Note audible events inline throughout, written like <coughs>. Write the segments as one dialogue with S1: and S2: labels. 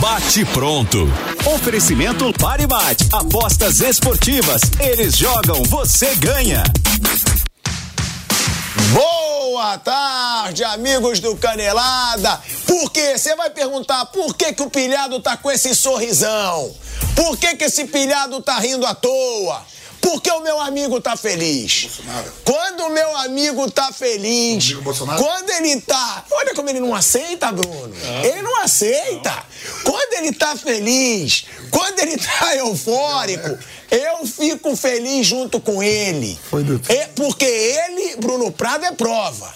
S1: Bate pronto. Oferecimento Pare Bate. Apostas esportivas. Eles jogam, você ganha.
S2: Boa tarde, amigos do Canelada. Por quê? Você vai perguntar por que, que o pilhado tá com esse sorrisão? Por que, que esse pilhado tá rindo à toa? Porque o meu amigo tá feliz.
S3: Bolsonaro.
S2: Quando o meu amigo tá feliz,
S3: Amigo Bolsonaro?
S2: quando ele tá. Olha como ele não aceita, Bruno.
S3: Ah.
S2: Ele não aceita. Quando ele tá feliz, quando ele
S3: é.
S2: tá eufórico, eu fico feliz junto com ele.
S3: Foi do
S2: E- porque ele, Bruno Prado, é prova.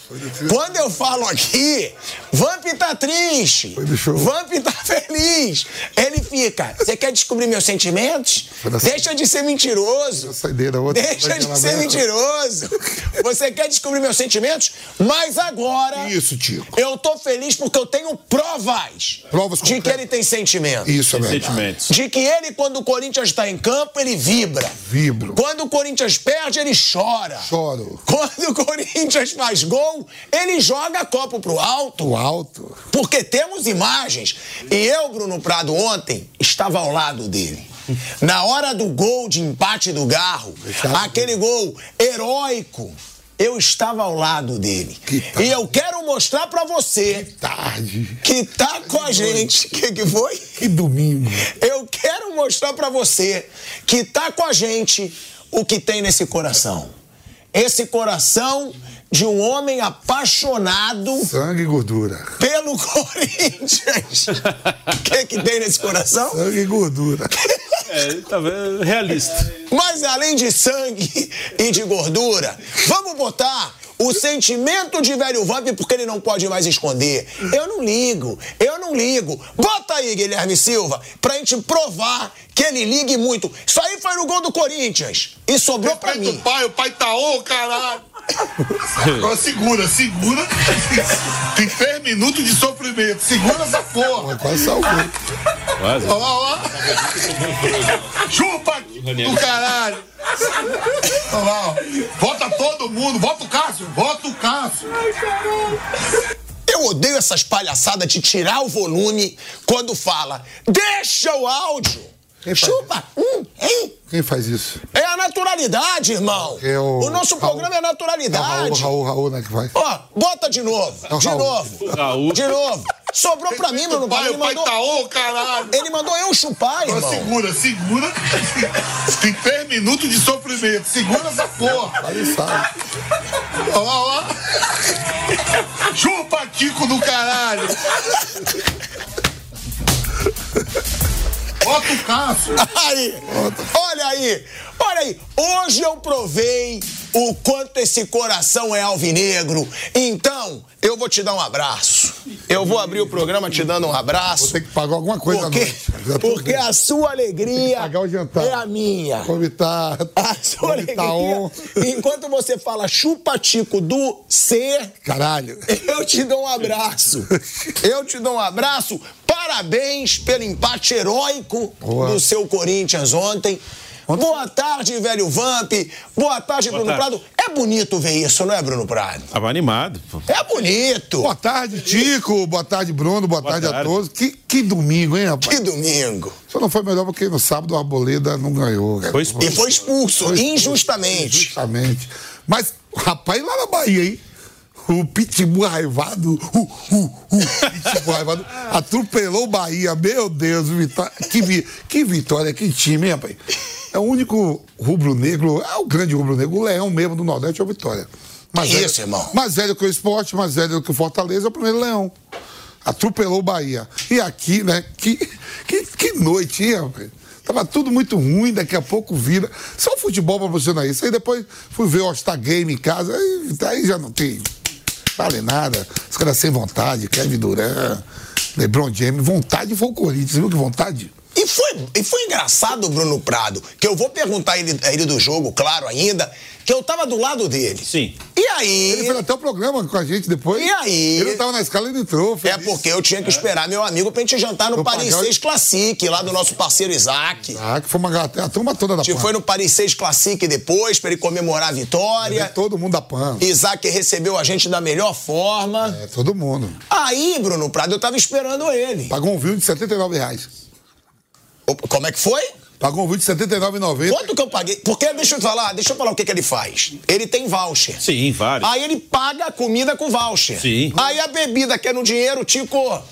S2: Quando eu falo aqui, Vamp tá triste,
S3: do show.
S2: Vamp tá <laughs> feliz. Ele fica, você quer descobrir meus sentimentos?
S3: Foi da-
S2: Deixa de ser mentiroso.
S3: Saideira, outra.
S2: Deixa de
S3: Daquela
S2: ser
S3: merda.
S2: mentiroso. Você quer descobrir meus sentimentos? Mas agora
S3: Isso, Tico.
S2: eu tô feliz porque eu tenho provas,
S3: Provas
S2: de que
S3: concretas.
S2: ele tem sentimento.
S3: Isso é verdade.
S4: Sentimentos.
S2: De que ele, quando o Corinthians está em campo, ele vibra.
S3: Vibro.
S2: Quando o Corinthians perde, ele chora.
S3: Choro.
S2: Quando o Corinthians faz gol, ele joga copo pro alto,
S3: O alto.
S2: porque temos imagens. E eu, Bruno Prado, ontem estava ao lado dele. Na hora do gol de empate do Garro,
S3: Deixava-
S2: aquele gol heróico, eu estava ao lado dele.
S3: Que tal?
S2: E eu quero mostrar pra você
S3: Tarde.
S2: que tá com a gente. O que, que foi?
S3: Que domingo.
S2: Eu quero mostrar pra você que tá com a gente o que tem nesse coração. Esse coração de um homem apaixonado
S3: Sangue e gordura.
S2: pelo <laughs> Corinthians. O que, é que tem nesse coração?
S3: Sangue e gordura.
S4: É, tá vendo? realista.
S2: Mas além de sangue <laughs> e de gordura, vamos botar o sentimento de velho Vamp porque ele não pode mais esconder. Eu não ligo, eu não ligo. Bota aí, Guilherme Silva, pra gente provar que ele ligue muito. Isso aí foi no gol do Corinthians e sobrou pra
S5: pai do
S2: mim.
S5: pai, o pai tá ô, caralho. Agora segura, segura. Tem três minutos de sofrimento. Segura essa porra.
S3: Mas quase salvou.
S4: Quase.
S5: Olha lá, olha lá. Chupa do caralho. Olha lá, ó. Vota todo mundo. Vota o Cássio. Vota o Cássio.
S2: Eu odeio essas palhaçadas de tirar o volume quando fala, deixa o áudio.
S3: Quem faz?
S2: Chupa, hum, hein?
S3: Quem faz isso?
S2: É a naturalidade, irmão.
S3: É o-
S2: nosso
S3: Raul-
S2: programa é
S3: É o Raul,
S2: naturalidade. Ó,
S3: Raul, Raul, né? Que vai.
S2: bota de novo.
S3: É o
S2: de
S3: Raul.
S2: novo.
S4: Raul.
S2: De novo. Sobrou pra mim, meu
S5: do pai,
S2: Ele
S5: o pai
S2: mandou,
S5: tá ô, caralho.
S2: ele mandou eu chupar,
S5: Agora
S2: irmão.
S5: <laughs> segura, segura. Tem três minutos de sofrimento. Segura essa porra.
S3: Quase salvo.
S5: Olha lá, olha lá. Chupa, Kiko do caralho. Bota o Cássio.
S2: Aí, olha aí, olha aí. Hoje eu provei o quanto esse coração é alvinegro. Então, eu vou te dar um abraço. Eu vou abrir o programa te dando um abraço.
S3: Tem que pagar alguma coisa à
S2: Porque,
S3: noite. Já tô
S2: porque
S3: vendo.
S2: a sua alegria
S3: pagar o jantar.
S2: é a minha.
S3: Comitar.
S2: <laughs> A sua Ah, alegria.
S3: Itaú.
S2: Enquanto você fala chupa-tico do C,
S3: Caralho.
S2: eu te dou um abraço. Eu te dou um abraço. Parabéns pelo empate heróico
S3: Boa.
S2: do seu Corinthians ontem. Boa tarde, velho Vamp. Boa tarde, Bruno
S4: tarde.
S2: Prado. É bonito ver isso, não é, Bruno Prado?
S4: Tava animado. pô.
S2: É bonito.
S3: Boa tarde, Tico. Boa tarde, Bruno. Boa, tarde, a
S4: tarde.
S3: todos. Que, que domingo, hein, rapaz?
S2: Que domingo.
S3: Só não foi melhor porque no sábado o Arboleda não ganhou. cara.
S4: Foi expulso.
S2: E foi expulso, injustamente.
S3: Justamente. Mas, rapaz, lá na Bahia, hein? O Pitbull raivado, o, o, o Pitbull raivado, atropelou o Bahia. Meu Deus, vitó- que, vi- que vitória, que time, hein, rapaz? É o único rubro-negro, é o grande rubro-negro, o leão mesmo do Nordeste é o Vitória. Mas
S2: Que isso, é irmão?
S3: Mais velho que o esporte, mais velho que o Fortaleza, é o primeiro leão. Atropelou o Bahia. E aqui, né? Que, que, que noite, hein, rapaz? Tava tudo muito ruim, daqui a pouco vira. Só o futebol proporciona é isso. Aí depois fui ver o All-Star Game em casa, aí, então aí já não tem. Vale nada. Os caras sem vontade, Kevin Durant, LeBron James. Vontade foi o Corinthians, viu que vontade?
S2: E foi, e foi engraçado, Bruno Prado, que eu vou perguntar a ele, a ele do jogo, claro, ainda, que eu tava do lado dele.
S4: Sim.
S2: E aí.
S3: Ele fez até o programa com a gente depois.
S2: E aí?
S3: Ele não tava na escala, ele entrou.
S2: É
S3: feliz.
S2: porque eu tinha que esperar meu amigo pra gente jantar no
S3: Vou
S2: Paris
S3: pagar o-
S2: 6 Classique, lá do nosso parceiro Isaac.
S3: Ah, que foi uma gata- a turma toda da
S2: A gente Tipo, foi no Paris 6 Classique depois pra ele comemorar a vitória.
S3: Todo mundo da PAN.
S2: Isaac recebeu a gente da melhor forma.
S3: É, todo mundo.
S2: Aí, Bruno Prado, eu tava esperando ele.
S3: Pagou um vinho de R$ 79 reais.
S2: Como é que foi?
S3: Pagou um vídeo de R$ 79,90.
S2: Quanto que eu paguei? Porque, deixa eu te falar, deixa eu falar o que, que ele faz. Ele tem voucher.
S4: Sim, vários.
S2: Aí ele paga a comida com voucher.
S4: Sim.
S2: Aí a bebida que é no dinheiro, Tico,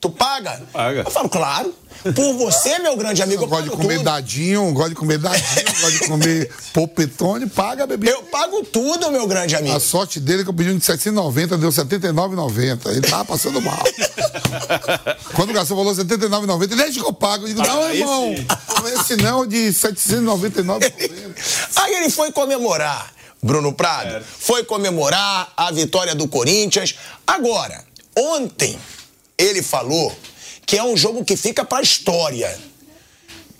S2: tu paga?
S4: Paga.
S2: Eu falo, claro. Por você, meu grande amigo, eu
S3: Gosta de
S2: pago
S3: comer
S2: tudo.
S3: dadinho, gosta de comer dadinho,
S2: <laughs>
S3: gosta de comer popetone, paga a bebida.
S2: Eu pago tudo, meu grande amigo.
S3: A sorte dele é que eu pedi um de 790, deu 79,90. Ele tava
S2: <laughs>
S3: passando mal. Quando o garçom falou 79,90, ele deixa que eu pago. Eu digo,
S2: Ah,
S3: não,
S4: aí
S3: irmão,
S4: sim.
S3: esse não é de 799,90.
S2: Aí ele foi comemorar, Bruno Prado.
S4: Certo.
S2: Foi comemorar a vitória do Corinthians. Agora, ontem ele falou que é um jogo que fica pra história.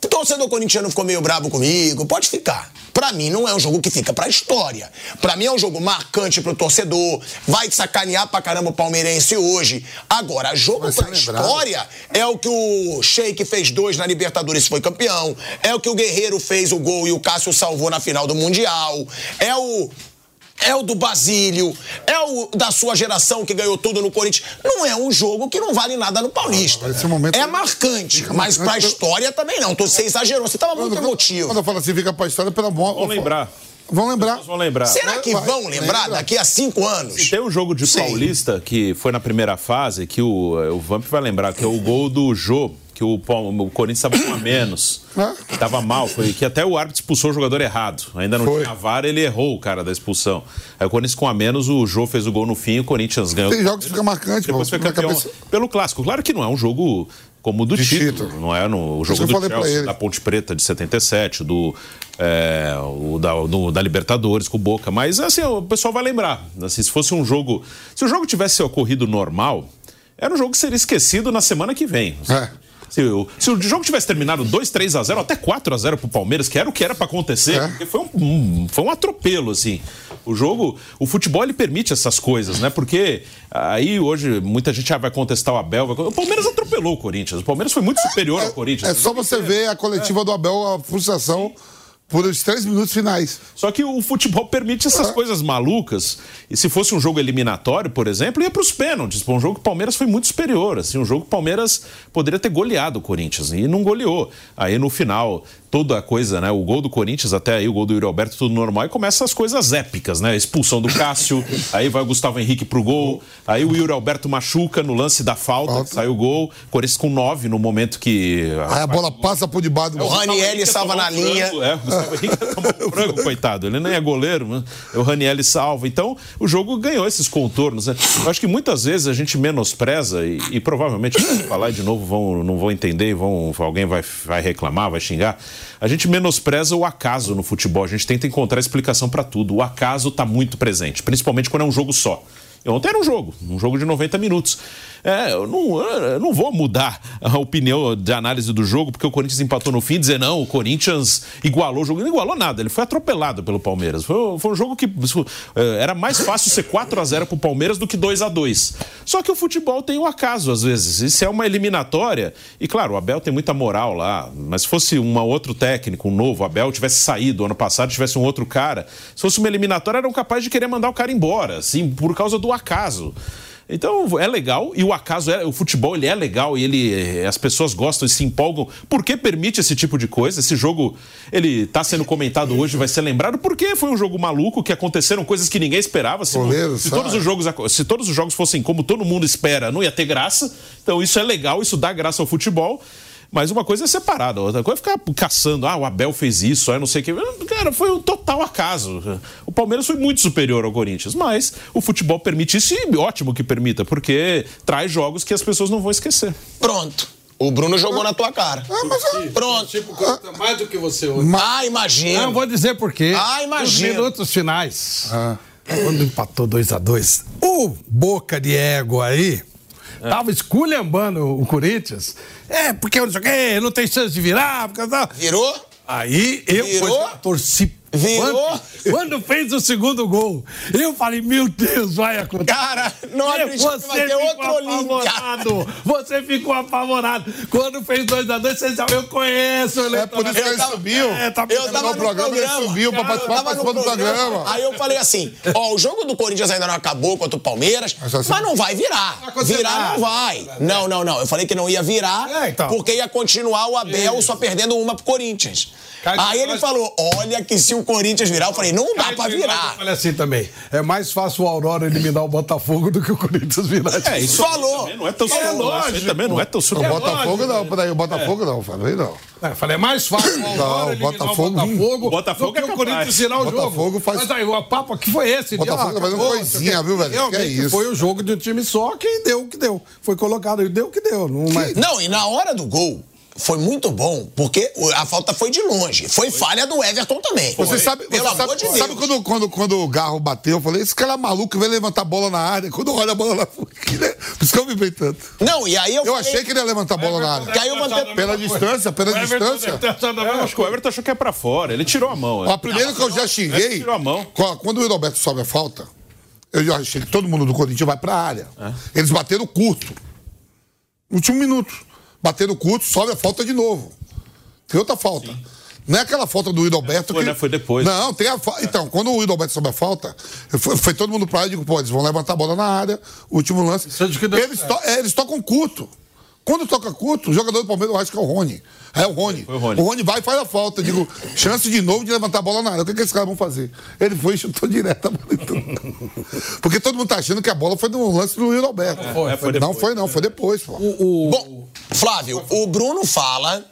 S2: O torcedor corintiano ficou meio bravo comigo, pode ficar. Pra mim não é um jogo que fica pra história. Pra mim é um jogo marcante pro torcedor, vai sacanear pra caramba o palmeirense hoje. Agora, jogo
S3: Vai ser
S2: pra
S3: lembrado.
S2: história é o que o Sheik fez dois na Libertadores e foi campeão, é o que o Guerreiro fez o gol e o Cássio salvou na final do Mundial, é o é o do Basílio, é o da sua geração que ganhou tudo no Corinthians. Não é um jogo que não vale nada no Paulista.
S3: Esse momento-
S2: é marcante, mas
S3: marcante
S2: pra
S3: pelo-
S2: história também não. <laughs> Então, Você exagerou, você tava muito emotivo.
S3: Quando eu falo assim, fica pra história pela mão.
S4: Vamos lembrar.
S3: Vão lembrar.
S4: Vamos lembrar.
S2: Será que
S3: Vai,
S2: vão lembrar
S3: lembra.
S2: daqui a cinco anos?
S4: Tem um jogo de
S2: Sim.
S4: Paulista que foi na primeira fase, que o, eh, o Vamp vai lembrar, que é o gol do Jô, que o, Pal- o Corinthians estava com a menos.
S3: Ah.
S4: Que tava mal, foi que até o árbitro expulsou o jogador errado. Ainda não
S3: Foi.
S4: tinha VAR, ele errou o cara da expulsão. Aí o Corinthians com a menos, o Jô fez o gol no fim e o Corinthians ganhou.
S3: Tem jogos que fica marcante,
S4: Depois
S3: pô,
S4: foi
S3: na
S4: campeão
S3: cabeça.
S4: pelo clássico. Claro que não é um jogo como o do
S3: De
S4: título,
S3: título.
S4: Não é no, o
S3: que
S4: jogo
S3: eu
S4: do
S3: falei pra
S4: Chelsea,
S3: ele.
S4: da Ponte Preta de 77, do, é, o da, do- da Libertadores com o Boca. Mas assim, o pessoal vai lembrar. Assim, se fosse um jogo. Se o jogo tivesse ocorrido normal, era um jogo que seria esquecido na semana que vem.
S3: É.
S4: Se o, se o jogo tivesse terminado 2, 3 a 0 até 4 a 0 pro Palmeiras, que era o que era pra acontecer,
S3: É.
S4: porque foi um, um- foi um atropelo, assim. O jogo, o futebol, ele permite essas coisas, né? Porque aí hoje muita gente já vai contestar o Abel. vai con- O Palmeiras atropelou o Corinthians. O Palmeiras foi muito superior ao Corinthians.
S3: É só você ver a coletiva do Abel, a frustração por os três minutos finais.
S4: Só que o futebol permite essas coisas malucas. E se fosse um jogo eliminatório, por exemplo, ia para os pênaltis. Pô, Um jogo que o Palmeiras foi muito superior. Assim, um jogo que o Palmeiras poderia ter goleado o Corinthians e não goleou. Aí no final, toda a coisa, né? O gol do Corinthians, até aí o gol do Yuri Alberto, tudo normal. E começa as coisas épicas, né? Expulsão do Cássio, aí vai o Gustavo Henrique pro gol. Aí o Yuri Alberto machuca no lance da falta,
S3: Falta.
S4: saiu o gol. Corinthians com nove no momento que
S3: Aí a bola passa por debaixo do
S2: é O
S3: gol.
S2: Raniel estava na linha.
S4: frango, é, o Gustavo Henrique tomou
S2: <laughs>
S4: um frango, coitado. Ele nem é goleiro, né? o Raniel salva. Então, o jogo ganhou esses contornos. Né? Eu acho que muitas vezes a gente menospreza e, e provavelmente, se eu falar de novo, vão, não vão entender, vão, alguém vai, vai reclamar, vai xingar. A gente menospreza o acaso no futebol. A gente tenta encontrar explicação para tudo. O acaso está muito presente, principalmente quando é um jogo só. E Ontem era um jogo, um jogo de 90 minutos. É, eu não, eu não vou mudar a opinião de análise do jogo, porque o Corinthians empatou no fim e dizer, não, o Corinthians igualou o jogo. Ele não igualou nada, ele foi atropelado pelo Palmeiras. Foi, foi um jogo que isso, é, era mais fácil ser 4 a 0 pro Palmeiras do que 2 a 2 Só que o futebol tem um acaso, às vezes. Isso é uma eliminatória. E claro, o Abel tem muita moral lá, mas se fosse um outro técnico, um novo, o Abel tivesse saído ano passado, tivesse um outro cara, se fosse uma eliminatória, eram capazes de querer mandar o cara embora, assim, por causa do acaso. Então é legal e o acaso é, o futebol ele é legal e ele as pessoas gostam e se empolgam porque permite esse tipo de coisa. Esse jogo ele tá sendo comentado hoje, vai ser lembrado porque foi um jogo maluco que aconteceram coisas que ninguém esperava. Se,
S3: Goleiro,
S4: se todos
S3: sabe?
S4: os jogos aco- se todos os jogos fossem como todo mundo espera, não ia ter graça. Então isso é legal, isso dá graça ao futebol. Mas uma coisa é separada, outra coisa é ficar caçando. Ah, o Abel fez isso, aí não sei o que. Cara, foi um total acaso. O Palmeiras foi muito superior ao Corinthians, mas o futebol permite isso e ótimo que permita, porque traz jogos que as pessoas não vão esquecer.
S2: Pronto. O Bruno jogou na tua cara.
S3: Ah, é.
S2: Pronto.
S6: Tipo, conta mais do que você hoje.
S2: Ah, imagina.
S6: Não, vou dizer por quê.
S2: Ah, imagino.
S6: Os minutos finais. Quando empatou 2 a 2 o boca de égua aí tava esculhambando o Corinthians. É, porque eu não sei o quê, não tem chance de virar. Porque... tal.
S2: Virou?
S6: Aí eu
S2: Virou?
S6: torci
S2: Virou.
S6: Quando, quando fez o segundo gol, eu falei, meu Deus, vai acontecer.
S2: Cara, não
S6: E
S2: acredito que vai
S6: você
S2: ter
S6: ficou
S2: outro Olímpia.
S6: apavorado. Você ficou apavorado. Quando fez 2x2, você já eu conheço. ele
S2: tá
S3: É por isso que
S6: tava-
S3: ele subiu.
S6: É, tá
S2: Eu tava
S3: no programa, ele subiu pra
S2: cara,
S3: participar,
S2: eu tava
S3: participou
S2: no
S3: do programa.
S2: Aí eu falei assim, ó, o jogo do Corinthians ainda não acabou contra o Palmeiras,
S3: Mas assim-
S2: mas não vai virar.
S6: acontecer
S2: Virar não
S6: nada.
S2: vai. Não, não, não. Eu falei que não ia virar,
S6: É, então.
S2: porque ia continuar o Abel só perdendo uma pro Corinthians.
S6: Cai de
S2: Aí ele
S6: nós-
S2: falou, olha que se o Corinthians virar, eu falei, não dá pra virar.
S6: Eu falei assim também. É mais fácil o Aurora eliminar o Botafogo do que o Corinthians virar.
S4: É, isso aí
S2: Falou.
S4: também não é tão
S6: É
S4: surpreendente.
S6: lógico.
S4: Isso aí também não é tão
S3: O
S4: surpreendente.
S3: Botafogo não, peraí, o Botafogo não, falei não.
S6: É, falei, é mais fácil o Aurora
S3: Não,
S6: eliminar
S3: Botafogo-
S6: o Botafogo,
S4: O Botafogo
S6: do que
S4: é
S6: o
S4: capaz.
S6: Corinthians virar o
S3: Botafogo
S6: jogo.
S3: faz-
S6: Mas aí, o papo aqui foi esse. de,
S3: Botafogo
S6: ah,
S3: tá fazendo
S6: acabou,
S3: coisinha,
S6: isso aqui.
S3: viu, velho? Que
S6: Realmente,
S3: é isso.
S6: Foi o jogo de um time só que deu o que deu. Foi colocado e deu o que deu. Não, é mas...
S2: Não, e na hora do gol, foi muito bom, porque o- a falta foi de longe. Foi falha do Everton também.
S3: Você sabe, você
S2: Pelo amor
S3: sabe,
S2: de Deus.
S3: sabe quando, quando, quando o Garro bateu, eu falei, esse cara é maluco, vai levantar a bola na área. Quando olha a bola na área, por isso <laughs> que eu vibrei tanto.
S2: Não, e aí eu,
S3: Eu
S2: falei-
S3: achei que ele ia levantar a bola na
S2: É Que
S3: área.
S2: aí eu vou ter...
S3: Pela distância, pela distância.
S4: É, acho que o Everton achou que é pra fora. Ele tirou a mão.
S3: Ó,
S4: né?
S3: A primeira que eu já xinguei,
S4: tirou a mão.
S3: co- quando o Roberto sobe a falta, eu já achei que todo mundo do Corinthians vai pra área.
S4: É.
S3: Eles bateram curto. Último minuto. Bateram curto, sobe a falta de novo. Tem outra falta. Não é aquela falta do Roberto
S4: Foi,
S3: que...
S4: né? Foi depois. É.
S3: Não, tem a falta. Então, quando o Roberto sobe a falta, eu fui- foi todo mundo pra área e digo, pô, eles vão levantar a bola na área, último lance.
S6: Isso é de que deu
S3: Eles, to- é, eles tocam curto. Quando toca curto, o jogador do Palmeiras, eu acho que é o Rony. É o Rony.
S4: Foi o Rony.
S3: Rony vai e faz a falta. Digo, chance de novo de levantar a bola na área. O que, que esses caras vão fazer? Ele foi e chutou direto a bola. em
S4: <laughs>
S3: tudo. Porque todo mundo tá achando que a bola foi no lance do Will Alberto.
S4: é, foi
S3: não
S4: depois.
S3: foi, não, foi depois, pô.
S2: Bom, Flávio, o Bruno fala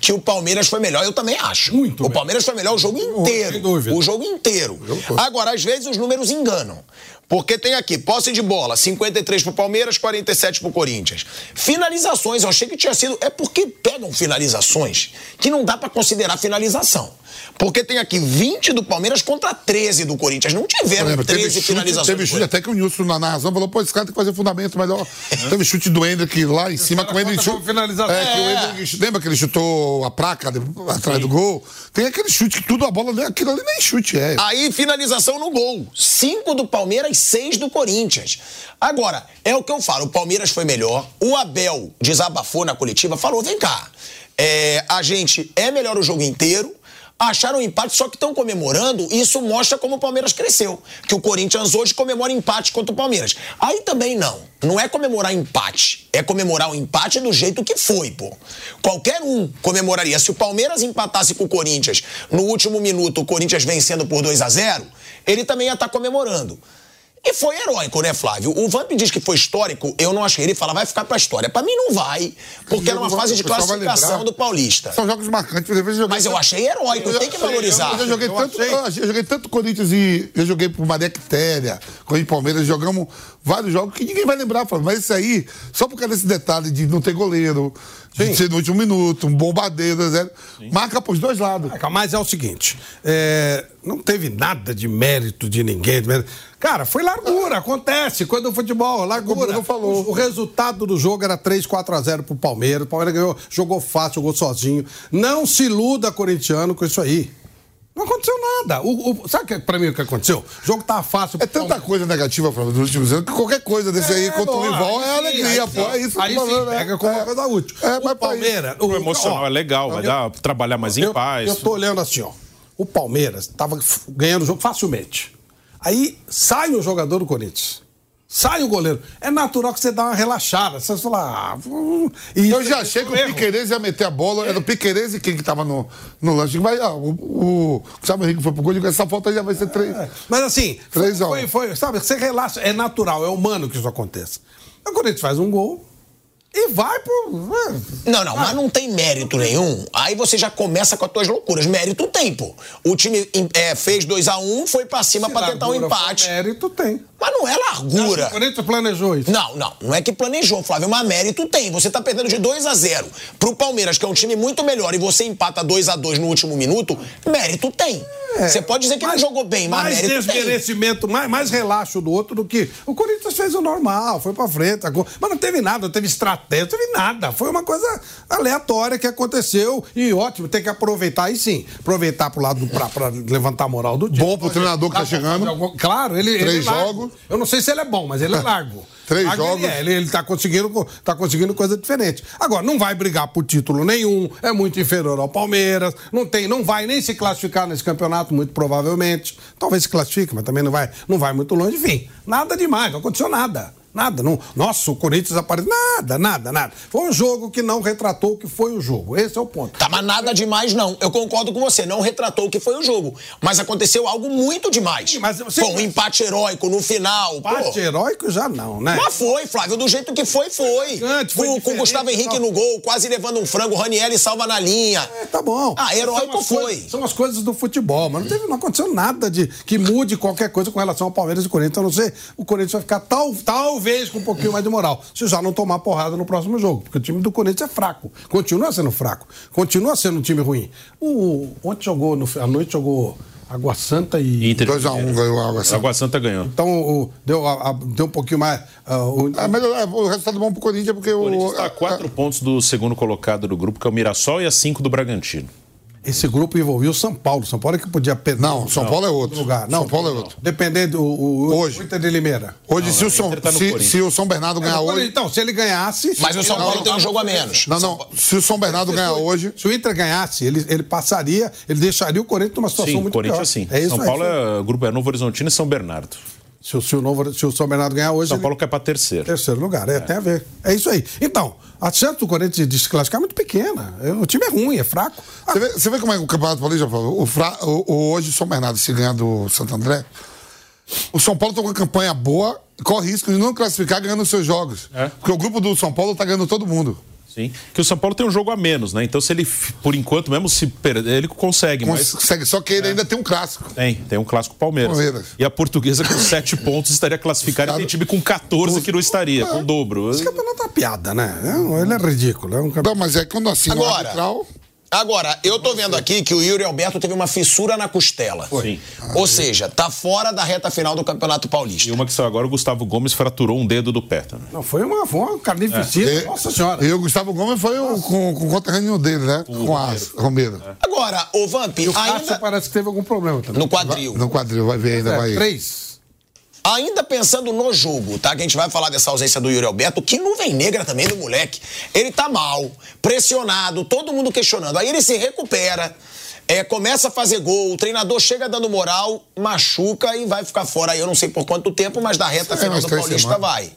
S2: que o Palmeiras foi melhor, eu também acho.
S6: Muito
S2: O
S6: melhor.
S2: Palmeiras foi melhor o jogo inteiro.
S6: sem dúvida.
S2: O jogo inteiro.
S3: todo.
S2: Agora, às vezes os números enganam. Porque tem aqui, posse de bola, 53 pro Palmeiras, 47 pro Corinthians. Finalizações, eu achei que tinha sido. É porque pegam finalizações que não dá pra considerar finalização. Porque tem aqui 20 do Palmeiras contra 13 do Corinthians. Não
S3: Eu
S2: tiveram
S3: lembro,
S2: 13
S3: É, teve chute,
S2: finalizações.
S3: Teve
S2: do
S3: chute até que o Nilson na narração falou, pô, esse cara tem que fazer fundamento melhor. teve chute do Hendrick lá em cima,
S6: cara
S3: que o Hendrick
S6: conta como
S3: chu-
S6: finalização.
S3: É, que o
S2: É.
S3: Hendrick chu- lembra que ele chutou a placa de- atrás do gol? Tem aquele chute que tudo a bola, né, aquilo ali nem chute é.
S2: Aí, finalização no gol. Cinco do Palmeiras, seis do Corinthians. Agora, é o que eu falo, o Palmeiras foi melhor. O Abel desabafou na coletiva, falou, vem cá, é, a gente é melhor o jogo inteiro, acharam um empate, só que estão comemorando, e isso mostra como o Palmeiras cresceu. Que o Corinthians hoje comemora empate contra o Palmeiras. Aí também não. Não é comemorar empate. É comemorar o empate do jeito que foi, pô. Qualquer um comemoraria. Se o Palmeiras empatasse com o Corinthians no último minuto, o Corinthians vencendo por 2 a 0 ele também ia estar comemorando. E foi heróico, né, Flávio? O Vamp diz que foi histórico, eu não achei. Ele fala, vai ficar pra história. Pra mim não vai, porque era uma fase de
S3: O pessoal vai
S2: classificação
S3: lembrar.
S2: do Paulista.
S3: São jogos marcantes. Eu joguei-
S2: Mas eu achei heróico, então tem que valorizar.
S3: Eu, já joguei tanto, eu, achei- eu joguei tanto Corinthians e eu joguei pro Maria Quitéria, Corinthians e Palmeiras, jogamos vários jogos que ninguém vai lembrar, Flávio. mas isso aí, só por causa desse detalhe de não ter goleiro, de ser no último minuto, um bombardeiro, etc. marca pros dois lados.
S6: Caraca, mas é o seguinte: é, não teve nada de mérito de ninguém. de mérito. Cara, foi largura, acontece. Quando o futebol, largura.
S3: Bruno falou.
S6: O, o resultado do jogo era 3, 4 a 0 pro Palmeiras. O Palmeiras ganhou, jogou fácil, jogou sozinho. Não se iluda, corintiano, com isso aí. Não aconteceu nada. O, o- sabe que, é, pra mim o que aconteceu? O jogo tá fácil.
S3: É
S6: pro
S3: tanta coisa negativa, Flávio, nos últimos anos, que qualquer coisa desse aí contra o
S6: bom,
S3: rival
S6: aí
S3: é
S6: sim,
S3: alegria,
S6: aí
S3: pô. É
S6: sim.
S3: isso
S6: Aí
S3: eu tô
S6: sim,
S3: falando, né?
S6: pega como uma coisa útil.
S3: É,
S6: o
S3: mas pra isso-
S6: Palmeiras.
S4: O emocional
S6: ó,
S4: é legal, vai
S6: eu-
S4: dar pra trabalhar mais em
S6: eu,
S4: paz.
S6: Eu tô olhando assim, ó. O Palmeiras tava f- ganhando o jogo facilmente. Aí sai o jogador do Corinthians. Sai o goleiro. É natural que você dá uma relaxada. Você fala. Ah, hum, e
S4: é
S3: Eu já achei que o Piqueires ia meter a bola. Era o Piqueires e quem que tava no, no lance. Digo, Vai, ah, o, o Gustavo Henrique foi pro gol. Digo, essa falta já vai ser três.
S4: É.
S6: Mas assim, foi,
S3: Três a um.
S6: foi, foi- sabe, você relaxa, é natural, é humano que isso aconteça. Aí o Corinthians faz um gol e vai pro. é,
S2: Não, não, mas não tem mérito nenhum. Aí você já começa com as tuas loucuras. Mérito tem, pô. O time em- é, fez 2 a 1 foi pra cima pra tentar um
S6: Largura,
S2: empate.
S6: Mérito tem.
S2: Mas não é largura.
S6: O Corinthians planejou isso.
S2: Não, não. Não é que planejou, Flávio. Mas mérito tem. Você tá perdendo de 2 a 0 pro Palmeiras, que é um time muito melhor, e você empata 2 a 2 no último minuto, mérito tem. Você pode dizer que não jogou bem, mas
S6: É, mais
S2: mérito tem.
S6: desmerecimento, mais, mais relaxo do outro do que. O Corinthians fez o normal, foi pra frente. agora- Mas não teve nada, não teve estratégia, não teve nada. Foi uma coisa aleatória que aconteceu e ótimo, tem que aproveitar aí sim. Aproveitar pro lado do- pra, pra levantar a moral do dia.
S3: Bom pro treinador que tá
S6: Dá pra
S3: chegando.
S6: fazer algum- Claro, ele. ele
S3: Três
S6: é largo.
S3: jogos.
S6: Eu não sei se ele é
S3: <laughs>
S6: bom, mas ele é largo.
S3: Três
S6: Largo
S3: jogos.
S6: Ele, é, ele, ele tá, conseguindo, co- tá conseguindo coisa diferente. Agora, não vai brigar por título nenhum, é muito inferior ao Palmeiras, não tem, não vai nem se classificar nesse campeonato, muito provavelmente. Talvez se classifique, mas também não vai, não vai muito longe. Enfim, nada demais, não aconteceu nada. Nada, não. Nossa, o Corinthians apareceu. Nada, nada, nada. Foi um jogo que não retratou o que foi o jogo. Esse é o ponto.
S2: Tá, mas nada demais, não. Eu concordo com você. Não retratou o que foi o jogo. Mas aconteceu algo muito demais.
S6: Sim, mas você-
S2: Foi um empate heróico no final. pô.
S6: Parte heróico já não, né?
S2: Mas foi, Flávio, do jeito que foi, foi.
S6: Antes, foi
S2: Com, com
S6: diferente,
S2: Gustavo Henrique
S6: tal.
S2: no gol, quase levando um frango, Ranieri salva na linha.
S6: É, tá bom.
S2: Ah, heróico
S6: São as
S2: foi.
S6: coisas- são as coisas do futebol, mas não, teve- não aconteceu nada de que mude qualquer coisa com relação ao Palmeiras e Corinthians. A não ser o Corinthians vai ficar tal, talvez com um pouquinho mais de moral, se já não tomar porrada no próximo jogo. Porque o time do Corinthians é fraco. Continua sendo fraco. Continua sendo um time ruim. O, ontem jogou, no, à noite jogou Água Santa e.
S4: Inter.
S3: 2x1 ganhou a água. Assim.
S4: Água Santa ganhou.
S6: Então o- deu, a- a- deu um pouquinho mais. ah, o-
S3: Ah, mas, ah, o resultado bom pro Corinthians é porque
S4: O
S3: o.
S4: Corinthians está a quatro pontos do segundo colocado do grupo, que é o Mirassol, e a cinco do Bragantino.
S6: Esse grupo envolvia o São Paulo. São Paulo é que podia perder.
S3: Não, São Paulo é outro.
S6: Lugar. Não,
S3: São Paulo é outro.
S6: Dependendo o, o,
S3: Hoje.
S6: o Inter de Limeira.
S3: é, Hoje, se, o São,
S4: Inter tá no
S3: se,
S4: Corinthians.
S3: se o São Bernardo ganhar Ah, hoje.
S6: Então, se ele ganhasse.
S2: Mas o São
S6: ele-
S2: Paulo tem um jogo a menos.
S3: Não, não. Se o São Bernardo ganhar hoje.
S6: Se o Inter ganhasse, ele, ele passaria, ele deixaria o Corinthians numa situação
S4: Sim,
S6: muito pior.
S4: Corinthians sim.
S6: É isso,
S4: São Paulo
S6: é. isso.
S4: é, o grupo é Novo Horizontino e São Bernardo.
S6: Se, o- se o novo, se o São Bernardo ganhar hoje,
S4: São
S6: ele-
S4: Paulo cai para terceiro.
S6: terceiro lugar. É, tem a ver. É isso aí. Então, a chance do Corinthians de se classificar é muito pequena. É, O time é ruim, é fraco. Ah,
S3: Você vê, você vê como é que o Campeonato Paulista falou? O, Fra, o, o hoje, o São Bernardo, se ganhar do Santo André. O São Paulo tá com uma campanha boa, corre risco de não classificar ganhando os seus jogos.
S4: É.
S3: Porque o grupo do São Paulo tá ganhando todo mundo.
S4: Sim. Que o São Paulo tem um jogo a menos, né? Então, se ele, f- por enquanto, mesmo se perder, ele consegue. Mas
S3: Consegue, só que ele
S6: É.
S3: ainda tem um clássico.
S4: tem, tem um clássico Palmeiras.
S3: Palmeiras.
S4: E a portuguesa com sete pontos estaria classificada e tem time com 14 que não estaria, com o dobro.
S6: Esse campeonato é uma piada, né? É um- Ele é ridículo. É um campeonato.
S3: Não, mas é quando assim o
S2: Agora.
S3: arbitral.
S2: Agora, eu tô vendo aqui que o Yuri Alberto teve uma fissura na costela.
S4: Sim.
S2: Ou seja, tá fora da reta final do Campeonato
S4: E
S2: Paulista.
S4: uma que saiu agora, o Gustavo Gomes fraturou um dedo do pé também.
S6: Não, foi uma, foi uma carnificina.
S3: E-
S6: Nossa Senhora.
S3: é, E o Gustavo Gomes foi o, com, com o conterrâneo dele, né? com a Romero.
S2: Agora, o Vamp,
S6: E o Cássio
S2: ainda
S6: parece que teve algum problema também.
S2: no quadril.
S3: No quadril, vai ver ainda,
S6: É,
S3: vai.
S6: três.
S2: Ainda pensando no jogo, tá? Que a gente vai falar dessa ausência do Yuri Alberto, que nuvem negra também do moleque. Ele tá mal, pressionado, todo mundo questionando. Aí ele se recupera, é, começa a fazer gol, o treinador chega dando moral, machuca e vai ficar fora aí, eu não sei por quanto tempo, mas da reta
S3: É,
S2: final
S3: umas
S2: do
S3: três
S2: Paulista
S3: semanas.
S2: vai.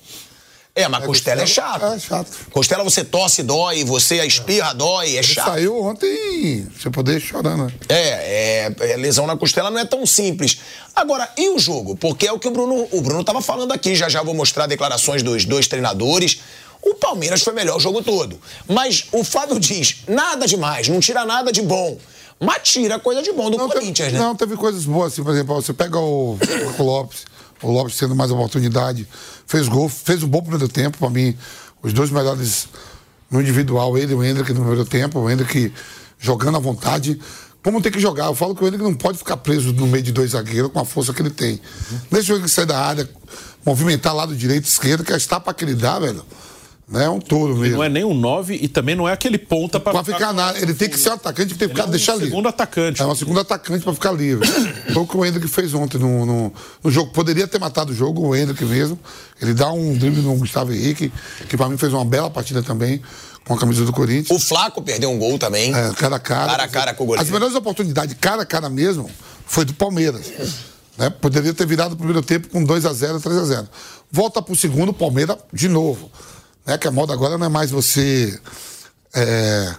S2: É, mas costela é chato.
S3: É chato.
S2: Costela você tosse, dói, você espirra, dói, é chato.
S3: Saiu ontem, você poder chorando, né?
S2: É, é, é, lesão na costela não é tão simples. Agora, e o jogo? Porque é o que o Bruno o Bruno estava falando aqui, já já vou mostrar declarações dos dois treinadores. O Palmeiras foi melhor o jogo todo. Mas o Fábio diz, nada demais, não tira nada de bom. Mas tira coisa de bom do Corinthians,
S3: teve,
S2: né?
S3: não, teve coisas boas, assim, por exemplo, você pega o, o Lopes, o Lopes tendo mais oportunidade, fez gol, fez um bom primeiro tempo, pra mim, os dois melhores no individual, ele e o Hendrick no primeiro tempo, o Hendrick jogando à vontade. Como tem que jogar? Eu falo que o Hendrick não pode ficar preso no meio de dois zagueiros com a força que ele tem. Deixa o Hendrick sair da área, movimentar lado direito, esquerdo, que a estapa que ele dá, velho, né, é um touro mesmo.
S4: Não é nem um 9 e também não é aquele ponta para
S3: Pra ficar na. Ele tem que ser um atacante, tem que ficar,
S4: um
S3: deixar livre.
S4: segundo atacante.
S3: É um segundo atacante pra
S4: <coughs>
S3: ficar livre. Foi o que o Hendrick fez ontem no, no, no jogo. Poderia ter matado o jogo, o Hendrick mesmo. Ele dá um drible no Gustavo Henrique, que pra mim fez uma bela partida também, com a camisa do Corinthians.
S2: O Flaco perdeu um gol também.
S3: É, cara a cara.
S2: Cara a cara com o goleiro.
S3: As melhores oportunidades, cara a cara mesmo, foi do Palmeiras. né? Poderia ter virado o primeiro tempo com 2x0, 3x0. Volta pro segundo, o Palmeiras de novo. Né? Que a moda agora não é mais você é,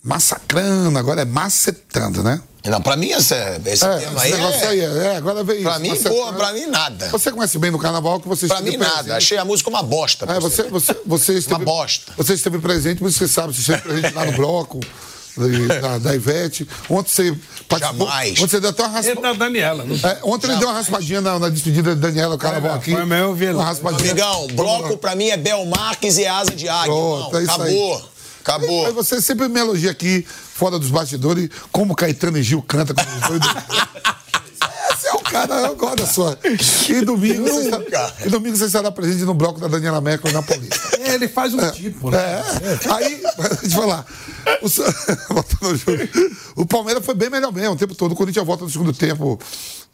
S3: massacrando, agora é macetando, né?
S2: Não, pra mim esse, esse
S3: É,
S2: tema
S3: esse
S2: aí,
S3: negócio
S2: é...
S3: aí, é, é, agora vem
S2: Pra
S3: isso,
S2: mim,
S3: macetando.
S2: boa, pra mim nada.
S3: Você conhece bem no carnaval que você né?
S2: Pra
S3: esteve
S2: mim
S3: presente.
S2: nada. Achei a música uma bosta.
S3: É,
S2: pra
S3: você, você, você esteve,
S2: bosta.
S3: Você esteve presente, mas você sabe, você esteve presente lá no bloco, da, da- da Ivete. Ontem você participou.
S2: Jamais.
S3: Ontem você deu até uma raspa...
S4: da Daniela. né?
S3: É, ontem ele deu uma raspadinha na, na despedida da Daniela, o carnaval
S6: Foi,
S3: aqui.
S6: foi mesmo, eu vi lá.
S3: Uma raspadinha.
S2: Amigão, bloco
S3: Vamos lá.
S2: pra mim é Bel Marques e Asa de Águia.
S3: Pronto,
S2: irmão.
S3: é isso
S2: acabou.
S3: aí.
S2: Acabou.
S3: Mas você sempre me elogia aqui, fora dos bastidores, como Caetano e Gil canta. Como os dois. <laughs> Esse é o cara, eu gosto da sua. E domingo, você estará,
S2: Nunca.
S3: e domingo você estará presente no bloco da Daniela Merkel na Paulista.
S6: É, ele faz um tipo, né?
S3: É. Aí, deixa eu falar. O, Sa- <laughs> voltando ao jogo. O Palmeiras foi bem melhor mesmo o tempo todo. O Corinthians volta no segundo tempo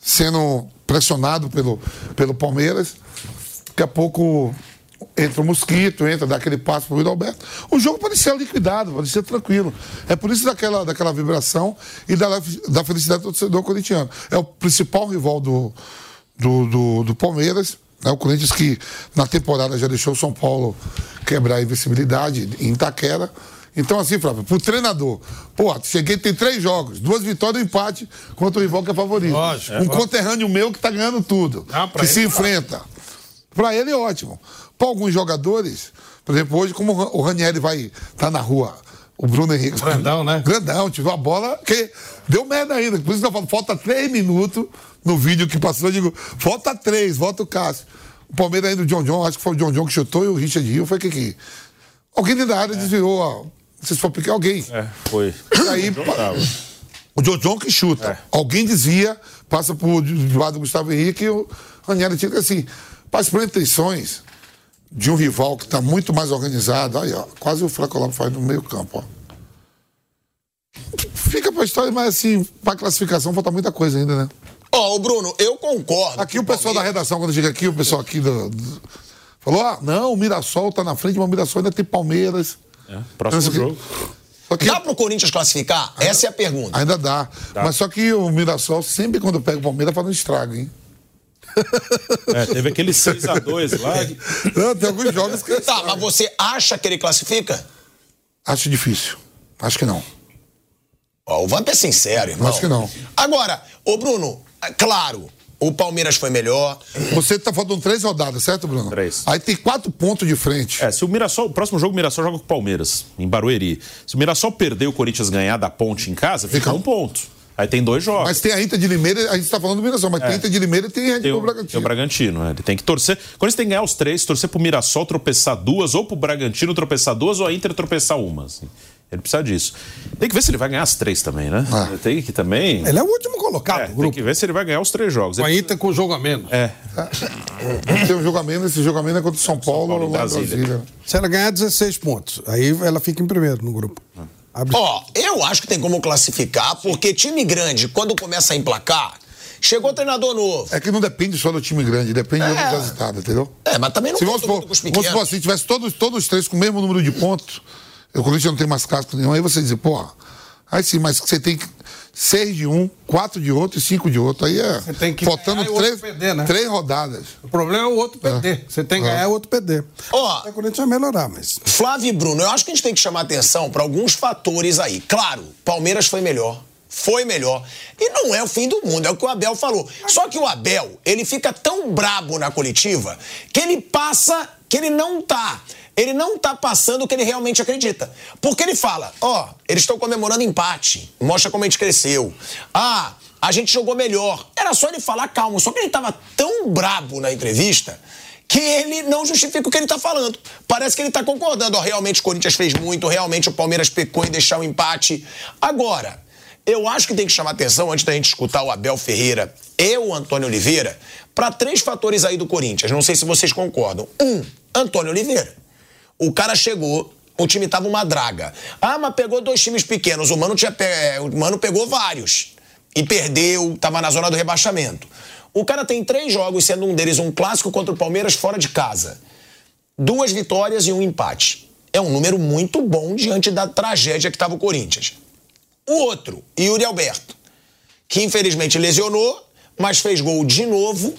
S3: sendo pressionado pelo, pelo Palmeiras. Daqui a pouco entra o Mosquito, entra, dá aquele passo pro Luiz Alberto. O jogo parecia liquidado, parecia tranquilo. É por isso daquela, daquela vibração e da, da felicidade do torcedor corintiano. É o principal rival do, do, do, do Palmeiras. Né? O Corinthians que na temporada já deixou o São Paulo quebrar a invencibilidade em Itaquera. Então, assim, Flávio, pro treinador, pô, cheguei, tem três jogos, duas vitórias e um empate contra o rival que é favorito.
S6: Lógico.
S3: um conterrâneo meu que tá ganhando tudo.
S6: Ah, pra
S3: que
S6: ele
S3: se enfrenta. Pra ele é ótimo. Pra alguns jogadores, por exemplo, hoje, como o Ra- o Ranieri vai estar na rua, o Bruno Henrique.
S6: Grandão, né?
S3: Grandão, tive uma bola que deu merda ainda. Por isso que eu falo, falta três minutos no vídeo que passou, eu digo, falta três, volta o Cássio. O Palmeiras ainda, o John John, acho que foi o John John que chutou e o Richard Hill foi quem que. Alguém dentro da
S6: É.
S3: área desviou, ó. Não sei se foi pique alguém.
S4: É, foi.
S3: E aí, pa- o John John que chuta. Alguém desvia, passa por debaixo do Gustavo Henrique e o Ranieri tira assim. Para as pretensões de um rival que está muito mais organizado, aí, ó, quase o Flacolão faz no meio-campo, ó. Fica pra história, mas assim, pra classificação falta muita coisa ainda, né?
S2: Ó, ô Bruno, eu concordo.
S3: Aqui o pessoal da redação, quando chega aqui, o pessoal aqui do, do- falou: ah, não, o Mirassol tá na frente, mas o Mirassol ainda tem Palmeiras.
S4: É, Próximo
S3: Então,
S4: jogo.
S3: isso Só que-
S2: Dá pro Corinthians classificar? Essa é a pergunta.
S3: Ainda dá. Mas só que o Mirassol, sempre quando pega o Palmeiras, faz um estrago, hein?
S4: É, teve aquele 6x2 lá.
S3: Não, tem alguns jogos que.
S2: Tá, mas você acha que ele classifica?
S3: Acho difícil. Acho que não.
S2: Ó, o Vamp é sincero, irmão.
S3: Acho que não.
S2: Agora, ô Bruno, é claro, o Palmeiras foi melhor.
S3: Você tá faltando três rodadas, certo, Bruno?
S4: Três.
S3: Aí tem quatro pontos de frente.
S4: É, se o Mirassol, o próximo jogo o Mirassol joga com o Palmeiras, em Barueri. Se o Mirassol perder e o Corinthians ganhar da ponte em casa, fica
S3: Fica um.
S4: um ponto. Aí tem dois jogos.
S3: Mas tem a Inter de Limeira, a gente tá falando do Mirassol, mas tem a Inter de Limeira e tem a
S4: É.
S3: Red
S4: tem o, tem
S3: Bull
S4: o
S3: Bragantino.
S4: Bragantino, é. Ele tem que torcer. Quando você tem que ganhar os três, torcer pro Mirassol tropeçar duas, ou pro Bragantino tropeçar duas, ou a Inter tropeçar uma. assim. Ele precisa disso. Tem que ver se ele vai ganhar as três também, né?
S3: Ah.
S4: Tem que também.
S6: Ele é o último colocado
S4: É,
S6: do
S4: tem
S6: grupo.
S4: que ver se ele vai ganhar os três jogos.
S6: Com a Inter com o jogo a menos.
S2: É.
S3: Tem um jogamento, esse jogamento é contra o São Paulo,
S4: Paulo e
S3: lá em
S4: Brasília.
S3: Brasília.
S6: Se ela ganhar 16 pontos, aí ela fica em primeiro no grupo. Abre-
S2: Ó, eu acho que tem como classificar, porque time grande, quando começa a emplacar, chegou treinador novo.
S3: É que não depende só do time grande, depende do
S2: É.
S3: resultado, entendeu?
S2: É, mas também não
S3: Se
S2: conta
S3: vamos supor,
S2: muito com os
S3: vamos supor
S2: pequenos.
S3: assim, tivesse todos, todos os três com o mesmo número de pontos, o Corinthians não tem mais casco nenhum, aí você diz, pô, aí sim, mas você tem seis de um, quatro de outro e cinco de outro. Aí é.
S6: tem que
S3: faltando
S6: ganhar e o outro
S3: três,
S6: perder, né?
S3: três rodadas.
S6: O problema é o outro perder. Você tem que ganhar e o outro perder.
S2: Ó.
S6: Até O Corinthians vai melhorar, mas.
S2: Flávio e Bruno, eu acho que a gente tem que chamar atenção para alguns fatores aí. Claro, Palmeiras foi melhor. Foi melhor. E não é o fim do mundo, é o que o Abel falou. Só que o Abel, ele fica tão brabo na coletiva que ele passa que ele não tá. Ele não tá passando o que ele realmente acredita. Porque ele fala, ó, eles estão comemorando empate. Mostra como a gente cresceu. Ah, a gente jogou melhor. Era só ele falar calmo. Só que ele tava tão brabo na entrevista que ele não justifica o que ele tá falando. Parece que ele tá concordando. Ó, realmente o Corinthians fez muito, realmente o Palmeiras pecou em deixar o empate. Agora, eu acho que tem que chamar atenção, antes da gente escutar o Abel Ferreira e o Antônio Oliveira, para três fatores aí do Corinthians. Não sei se vocês concordam. Um, Antônio Oliveira. O cara chegou, o time tava uma draga. Ah, mas pegou dois times pequenos. O Mano, tinha pe- eh, o Mano pegou vários. E perdeu, tava na zona do rebaixamento. O cara tem três jogos, sendo um deles um clássico contra o Palmeiras fora de casa. Duas vitórias e um empate. É um número muito bom diante da tragédia que estava o Corinthians. O outro, Yuri Alberto, que infelizmente lesionou, mas fez gol de novo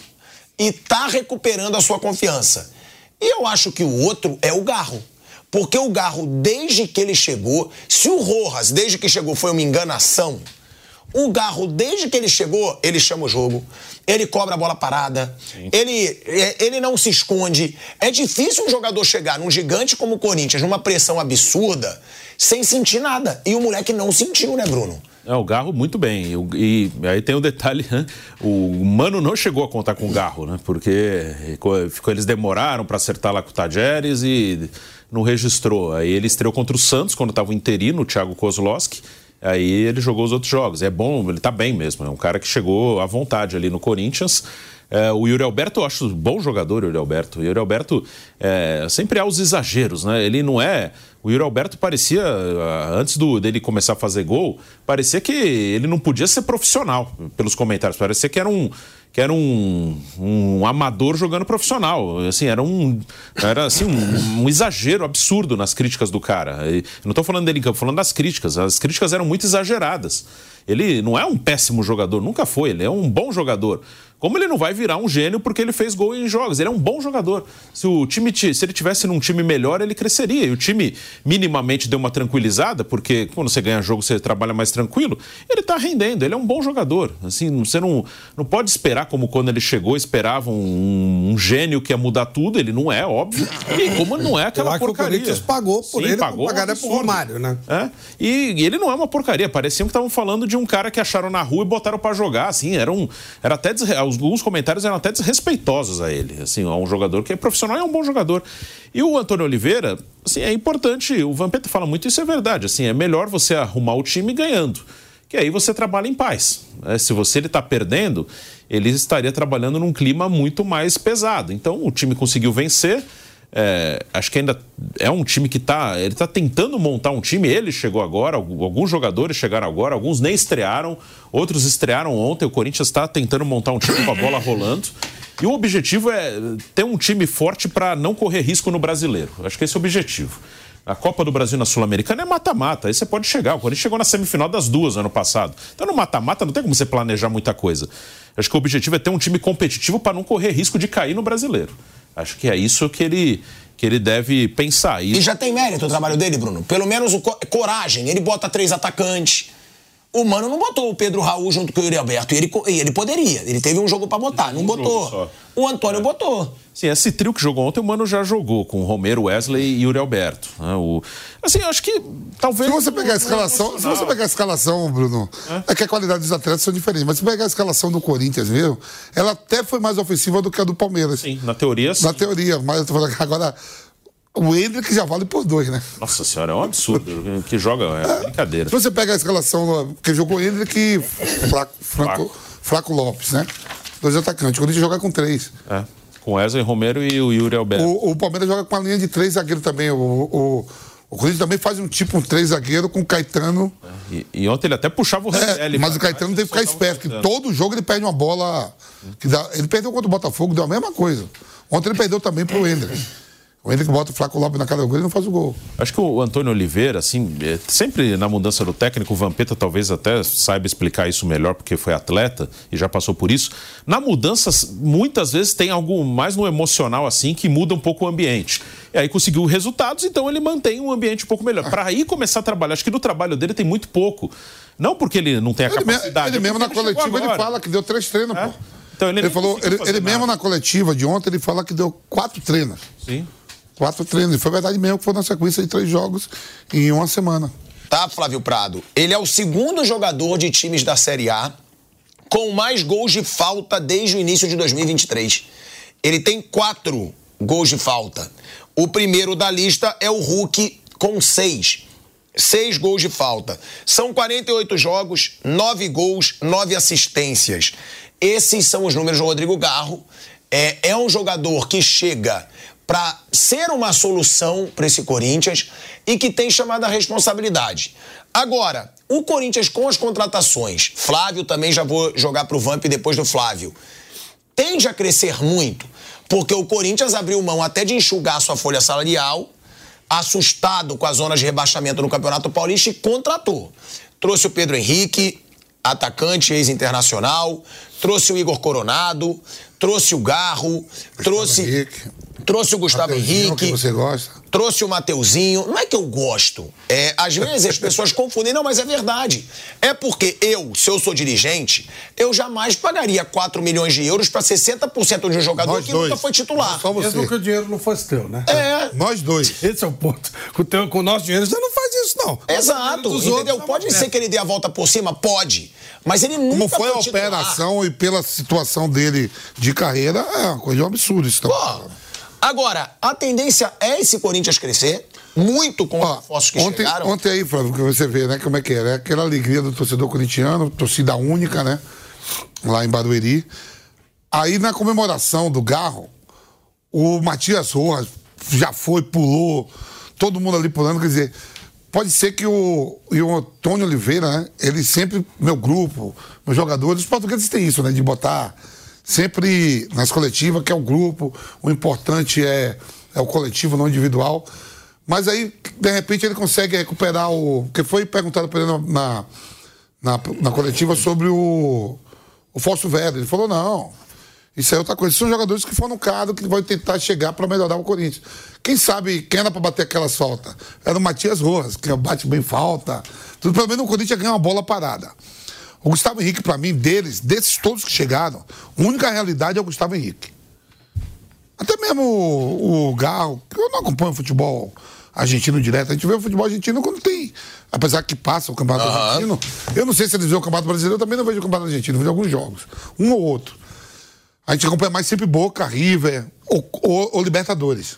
S2: e tá recuperando a sua confiança. E eu acho que o outro é o Garro. Porque o Garro, desde que ele chegou, se o Rojas, desde que chegou, foi uma enganação, o Garro, desde que ele chegou, ele chama o jogo, ele cobra a bola parada, ele, é, ele não se esconde. É difícil um jogador chegar num gigante como o Corinthians, numa pressão absurda, sem sentir nada. E o moleque não sentiu, né, Bruno?
S4: É, o Garro muito bem. E o- E, aí tem um detalhe, né? o Mano não chegou a contar com o Garro, né? Porque ficou- ficou- eles demoraram para acertar lá com o Tajeres e não registrou. Aí ele estreou contra o Santos quando estava o interino, o Thiago Kozlowski. Aí ele jogou os outros jogos. É bom, ele tá bem mesmo. É um cara que chegou à vontade ali no Corinthians. É, o Yuri Alberto, eu acho um bom jogador, o Yuri Alberto. O Yuri Alberto é, sempre há os exageros, né? Ele não é. O Yuri Alberto parecia, ah, antes do, dele começar a fazer gol, parecia que ele não podia ser profissional, pelos comentários. Parecia que era um. Que era um, um amador jogando profissional. Assim, era um. Era assim, um, um exagero absurdo nas críticas do cara. E não tô falando dele em campo, falando das críticas. As críticas eram muito exageradas. Ele não é um péssimo jogador, nunca foi, ele é um bom jogador. Como ele não vai virar um gênio porque ele fez gol em jogos? Ele é um bom jogador. Se o time ti- se ele tivesse num time melhor, ele cresceria. E o time minimamente deu uma tranquilizada, porque quando você ganha jogo, você trabalha mais tranquilo. Ele tá rendendo, ele é um bom jogador. Assim, não- você não, não pode esperar como quando ele chegou, esperava um, um gênio que ia mudar tudo, ele não é, óbvio. E como não é aquela
S6: Eu acho que o
S4: porcaria.
S6: Corinthians pagou por ele, como
S4: um
S6: pagaria pro
S4: absurdo.
S6: Romário, né?
S4: É, E ele não é uma porcaria, pareciam que estavam falando de um cara que acharam na rua e botaram pra jogar, assim, era um, era até desre- alguns comentários eram até desrespeitosos a ele, assim, é um jogador que é profissional e é um bom jogador. E o Antônio Oliveira, assim, é importante, o Vampeta fala muito isso, é verdade, assim, é melhor você arrumar o time ganhando, que aí você trabalha em paz. né? Se você ele tá perdendo, ele estaria trabalhando num clima muito mais pesado. Então, o time conseguiu vencer, é, acho que ainda é um time que tá. Ele tá tentando montar um time. Ele chegou agora, algu- alguns jogadores chegaram agora, alguns nem estrearam, outros estrearam ontem. O Corinthians está tentando montar um time com a bola rolando. E o objetivo é ter um time forte para não correr risco no brasileiro. Acho que esse é o objetivo. A Copa do Brasil na Sul-Americana é mata-mata. Aí você pode chegar. O Corinthians chegou na semifinal das duas ano passado. Então, no mata-mata, não tem como você planejar muita coisa. Acho que o objetivo é ter um time competitivo para não correr risco de cair no brasileiro. Acho que é isso que ele, que ele deve pensar. E
S2: E já tem mérito o trabalho dele, Bruno. Pelo menos o co- coragem. Ele bota três atacantes. O Mano não botou o Pedro Raul junto com o Yuri Alberto. E ele, co- e ele poderia. Ele teve um jogo pra botar. Não
S4: jogo só.
S2: botou. O Antônio botou.
S4: Sim, assim, esse trio que jogou ontem, o Mano já jogou com o Romero, Wesley e Yuri Alberto. né? O, assim, eu acho que talvez...
S3: Se você pegar
S6: é
S3: a
S4: não-
S3: escalação,
S4: não
S3: se você pegar a escalação, Bruno, é que a qualidade dos atletas são diferentes, mas se pegar a escalação do Corinthians mesmo, ela até foi mais ofensiva do que a do Palmeiras.
S4: Sim, na teoria, sim.
S3: Na teoria, mas eu tô falando que agora o Hendrick já vale por dois, né?
S4: Nossa senhora, é um absurdo. que joga, é brincadeira.
S3: Se você pega a escalação, porque jogou Hendrick e Flaco, Franco- Flaco Lopes, né? Dois atacantes. O Corinthians joga com três.
S4: É. Com Wesley, Romero e o Yuri Alberto.
S3: O, o Palmeiras joga com a linha de três zagueiro também. O, o, o Corinthians também faz um tipo um três zagueiro com o Caetano.
S4: E, e ontem ele até puxava o
S3: É,
S4: Ranieri.
S3: mas o
S4: cara.
S3: Caetano tem que ficar
S4: só tava
S3: esperto, que
S4: tentando.
S3: todo jogo ele perde uma bola. que dá- ele perdeu contra o Botafogo, deu a mesma coisa. Ontem ele perdeu também pro Hendrick. O Hendrick bota o Flaco Lopes na cara do gol e não faz o gol.
S4: Acho que o Antônio Oliveira, assim, é, sempre na mudança do técnico, o Vampeta talvez até saiba explicar isso melhor, porque foi atleta e já passou por isso. Na mudança, s- muitas vezes tem algo mais no emocional, assim, que muda um pouco o ambiente. E aí conseguiu resultados, então ele mantém um ambiente um pouco melhor. Para aí começar a trabalhar, acho que do trabalho dele tem muito pouco. Não porque ele não tem a
S3: Ele, me-
S4: capacidade.
S3: ele mesmo na
S4: porque chegou
S3: coletiva ele
S4: agora.
S3: fala que deu três treinos,
S4: É?
S3: pô.
S4: Então
S3: Ele,
S4: nem
S3: falou,
S4: conseguiu
S3: ele,
S4: fazer
S3: ele
S4: nada.
S3: mesmo na coletiva de ontem, ele fala que deu quatro treinos.
S4: Sim.
S3: Quatro treinos. E foi verdade mesmo que foi na sequência de três jogos em uma semana.
S2: tá, Flávio Prado? Ele é o segundo jogador de times da Série A com mais gols de falta desde o início de 2023. Ele tem quatro gols de falta. O primeiro da lista é o Hulk, com seis. Seis gols de falta. São 48 jogos, nove gols, nove assistências. Esses são os números do Rodrigo Garro. É, é um jogador que chega para ser uma solução para esse Corinthians e que tem chamada responsabilidade. Agora, o Corinthians com as contratações, Flávio também já vou jogar pro Vamp depois do Flávio, tende a crescer muito, porque o Corinthians abriu mão até de enxugar sua folha salarial, assustado com as zonas de rebaixamento no Campeonato Paulista e contratou. Trouxe o Pedro Henrique, atacante ex-internacional, trouxe o Igor Coronado, trouxe o Garro, trouxe
S3: Henrique.
S2: Trouxe o Gustavo
S3: Mateuzinho,
S2: Henrique.
S3: que você gosta.
S2: Trouxe o Mateuzinho. Não é que eu gosto. É, às vezes as pessoas confundem. Não, mas é verdade. É porque eu, se eu sou dirigente, eu jamais pagaria 4 milhões de euros pra 60% de um jogador
S3: Nós
S2: que
S3: dois.
S2: nunca foi titular.
S3: Só você.
S6: Mesmo que o dinheiro não fosse teu, né?
S2: É.
S3: Nós dois.
S6: Esse é o ponto. Com o, teu- com o nosso dinheiro você não faz isso, não.
S2: Exato,
S6: Dos
S2: entendeu?
S6: outros,
S2: Pode
S6: é.
S2: ser que ele dê a volta por cima? Pode. Mas ele nunca
S3: Como foi a
S2: foi titular.
S3: operação e pela situação dele de carreira, é uma coisa de um absurdo isso. também.
S2: Pô, agora, a tendência é esse Corinthians crescer, muito com os
S3: Ó,
S2: reforços que
S3: ontem,
S2: chegaram.
S3: ontem aí, Flávio, que você vê, né, como é que era. É aquela alegria do torcedor corintiano, torcida única, né? Lá em Barueri. Aí na comemoração do Garro, o Matias Rojas já foi, pulou, todo mundo ali pulando, quer dizer, pode ser que o, e o Antônio Oliveira, né, ele sempre, meu grupo, meus jogadores, os portugueses têm isso, né, de botar sempre nas coletivas, que é o grupo, o importante é, é o coletivo, não o individual, mas aí, de repente, ele consegue recuperar o... Porque foi perguntado para ele na- na, na, na coletiva sobre o, o Fausto Werder. Ele falou, não, isso é outra coisa. São jogadores que foram caro, que vão tentar chegar para melhorar o Corinthians. Quem sabe quem era para bater aquelas faltas? Era o Matias Rojas, que bate bem falta. Tudo, pelo menos o Corinthians ganha uma bola parada. O Gustavo Henrique, para mim, deles, desses todos que chegaram, a única realidade é o Gustavo Henrique. Até mesmo o, o Garro, que eu não acompanho futebol argentino direto. A gente vê o futebol argentino quando tem. Apesar que passa o campeonato argentino. Eu não sei se eles veem o campeonato brasileiro, eu também não vejo o campeonato argentino, eu vejo alguns jogos. Um ou outro. A gente acompanha mais sempre Boca, River ou, ou- ou Libertadores.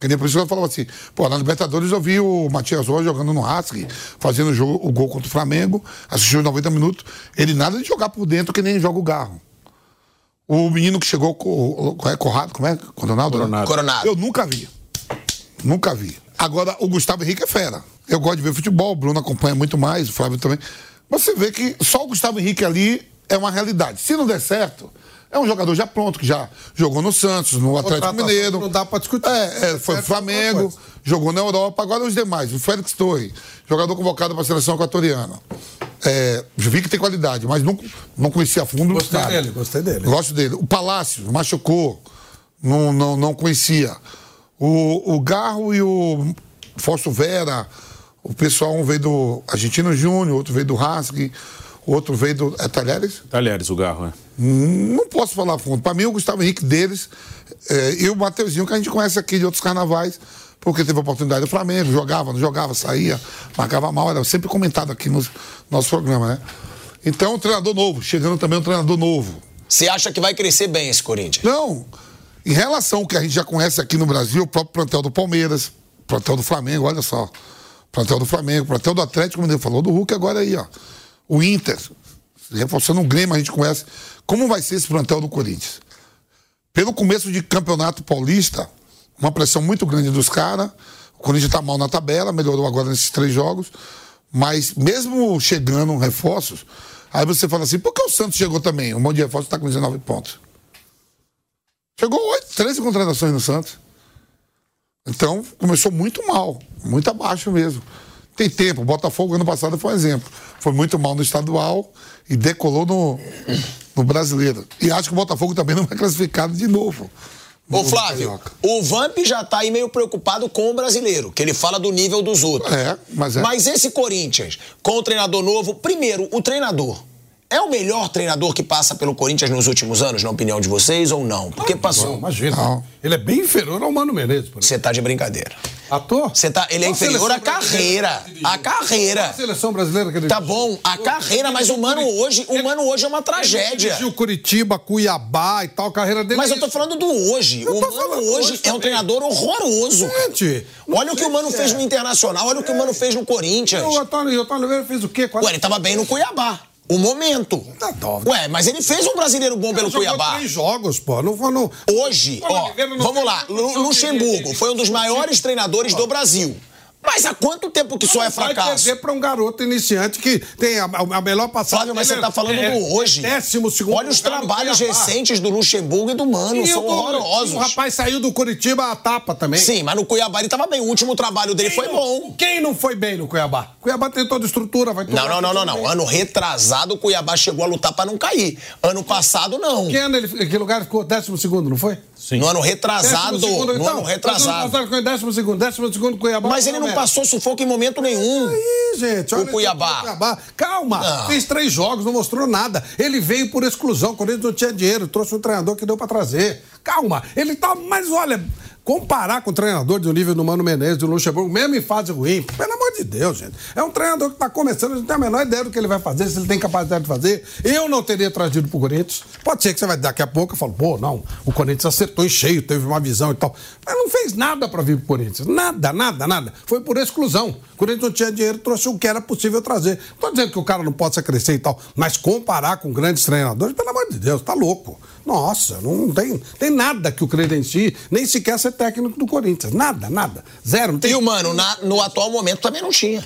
S3: Que nem por isso que eu falava assim, pô, na Libertadores eu vi o Matias Rojas jogando no Haski, fazendo o, jogo- o gol contra o Flamengo, assistiu 90 minutos. Ele nada de jogar por dentro que nem joga o Garro. O menino que chegou, co- co- é Corrado, como é? Coronado? né?
S4: Coronado.
S2: Coronado.
S3: Eu nunca vi. Nunca vi. Agora, o Gustavo Henrique é fera. Eu gosto de ver futebol, o Bruno acompanha muito mais, o Flávio também. Você vê que só o Gustavo Henrique ali é uma realidade. Se não der certo, é um jogador já pronto, que já jogou no Santos, no Atlético
S6: Contratação
S3: Mineiro.
S6: não dá pra discutir.
S3: É, é, foi
S6: Certo,
S3: Flamengo,
S6: outra coisa.
S3: jogou na Europa. Agora os demais. O Félix Torre, jogador convocado para a seleção equatoriana. É, vi que tem qualidade, mas não, não conhecia a fundo.
S6: Gostei
S3: nada.
S6: dele, gostei dele.
S3: Gosto dele. O Palácio machucou. Não, não, não conhecia. O, o Garro e o Fausto Vera. O pessoal, um veio do Argentino Júnior, outro veio do Haskin, outro veio do. É Talheres?
S4: Talheres, o garro, é.
S3: Não posso falar a fundo. Para mim, o Gustavo Henrique deles é, e o Mateuzinho, que a gente conhece aqui de outros carnavais, porque teve a oportunidade do Flamengo, jogava, não jogava, saía, marcava mal, era sempre comentado aqui no nosso programa, né? Então, um treinador novo, chegando também um treinador novo.
S2: Você acha que vai crescer bem esse Corinthians?
S3: Não. Em relação ao que a gente já conhece aqui no Brasil, o próprio plantel do Palmeiras, plantel do Flamengo, olha só. Plantel do Flamengo, plantel do Atlético Mineiro, falou do Hulk agora aí, ó. O Inter, reforçando o Grêmio, a gente conhece. Como vai ser esse plantel do Corinthians? Pelo começo de campeonato paulista, uma pressão muito grande dos caras. O Corinthians tá mal na tabela, melhorou agora nesses três jogos. Mas mesmo chegando reforços, aí você fala assim, por que o Santos chegou também? Um monte de reforços está com 19 pontos. Chegou oito, 13 contratações no Santos. Então, começou muito mal, muito abaixo mesmo. Tem tempo, o Botafogo ano passado foi um exemplo. Foi muito mal no estadual e decolou no, no brasileiro. E acho que o Botafogo também não vai classificado de novo.
S2: Ô
S3: No
S2: Flávio,
S3: Carioca.
S2: o Vamp já tá aí meio preocupado com o brasileiro, que ele fala do nível dos outros.
S3: É, mas é.
S2: Mas esse Corinthians, com o treinador novo, primeiro, o treinador. É o melhor treinador que passa pelo Corinthians nos últimos anos, na opinião de vocês, ou não? Porque
S6: Não,
S2: passou.
S6: imagina.
S3: Não.
S6: Ele é bem inferior ao Mano Menezes, por exemplo.
S2: Você tá de brincadeira.
S6: Ator?
S2: Você tá, ele é
S6: Qual
S2: inferior
S6: seleção
S2: à carreira.
S6: brasileira que ele é
S2: A
S6: dirigiu?
S2: carreira.
S6: Qual seleção brasileira que ele
S2: Tá bom, a carreira, mas o
S6: é
S2: Mano hoje, o Mano hoje é uma tragédia.
S6: Dirigiu Curitiba, Cuiabá e tal, a carreira dele.
S2: Mas
S6: é
S2: eu tô
S6: isso.
S2: falando do hoje.
S6: Eu
S2: O
S6: tô
S2: Mano
S6: falando hoje
S2: hoje é um
S6: também. É,
S2: treinador horroroso. cara.
S6: Gente, não
S2: Olha o que
S6: sei
S2: o Mano
S6: se
S2: fez
S6: é.
S2: no Internacional, olha o que o Mano fez no Corinthians.
S6: O Antônio, o Antônio Oliveira fez o quê? Quase-
S2: Ué, ele tá tava bem no Cuiabá. O momento.
S6: Tá dóvida.
S2: Ué, mas ele fez um brasileiro bom pelo
S6: Jogou
S2: Cuiabá.
S6: três jogos, pô. Não foi no...
S2: Hoje,
S6: Olha,
S2: ó,
S6: Oliveira não
S2: vamos
S6: tem
S2: lá.
S6: condição
S2: Lu-
S6: de-
S2: Luxemburgo
S6: de-
S2: foi um dos
S6: de-
S2: maiores treinadores do Brasil. Mas há quanto tempo que só é
S6: Vai
S2: fracasso?
S6: perder pra um garoto iniciante que tem a, a melhor passagem.
S2: Flávio, mas você
S6: Ele
S2: tá falando
S6: é
S2: do hoje.
S6: Décimo segundo.
S2: Olha os
S6: lugar no
S2: trabalhos
S6: Cuiabá.
S2: recentes do Luxemburgo e do Mano,
S6: E
S2: são
S6: o-
S2: horrorosos.
S6: O rapaz saiu do Curitiba a tapa também.
S2: Sim, mas no Cuiabá ele tava bem. O último trabalho dele
S6: Quem
S2: foi
S6: não-
S2: bom.
S6: Quem não foi bem no Cuiabá? Cuiabá tem toda a estrutura, vai
S2: Não, não, não, não, não.
S6: Ano...
S2: Ano retrasado, o Cuiabá chegou a lutar pra não cair. Ano passado, não.
S6: Que ano ele, que lugar ficou? Décimo segundo, não foi?
S2: No ano retrasado.
S6: Décimo segundo, então. Tá
S2: No ano
S6: mas
S2: retrasado.
S6: ano passado foi Décimo segundo, décimo segundo Cuiabá.
S2: Mas ele não
S6: é.
S2: passou sufoco em momento nenhum.
S6: Ih, gente, olha
S2: O Cuiabá.
S6: esse Cuiabá. Calma,
S2: Não.
S6: fez três jogos, não mostrou nada. Ele veio por exclusão, quando ele não tinha dinheiro, trouxe um treinador que deu pra trazer. Calma, ele tá, mas olha, comparar com o treinador do nível do Mano Menezes, do Luxemburgo, mesmo em fase ruim, pelo amor de Deus, gente. É um treinador que tá começando, não tem a menor ideia do que ele vai fazer, se ele tem capacidade de fazer. Eu não teria trazido pro Corinthians. Pode ser que você vai daqui a pouco, eu falo, pô, não, o Corinthians acertou em cheio, teve uma visão e tal. Mas não fez nada pra vir pro Corinthians. Nada, nada, nada. Foi por exclusão. O Corinthians não tinha dinheiro, trouxe o que era possível trazer. Não tô dizendo que o cara não possa crescer e tal, mas comparar com grandes treinadores, pelo amor de Deus, tá louco. Nossa, não tem, tem nada que o credencie, nem sequer ser técnico do Corinthians. Nada, nada. Zero, não tem.
S2: E o Mano, na- no atual momento, também não tinha.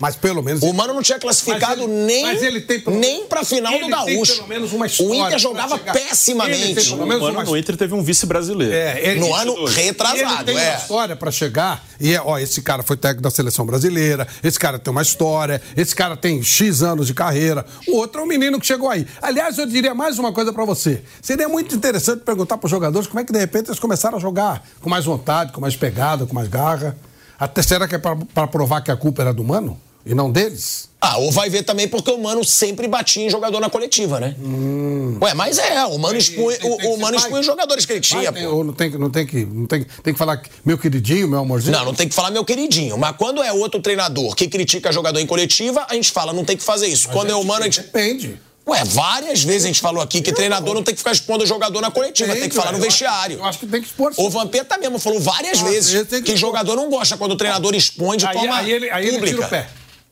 S6: Mas pelo menos.
S2: O Mano não tinha classificado
S6: Mas ele-
S2: nem,
S6: mas ele tem pelo-
S2: nem pra final
S6: ele
S2: do
S6: tem
S2: Gaúcho.
S6: pelo menos uma
S2: o
S6: história
S2: Inter
S6: pra
S2: jogava
S6: chegar. Ele tem
S2: pessimamente.
S6: pelo
S4: O
S6: menos
S4: Mano
S6: uma-
S4: no Inter teve um vice-brasileiro.
S6: É, ele-
S2: No ano
S6: Ele
S2: retrasado,
S6: tem uma
S2: é.
S6: história pra chegar e é, ó, esse cara foi técnico da seleção brasileira, esse cara tem uma história, esse cara tem X anos de carreira. O outro é um menino que chegou aí. Aliás, eu diria mais uma coisa pra você. Seria muito interessante perguntar pros jogadores como é que de repente eles começaram a jogar com mais vontade, com mais pegada, com mais garra. Até será que é pra pra provar que a culpa era do mano e não deles?
S2: Ah, ou vai ver também porque o Mano sempre batia em jogador na coletiva, né? Ué, mas é, o Mano expunha,
S6: Hum. tem- tem
S2: o,
S6: que
S2: o
S6: ser
S2: mano
S6: pai.
S2: expunha os jogadores que ele tinha,
S6: Vai,
S2: é, pô.
S6: tem- ou não tem que não tem que não tem, tem que falar que- meu queridinho, meu amorzinho.
S2: Não, não tem que falar meu queridinho. Mas quando é outro treinador que critica jogador em coletiva, a gente fala, não tem que fazer isso. quando é o Mano, a
S6: né?
S2: gente.
S6: depende.
S2: Ué, várias vezes a gente falou aqui que treinador não tem que ficar expondo o jogador na coletiva, tem que falar no
S6: Eu acho-
S2: vestiário.
S6: Eu acho que tem que expor. sim.
S2: O Vampeta tá mesmo falou várias
S6: Ah,
S2: vezes
S6: ele tem que-
S2: que jogador não gosta quando o treinador expõe de
S6: Aí,
S2: forma
S6: aí ele, aí ele
S2: pública.
S6: tira o pé.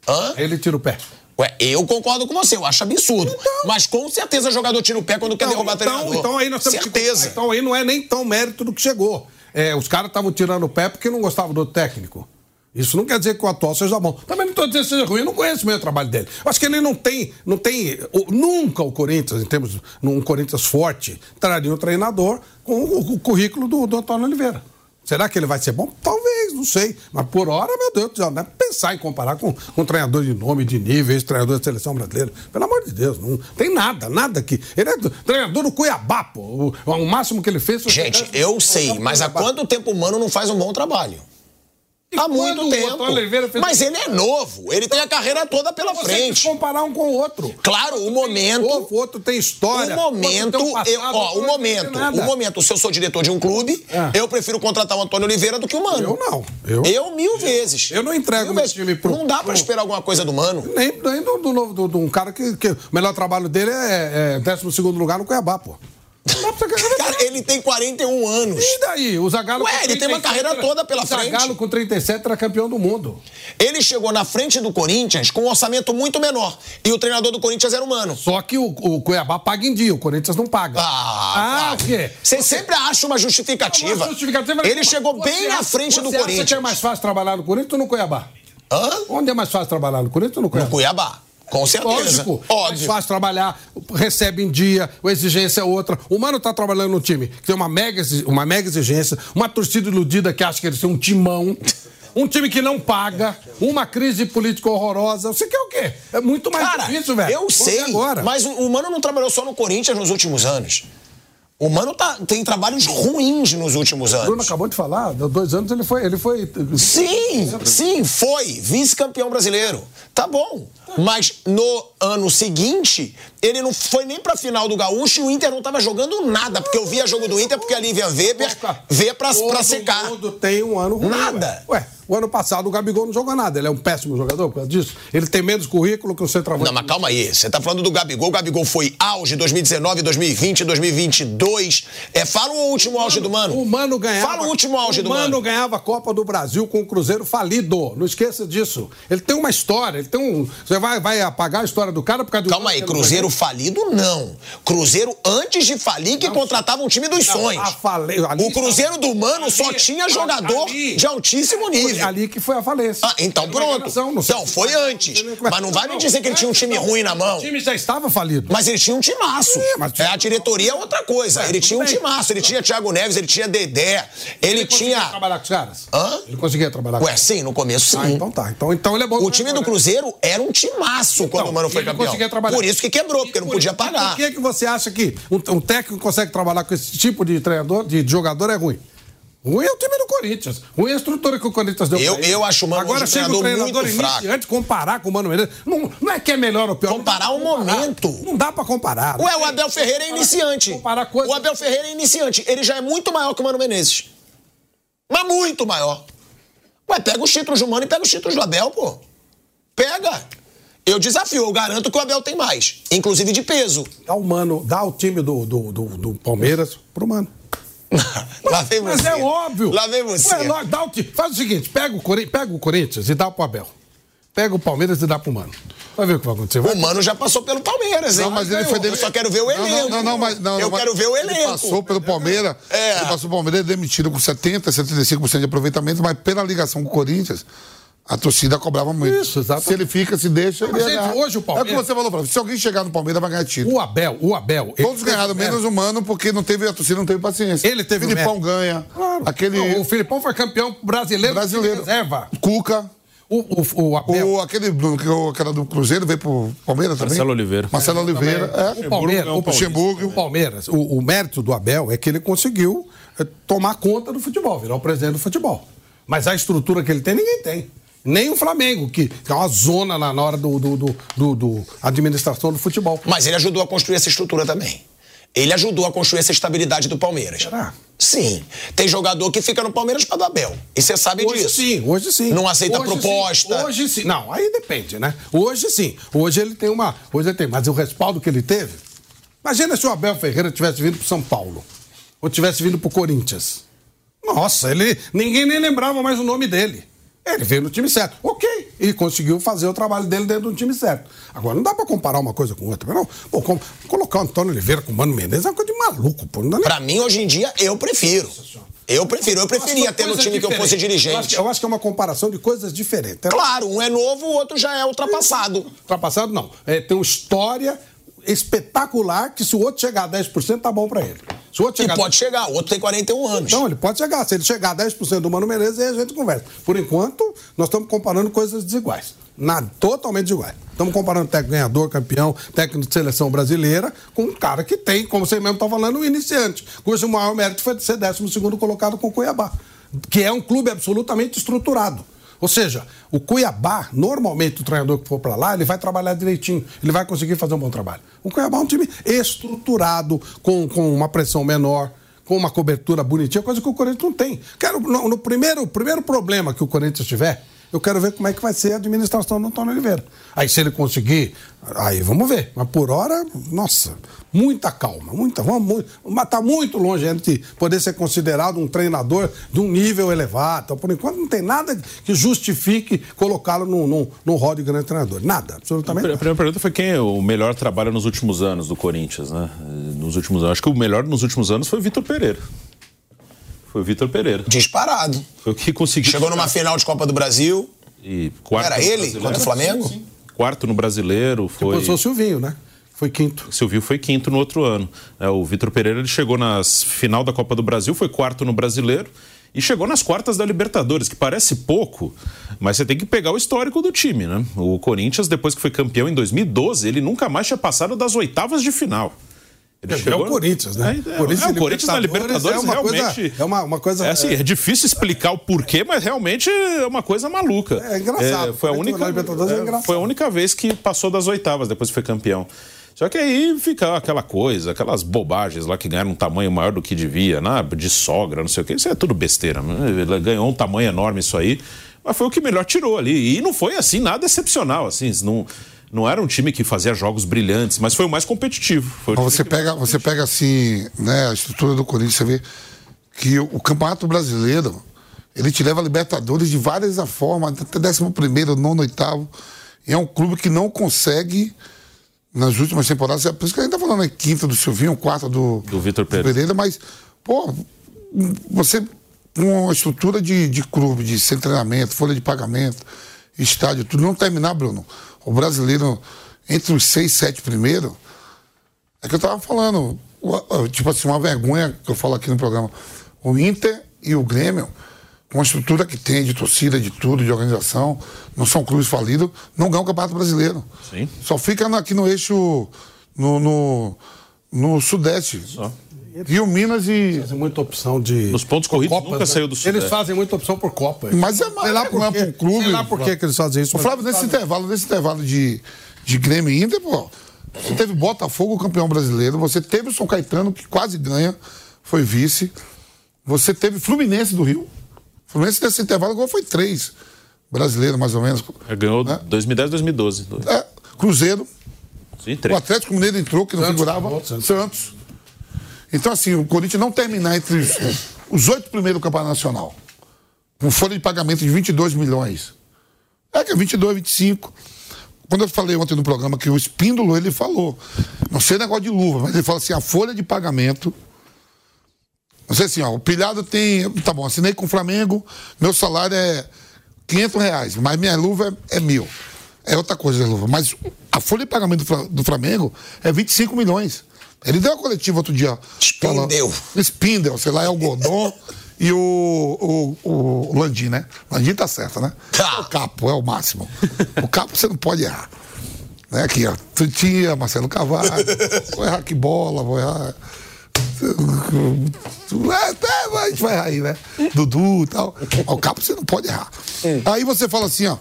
S2: Hã?
S6: Aí ele tira o pé.
S2: Ué, eu concordo com você, eu acho absurdo. Mas com certeza o jogador tira o pé quando quer derrubar
S6: então,
S2: treinador.
S6: então aí nós temos que-
S2: certeza.
S6: Então aí não é nem tão mérito do que chegou. É, os caras estavam tirando o pé porque não gostavam do técnico. Isso não quer dizer que o atual seja bom. Também não estou dizendo que seja ruim, eu não conheço bem o trabalho dele. Eu acho que ele não tem, não tem o- nunca o Corinthians, em termos um Corinthians forte, traria um treinador com o, o currículo do, do Antônio Oliveira. Será que ele vai ser bom? Talvez, não sei. Mas por hora, meu Deus do céu, não é pensar em comparar com, com um treinador de nome, de nível, ex-treinador da seleção brasileira. Pelo amor de Deus, não tem nada, nada aqui. Ele é do- treinador do Cuiabá, pô. O, o máximo que ele fez foi.
S2: Gente, eu
S6: Então,
S2: sei, mas
S6: tá
S2: há quanto tempo o Mano não faz um bom trabalho?
S6: E
S2: Há
S6: quando
S2: muito
S6: o
S2: tempo.
S6: Antônio Oliveira fez-
S2: Mas ele é novo, ele tem a carreira toda pela
S6: Você tem que
S2: frente.
S6: comparar um com o outro.
S2: Claro, o momento.
S6: O outro tem história.
S2: O momento,
S6: outro tem um passado,
S2: eu- ó,
S6: outro
S2: o
S6: não tem
S2: momento,
S6: nada.
S2: o momento, se eu sou diretor de um clube,
S6: É.
S2: eu prefiro contratar o Antônio Oliveira do que o Mano.
S6: Eu não. Eu,
S2: Eu mil vezes.
S6: Eu não entrego
S2: Mil
S6: meu
S2: vezes.
S6: time pro-
S2: Não dá pra
S6: pro-
S2: esperar alguma coisa do Mano.
S6: Nem, nem do, do novo, do, do um cara que, que o melhor trabalho dele é, é 12 lugar no Cuiabá, pô. Não dá
S2: <laughs>
S6: pra você-
S2: Cara, ele tem 41 anos.
S6: E daí? O Zagallo
S2: Ué,
S6: com
S2: ele tem uma
S6: 37
S2: carreira
S6: era-
S2: toda pela
S6: o Zagallo
S2: frente.
S6: com 37 era campeão do mundo.
S2: Ele chegou na frente do Corinthians com um orçamento muito menor. E o treinador do Corinthians era o Mano.
S6: Só que o, o Cuiabá paga em dia, o Corinthians não paga.
S2: Ah,
S6: ah
S2: cara.
S6: o quê?
S2: Você sempre acha uma justificativa.
S6: Uma justificativa era-
S2: Ele chegou
S6: Você
S2: bem na
S6: acha-
S2: frente do
S6: você acha que é
S2: Corinthians.
S6: mais fácil trabalhar no Corinthians ou no Cuiabá?
S2: Hã?
S6: Onde é mais fácil trabalhar, no Corinthians ou no Cuiabá?
S2: No Cuiabá. Com certeza.
S6: Lógico, mais
S2: Óbvio.
S6: fácil trabalhar, recebe em dia, a exigência é outra. O Mano tá trabalhando num time que tem uma mega, exi- uma mega exigência, uma torcida iludida que acha que eles têm um timão, um time que não paga, uma crise política horrorosa. Você quer o quê? É muito mais
S2: Cara,
S6: difícil, velho.
S2: eu
S6: Vamos ver
S2: sei,
S6: Agora.
S2: mas o, o Mano não trabalhou só no Corinthians nos últimos anos. O Mano tá- tem trabalhos ruins nos últimos
S6: O Bruno
S2: anos.
S6: acabou de falar, há dois anos ele foi. Ele foi
S2: Sim, sim, foi vice-campeão brasileiro. Tá bom. Mas no ano seguinte, ele não foi nem pra final do Gaúcho e o Inter não tava jogando nada. Porque eu via jogo do Inter, porque a Lívia Weber vê pra, pra secar.
S6: Todo mundo tem um ano ruim.
S2: Nada.
S6: Ué, Ué, o ano passado o Gabigol não jogou nada. Ele é um péssimo jogador por causa disso. Ele tem menos currículo que o centroavante.
S2: Não, mas calma aí. Você tá falando do Gabigol. O Gabigol foi auge 2019, 2020, 2022. É, fala o último auge do Mano.
S6: O Mano ganhava.
S2: Fala o último auge
S6: o
S2: do
S6: Mano
S2: Mano.
S6: ganhava a Copa do Brasil com o Cruzeiro falido. Não esqueça disso. Ele tem uma história, ele tem um. Você vai, vai apagar a história do cara por causa do.
S2: Calma aí, Cruzeiro falido, não. Cruzeiro, antes de falir, que contratava um time dos sonhos.
S6: a fale- ali-
S2: O Cruzeiro do Mano só
S6: ali-
S2: tinha jogador
S6: ali-
S2: de altíssimo
S6: Foi
S2: nível.
S6: ali que foi a falência.
S2: Ah, então
S6: Foi uma
S2: pronto.
S6: enganação, não sei
S2: Então,
S6: se-
S2: foi antes. Mas não vai me dizer que ele tinha um time ruim na mão.
S6: O time já estava falido.
S2: Mas ele tinha um timaço.
S6: É, mas-
S2: É, a diretoria é outra coisa. Ele tinha um
S6: bem.
S2: timaço. Ele tinha Thiago Neves, ele tinha Dedé. Ele,
S6: conseguia
S2: tinha.
S6: trabalhar com os caras?
S2: Ah. Hã?
S6: Ele conseguia trabalhar com
S2: Ué, sim, no começo sim.
S6: Ah, então tá. Então, então ele é bom.
S2: O time do Cruzeiro era um timaço quando o Mano foi
S6: Então, ele
S2: campeão.
S6: conseguia trabalhar.
S2: Por isso que quebrou, porque não
S6: Por-
S2: podia
S6: Por
S2: pagar.
S6: que, é que você acha que um, um técnico consegue trabalhar com esse tipo de treinador, de jogador, é ruim? Ruim é o time do Corinthians. Ruim é a estrutura que o Corinthians deu pra
S2: Eu-
S6: ele.
S2: eu acho o Mano hoje
S6: Agora
S2: um
S6: chega o
S2: treinador
S6: treinador
S2: muito fraco.
S6: iniciante, comparar com o Mano Menezes. Não, não é que é melhor ou pior. não dá
S2: Comparar
S6: pra
S2: o um momento.
S6: Não dá pra comparar.
S2: Ué, o Abel Ferreira é
S6: Comparar-
S2: iniciante.
S6: Comparar coisas.
S2: O Abel Ferreira é iniciante. Ele já é muito maior que o Mano Menezes. Mas muito maior. Ué, pega os títulos do Mano e pega os títulos do Abel, pô. Pega. Eu desafio, eu garanto que o Abel tem mais. Inclusive de peso.
S6: Dá o Mano, dá o time do, do, do, do Palmeiras pro Mano.
S2: Lá vem
S6: Mas
S2: você.
S6: é óbvio.
S2: Lá vem você.
S6: Ué, lógico, dá o que- Faz o seguinte: pega o, Cori- pega o Corinthians e dá pro Abel. Pega o Palmeiras e dá pro Mano. Vai ver o que vai acontecer. Vai-
S2: O Mano já passou pelo Palmeiras, hein?
S3: Não, mas ele
S2: Ganhou.
S3: foi
S2: Eu
S3: demitido.
S2: só quero ver o elenco.
S3: Não, não, não, não, mas, não,
S2: eu
S3: mas
S2: quero ver o
S3: ele
S2: elenco.
S3: Passou pelo Palmeiras,
S2: É.
S3: ele passou pelo Palmeiras, ele é demitido com 70%, 75% de aproveitamento, mas pela ligação com o Corinthians, a torcida cobrava muito.
S6: Isso, exatamente.
S3: Se ele fica, se deixa, ele
S6: Mas,
S3: ia
S6: gente,
S3: ganhar.
S6: hoje o Palmeiras-
S3: É como você falou, Flávio, se alguém chegar no Palmeiras, vai ganhar título.
S6: O Abel, o Abel. ele
S3: Todos
S6: teve
S3: ganharam, menos
S6: mérito.
S3: o Mano, porque não teve, a torcida não teve paciência.
S6: Ele teve o
S3: Filipão
S6: mérito.
S3: ganha.
S6: Claro.
S3: Aquele
S6: Não, o Filipão foi campeão brasileiro.
S3: brasileiro.
S6: de Reserva.
S3: Cuca.
S6: O, o, o Abel.
S3: O, aquele, do- que o cara do Cruzeiro veio pro Palmeiras também.
S4: Marcelo Oliveira.
S3: Marcelo Oliveira.
S6: O
S3: É.
S6: Palmeiras, o
S3: Luxemburgo.
S6: O Palmeiras, o, o mérito do Abel é que ele conseguiu eh, tomar conta do futebol, virar o presidente do futebol. Mas a estrutura que ele tem, ninguém tem. Nem o Flamengo, que é uma zona lá na hora do, do, do, do- do- administração do futebol.
S2: Mas ele ajudou a construir essa estrutura também. Ele ajudou a construir essa estabilidade do Palmeiras.
S6: Será?
S2: Sim. Tem jogador que fica no Palmeiras para do Abel. E você sabe
S6: Hoje
S2: É disso.
S6: sim, hoje sim.
S2: Não aceita
S6: Hoje sim,
S2: proposta.
S6: Hoje sim. Não, aí depende, né? Hoje sim. Hoje ele tem uma. Hoje ele tem. Mas o respaldo que ele teve. Imagina se o Abel Ferreira tivesse vindo pro São Paulo. Ou tivesse vindo pro Corinthians. Nossa, ele. Ninguém nem lembrava mais o nome dele. Ele veio no time certo. Ok. E conseguiu fazer o trabalho dele dentro do time certo. Agora, não dá pra comparar uma coisa com outra. Não. Pô, como- colocar o Antônio Oliveira com o Mano Menezes é uma coisa de maluco, pô. Não dá nem
S2: Pra mim, hoje em dia, eu prefiro. Eu prefiro. Eu preferia ter no
S6: Coisa
S2: time que eu fosse
S6: diferente. Eu acho, que-
S2: dirigente.
S6: eu acho que é uma comparação de coisas diferentes. É
S2: Claro, um é novo, o outro já é ultrapassado.
S6: Ultrapassado, não. É, tem uma história espetacular que se o outro chegar a 10%, tá bom pra ele. Se o outro
S2: E
S6: chegar...
S2: pode chegar. O outro tem 41 anos.
S6: Não, ele pode chegar. Se ele chegar a 10% do Mano Menezes, aí a gente conversa. Por enquanto, nós estamos comparando coisas desiguais. Nada, totalmente desiguais. Estamos comparando técnico ganhador, campeão, técnico de seleção brasileira, com um cara que tem, como você mesmo está falando, um iniciante, cujo maior mérito foi de ser 12 colocado com o Cuiabá, que é um clube absolutamente estruturado. Ou seja, o Cuiabá, normalmente o treinador que for para lá, ele vai trabalhar direitinho, ele vai conseguir fazer um bom trabalho. O Cuiabá é um time estruturado, com, com uma pressão menor, com uma cobertura bonitinha, coisa que o Corinthians não tem. Quero, no, no primeiro, primeiro problema que o Corinthians tiver, eu quero ver como é que vai ser a administração do Antônio Oliveira. Aí se ele conseguir, aí vamos ver. Mas por hora, nossa, muita calma, muita, vamos, muito, mas tá muito longe ainda de poder ser considerado um treinador de um nível elevado. Então, por enquanto, não tem nada que justifique colocá-lo num, num, num hall de grande treinador. Nada, absolutamente
S4: A
S6: nada.
S4: primeira pergunta foi quem é o melhor trabalho nos últimos anos do Corinthians, né? Nos últimos anos. Acho que o melhor nos últimos anos foi o Vitor Pereira. Foi o Vitor Pereira.
S2: Disparado.
S4: Foi o que conseguiu.
S2: Chegou numa final de Copa do Brasil.
S4: E quarto
S2: Era
S4: no
S2: ele
S4: Brasileiro.
S2: contra o Flamengo?
S4: Sim, sim. Quarto no brasileiro, foi.
S6: Depois foi o Silvinho, né? Foi quinto.
S4: Silvio foi quinto no outro ano. É, o Vitor Pereira ele chegou na final da Copa do Brasil, foi quarto no Brasileiro e chegou nas quartas da Libertadores, que parece pouco, mas você tem que pegar o histórico do time, né? O Corinthians, depois que foi campeão em 2012, ele nunca mais tinha passado das oitavas de final. Ele
S6: É o Corinthians, né?
S4: É, é, é, o Corinthians na Libertadores
S6: é uma
S4: realmente.
S6: coisa- é uma- uma coisa-
S4: É, assim, é difícil explicar o porquê, mas realmente é uma coisa maluca.
S6: É, é engraçado.
S4: foi a
S6: Na
S4: única.
S6: Libertadores é
S4: é,
S6: engraçado.
S4: foi a única vez que passou das oitavas, depois foi campeão. Só que aí fica aquela coisa, aquelas bobagens lá que ganharam um tamanho maior do que devia, né? de sogra, não sei o quê. Isso é tudo besteira. né? Ele Ganhou um tamanho enorme isso aí. Mas foi o que melhor tirou ali. E não foi assim, nada excepcional. assim. Não, não era um time que fazia jogos brilhantes, mas foi o mais competitivo. Foi o
S3: Mas
S4: time
S3: você pega, você pega assim, né, a estrutura do Corinthians, você vê que o, o Campeonato Brasileiro, ele te leva a Libertadores de várias formas, até 11 primeiro, nono, oitavo. E é um clube que não consegue nas últimas temporadas. É por isso que a gente tá falando, é quinta do Silvinho, quarta do,
S4: Do Vitor Pereira.
S3: mas, pô, você com uma estrutura de, de clube, de sem treinamento, folha de pagamento, estádio, tudo, não terminar, Bruno. O brasileiro, entre os seis, sete primeiros, é que eu tava falando, o- o- tipo assim, uma vergonha que eu falo aqui no programa. O Inter e o Grêmio, com a estrutura que tem de torcida, de tudo, de organização, não são clubes falidos, não ganham o Campeonato Brasileiro.
S4: Sim.
S3: Só fica na- aqui no eixo, no, no, no Sudeste.
S4: Só.
S3: Rio, Minas e...
S6: Fazem muita opção de.
S4: Nos pontos corridos,
S6: Copas, né?
S4: nunca saiu do é. Sudeste.
S6: Eles fazem muita opção por Copa.
S3: Mas é mais
S6: sei lá por
S3: vergonha
S6: quê.
S3: pro clube.
S6: Sei lá por que que eles fazem isso. é
S3: O Flávio, nesse intervalo, nesse intervalo de, de Grêmio e Inter, pô, você teve Botafogo campeão brasileiro, você teve o São Caetano, que quase ganha, foi vice. Você teve Fluminense do Rio. Fluminense nesse intervalo agora foi três. Brasileiro, mais ou menos.
S4: Ganhou
S3: Né?
S4: 2010, 2012. dois.
S3: É, Cruzeiro.
S4: Sim,
S3: O
S4: três.
S3: Atlético Mineiro entrou, que não
S6: Santos,
S3: figurava.
S6: acabou, Santos.
S3: Santos. Então, assim, o Corinthians não terminar entre os, os oito primeiros do Campeonato Nacional, com folha de pagamento de 22 milhões. É que é 22, 25. Quando eu falei ontem no programa que o Espíndulo, ele falou, não sei negócio de luva, mas ele fala assim, a folha de pagamento... Não sei assim, ó, o pilhado tem... Tá bom, assinei com o Flamengo, meu salário é 500 reais, mas minha luva é, é mil. É outra coisa a luva. Mas a folha de pagamento do, Fla- do Flamengo é 25 milhões. Ele deu uma coletiva outro dia.
S2: Spindel.
S3: falando- Spindel, sei lá, é o Godon e o, o, o Landim, né? Landim tá certo, né?
S2: Tá.
S3: O Capo é o máximo. O Capo você não pode errar. Né? Aqui, ó. Tutinha, Marcelo Cavalho. vou errar que bola, vou errar. É, tá, mas a gente vai errar aí, né? Dudu e tal. Mas O Capo você não pode errar. Aí você fala assim, ó.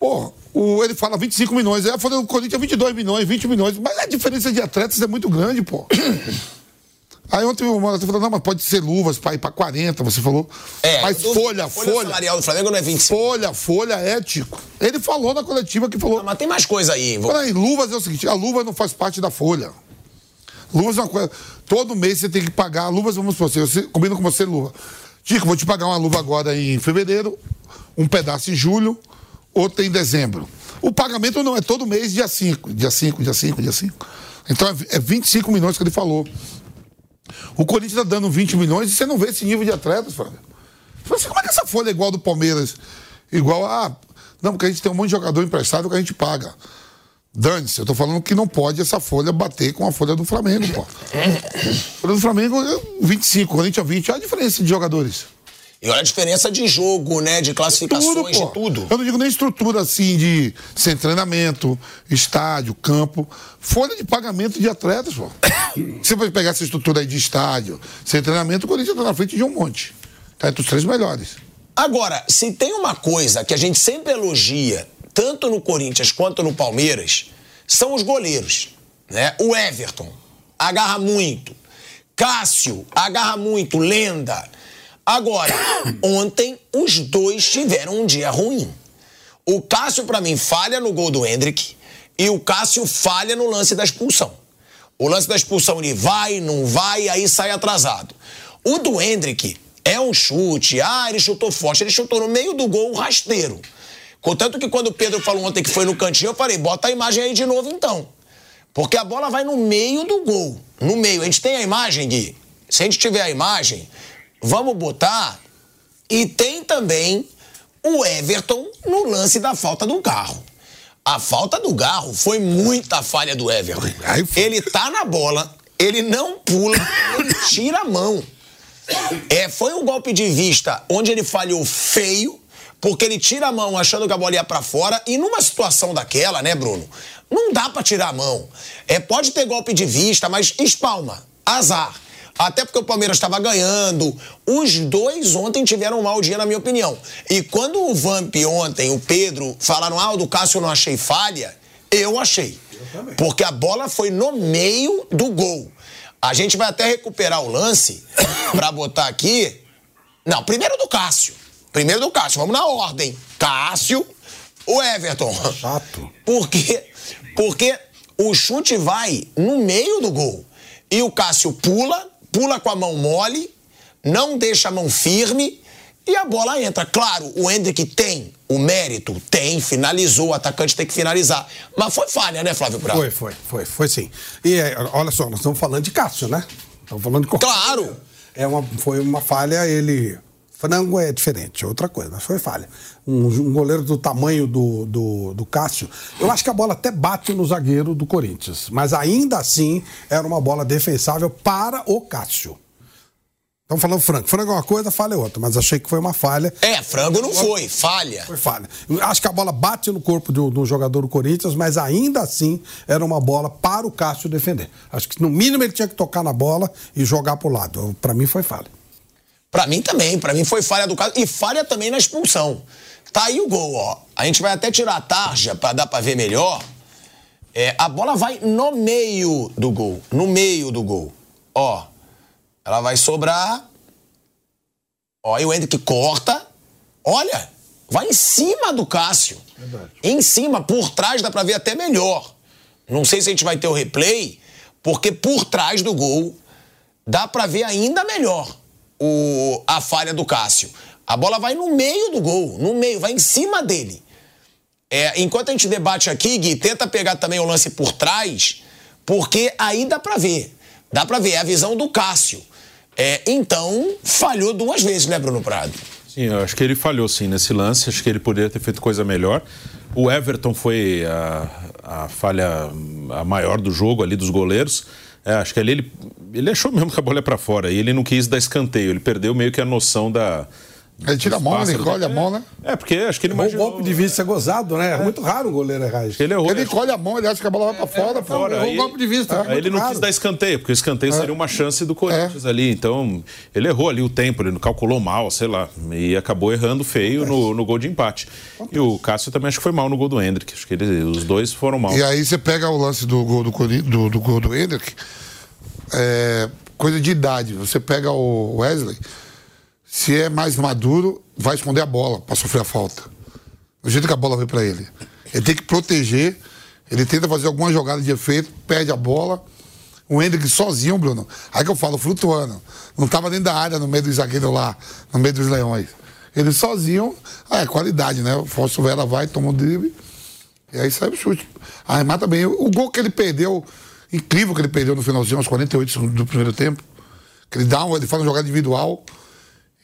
S3: Pô, o, ele fala 25 milhões, aí a folha do Corinthians é 22 milhões, 20 milhões, mas a diferença de atletas é muito
S2: <coughs>
S3: grande, pô. Aí ontem o Mano falou, não, mas pode ser luvas para ir para 40, você falou.
S2: É,
S3: mas
S2: eu duvido.
S3: folha,
S2: folha.
S3: folha, folha,
S2: salarial do Flamengo não é 25.
S3: folha, é ético. Ele falou na coletiva que falou,
S2: Ah, Mas tem mais coisa aí. envolvida.
S3: Peraí, luvas é o seguinte, a luva não faz parte da folha. Luvas é uma coisa. Todo mês você tem que pagar. Luvas, vamos supor, você combina com você luva. Tico, vou te pagar uma luva agora em fevereiro, um pedaço em julho, outra em dezembro. O pagamento não é todo mês, dia 5, dia 5, dia 5, dia 5. Então é- é 25 milhões que ele falou. O Corinthians está dando 20 milhões e você não vê esse nível de atletas, Flávio. Você fala assim, como é que essa folha é igual a do Palmeiras? Igual a. Não, porque a gente tem um monte de jogador emprestado que a gente paga. Dane-se, eu tô falando que não pode essa folha bater com a folha do Flamengo, pô. A folha do Flamengo é 25, Corinthians é 20, olha a diferença de jogadores.
S2: E olha a diferença de jogo, né? De
S3: Tudo,
S2: classificações,
S3: pô.
S2: de tudo.
S3: Eu não digo nem estrutura assim de sem treinamento, estádio, campo. Folha de pagamento de atletas, pô. Você vai pegar essa estrutura aí de estádio, sem treinamento, o Corinthians tá na frente de um monte. Tá entre os três melhores.
S2: Agora, se tem uma coisa que a gente sempre elogia, tanto no Corinthians quanto no Palmeiras, são os goleiros. Né? O Everton agarra muito. Cássio agarra muito, lenda. Agora, ontem os dois tiveram um dia ruim. O Cássio, pra mim, falha no gol do Hendrick e o Cássio falha no lance da expulsão. O lance da expulsão ele vai, não vai, aí sai atrasado. O do Hendrick é um chute, ah, ele chutou forte, ele chutou no meio do gol um rasteiro. Contanto que quando o Pedro falou ontem que foi no cantinho, eu falei, bota a imagem aí de novo então. Porque a bola vai no meio do gol. No meio. A gente tem a imagem, Gui? Se a gente tiver a imagem, vamos botar. E tem também o Everton no lance da falta do carro. A falta do carro foi muita falha do Everton.
S3: Aí foi.
S2: Ele tá na bola, ele não pula, ele tira a mão. É, foi um golpe de vista onde ele falhou feio, porque ele tira a mão achando que a bola ia pra fora, e numa situação daquela, né, Bruno? Não dá pra tirar a mão. É, pode ter golpe de vista, mas espalma, azar. Até porque o Palmeiras estava ganhando. Os dois ontem tiveram um mau dia, na minha opinião. E quando o Vamp ontem, o Pedro, falaram, ah, o do Cássio eu não achei falha, eu achei. Porque a bola foi no meio do gol. A gente vai até recuperar o lance pra botar aqui. Não, primeiro do Cássio. Primeiro do Cássio, vamos na ordem. Cássio, o Everton.
S6: Chato.
S2: Porque, porque o chute vai no meio do gol. E o Cássio pula, pula com a mão mole, não deixa a mão firme e a bola entra. Claro, o Hendrick tem O mérito tem, finalizou, o atacante tem que finalizar. Mas foi falha, né, Flávio Prado?
S6: Foi, foi, foi, foi sim. E é, olha só, nós estamos falando de Cássio, né? Estamos falando de
S2: Claro!
S6: É uma, foi uma falha, ele. Frango é diferente, é outra coisa, mas foi falha. Um, um goleiro do tamanho do, do, do Cássio, eu acho que a bola até bate no zagueiro do Corinthians, mas ainda assim era uma bola defensável para o Cássio. Estamos falando frango. Frango é uma coisa, falha é outra, mas achei que foi uma falha.
S2: É, frango não foi, falha.
S6: Foi falha. Eu Acho que a bola bate no corpo do, do jogador do Corinthians, mas ainda assim era uma bola para o Cássio defender. Acho que no mínimo ele tinha que tocar na bola e jogar pro lado. Para mim foi falha.
S2: Pra mim também, pra mim foi falha do caso. E falha também na expulsão. Tá aí o gol, ó. A gente vai até tirar a tarja pra dar pra ver melhor. É, a bola vai no meio do gol. No meio do gol. Ó. Ela vai sobrar. Ó, e o Hendrick corta. Olha, vai em cima do Cássio. Em cima, por trás dá pra ver até melhor. Não sei se a gente vai ter o replay, porque por trás do gol dá pra ver ainda melhor o- a falha do Cássio. A bola vai no meio do gol, no meio, vai em cima dele. É, enquanto a gente debate aqui, Gui, tenta pegar também o lance por trás, porque aí dá pra ver. Dá pra ver, é a visão do Cássio. É, então, falhou duas vezes, né, Bruno Prado?
S4: Sim, eu acho que ele falhou sim nesse lance, acho que ele poderia ter feito coisa melhor. O Everton foi a, a falha a maior do jogo ali dos goleiros. É, acho que ali ele, ele achou mesmo que a bola é para fora e ele não quis dar escanteio, ele perdeu meio que a noção da.
S3: Ele tira a mão,
S4: Passa-
S3: ele encolhe a mão, né?
S4: É, porque acho que ele
S6: Bom
S4: imaginou.
S6: golpe de vista gozado, né? É muito raro um goleiro errar isso.
S4: Ele é errou.
S3: Ele
S4: acho
S3: encolhe a mão, ele acha que a bola vai pra fora. pô.
S4: É, fora.
S6: errou
S4: Aí
S6: o é um golpe de vista,
S4: Aí
S6: é
S4: ele não
S6: muito
S4: quis
S6: raro.
S4: dar escanteio, porque o escanteio seria uma chance do Corinthians ali. Então, ele errou ali o tempo, ele não calculou mal, sei lá. E acabou errando feio
S6: É.
S4: no, no gol de empate. E o Cássio também acho que foi mal no gol do Hendrick. Acho que ele- os dois foram mal.
S3: E aí você pega o lance do gol do, Cori- do, do gol do Hendrick, é, coisa de idade. Você pega o Wesley, se é mais maduro, vai esconder a bola pra sofrer a falta. Do jeito que a bola veio pra ele. Ele tem que proteger, ele tenta fazer alguma jogada de efeito, perde a bola. O Hendrick sozinho, Bruno. Aí que eu falo, flutuando. Não tava dentro da área, no meio dos zagueiros lá, no meio dos leões. Ele sozinho, ah, é qualidade, né? O Fausto Vera vai, toma o drible. E aí sai o chute. Arremata bem. O gol que ele perdeu, incrível que ele perdeu no finalzinho, aos 48 segundos do primeiro tempo. Que ele dá um, ele faz uma jogada individual.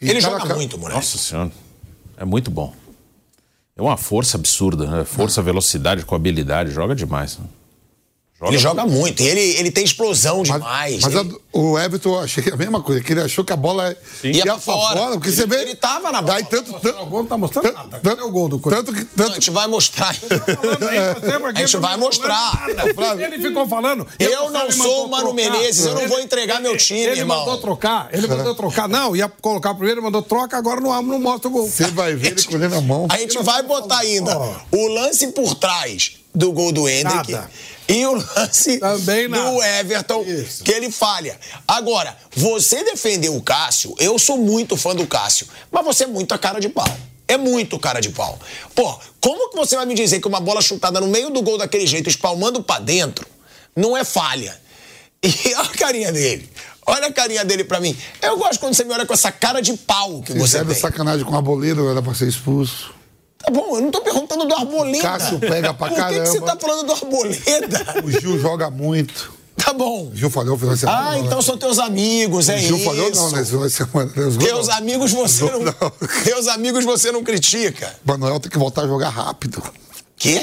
S3: E tá
S2: Ele
S3: cara a
S2: joga
S3: cara-
S2: muito, moleque.
S4: Nossa senhora. É muito bom. É uma força absurda, né? Força, velocidade, com habilidade. Joga demais. né?
S2: Ele joga muito, e ele, ele tem explosão demais.
S3: Mas a
S2: ele-
S3: do- o Everton, eu achei a mesma coisa, que ele achou que a bola é-
S2: Ia pra
S3: pra
S2: fora.
S3: porque você
S2: Ele-
S3: vê.
S2: ele tava na bola.
S3: Daí tanto.
S6: O
S3: tanto
S6: gol não tá mostrando nada. Cadê o gol do Corinthians? Tá
S3: tanto que.
S2: a
S3: Tanto,
S2: gente vai mostrar. É. A gente vai mostrar.
S6: Ele ficou falando.
S2: Eu não
S6: ele
S2: sou
S6: mandou
S2: o Mano
S6: trocar.
S2: Menezes, eu não
S6: Ele-
S2: vou entregar meu time,
S6: Ele
S2: irmão.
S6: mandou trocar, ele mandou trocar. Não, ia colocar primeiro, mandou troca, agora não, não mostra o gol.
S3: você vai ver ele colhendo a mão.
S2: A gente vai botar ainda o lance por trás do gol do Hendrick
S6: Nada.
S2: e o lance
S6: Também
S2: do
S6: nada.
S2: Everton,
S6: Isso.
S2: que ele falha. Agora, você defendeu o Cássio, eu sou muito fã do Cássio, mas você é muita cara de pau. É muito cara de pau. Pô, como que você vai me dizer que uma bola chutada no meio do gol daquele jeito, espalmando pra dentro, não é falha? E <laughs> olha a carinha dele. Olha a carinha dele pra mim. Eu gosto quando você me olha com essa cara de pau que você
S3: Fizeram
S2: tem.
S3: sacanagem com a boleira, era pra ser expulso.
S2: Tá bom, eu não tô perguntando do Arboleda.
S3: Cássio pega pra
S2: Por que que você
S3: caramba.
S2: tá falando do
S3: <laughs>
S2: Arboleda?
S3: O Gil joga muito.
S2: Tá bom.
S3: O Gil falhou o final de semana.
S2: Ah, então são teus amigos, é
S3: O Gil
S2: isso.
S3: falhou não, né? Esse final de semana. Os gols
S2: Teus
S3: não.
S2: amigos você não,
S3: Não.
S2: <laughs> Teus amigos você não critica.
S3: Manuel tem que voltar a jogar rápido.
S2: Quê?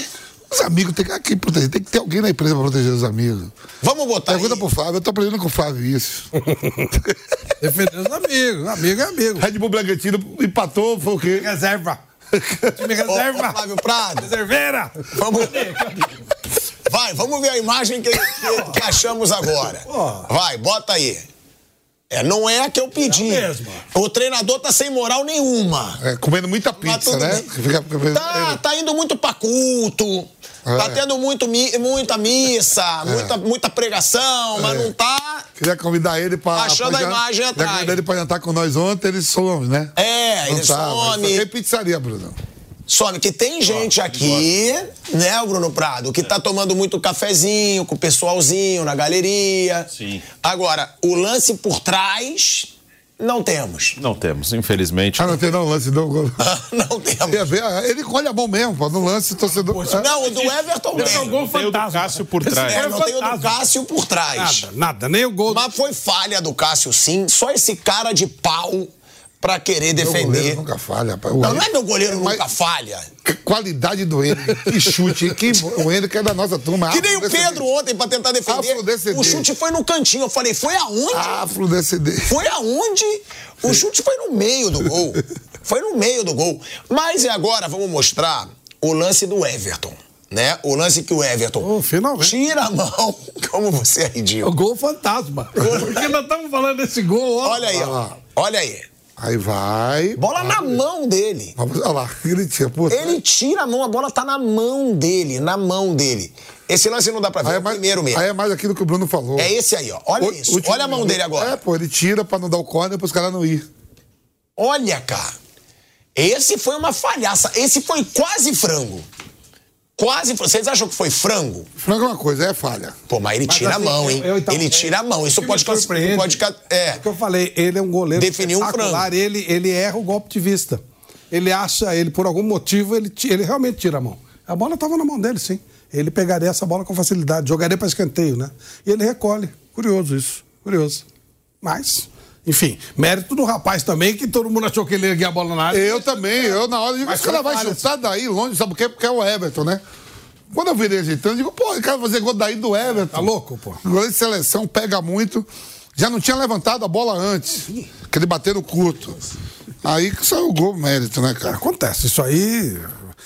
S3: Os amigos tem que aqui proteger. Tem que ter alguém na empresa pra proteger os amigos.
S2: Vamos botar Tá aí.
S3: Pergunta pro Flávio, eu tô aprendendo com o Flávio isso.
S6: Defendeu os amigos. Amigo é amigo.
S3: Red Bull Bragantino empatou, foi o quê?
S6: Reserva. Time
S2: Ô, ô,
S6: reserva.
S2: Flávio Prado.
S6: Reserveira.
S2: Vamos. Vai, vamos ver a imagem que, que- que achamos agora. Vai, bota aí. É, não é a que eu pedi.
S6: É a mesma.
S2: O treinador tá sem moral nenhuma.
S3: É, comendo muita
S2: Mas
S3: pizza,
S2: tudo
S3: né?
S2: bem.
S3: Fica- fica-
S2: Tá, tá indo muito pra culto.
S3: É.
S2: Tá tendo muito, mi- muita missa, muita, muita pregação, mas
S3: É.
S2: não tá.
S3: Queria convidar ele pra.
S2: Achando
S3: pra
S2: a
S3: jan-
S2: imagem
S3: queria
S2: atrás.
S3: convidar ele pra jantar com nós ontem, ele some, né?
S2: É,
S3: Não
S2: ele
S3: tá, mas
S2: some.
S3: Tem pizzaria, Bruno.
S2: Some, que tem gente aqui, né, Bruno Prado, que tá tomando muito cafezinho com o pessoalzinho na galeria.
S4: Sim.
S2: Agora, o lance por trás não temos. <laughs>
S4: Não temos, infelizmente.
S3: Ah, não tem não lance, não.
S2: não
S3: Quer
S2: temos.
S3: ver? Ele colhe a mão mesmo, pô, no lance, torcedor.
S2: Não, é o do Everton
S4: Não,
S2: tem.
S6: é um gol
S4: tem o do
S6: fantasma.
S4: Cássio por trás.
S2: É, não tem o do
S6: fantasma.
S2: Cássio por trás.
S6: Nada, nada. Nem o gol.
S2: Mas foi falha do Cássio, sim. Só esse cara de pau pra querer
S3: Meu goleiro
S2: defender.
S3: Ah, nunca falha, rapaz.
S2: Não, é não é meu goleiro
S3: Mas-
S2: nunca falha.
S3: Qualidade do Henrique.
S2: <laughs>
S3: Que chute, hein? Que... O Henrique é da nossa turma.
S2: Que nem o
S3: afrodescendente.
S2: Pedro ontem pra tentar defender.
S3: Afrodescendente.
S2: O chute foi no cantinho. Eu falei, foi aonde?
S3: Afrodescendente.
S2: Foi aonde? O chute foi no meio do <laughs> gol. Foi no meio do gol. Mas e agora vamos mostrar o lance do Everton. Né? O lance que o Everton
S6: Oh, finalmente.
S2: tira a mão. <laughs> Como você é
S6: O
S2: ridículo.
S6: gol fantasma. Porque nós estamos falando desse gol, ó.
S2: Olha aí, ó. Olha aí.
S3: Aí vai.
S2: Bola na mão dele.
S3: Mas, Olha lá, ele tinha, pô. é
S2: Ele tira a mão, a bola tá na mão dele, na mão dele. Esse lance não dá pra ver,
S3: Aí
S2: é
S3: é
S2: o
S3: mais,
S2: primeiro mesmo.
S3: Aí é mais aquilo que o Bruno falou.
S2: É esse aí, ó. Olha
S3: O-
S2: isso.
S3: último
S2: Olha a mão
S3: minuto.
S2: dele agora.
S3: É, pô, ele tira pra não dar o corner pros caras não ir.
S2: Olha, cara. Esse foi uma falhaça. Esse foi quase frango. Quase frango. Vocês acham que foi frango?
S3: Frango é uma coisa, é falha.
S2: Pô, mas ele
S6: Mas,
S2: tira
S6: assim,
S2: a mão, hein?
S6: eu- eu, então,
S2: ele
S6: é,
S2: tira a mão. Isso
S6: o que
S2: pode
S6: me
S2: classificar.
S6: surpreende
S2: Pode... ca- É.
S6: O que eu falei, ele é um goleiro
S2: Definiu um
S6: espetacular, ele, ele erra o golpe de vista. Ele acha, ele por algum motivo, ele, ti- ele realmente tira a mão. A bola estava na mão dele, sim. Ele pegaria essa bola com facilidade, jogaria para escanteio, né? E ele recolhe. Curioso isso, curioso. Mas, enfim, mérito do rapaz também, que todo mundo achou que ele ia erguer a bola na área.
S3: Eu também, eu na hora digo,
S6: Mas
S3: esse cara
S6: foi
S3: vai
S6: falha.
S3: chutar daí longe, sabe por quê? Porque é o Everton, né? Quando eu virei agitando, eu digo, pô, o cara vai fazer gol daí do Everton.
S6: Tá louco, pô?
S3: Goleiro de seleção pega muito. Já não tinha levantado a bola antes. Que ele bateu no curto. Aí que saiu o gol mérito, né, cara?
S6: Acontece, isso aí.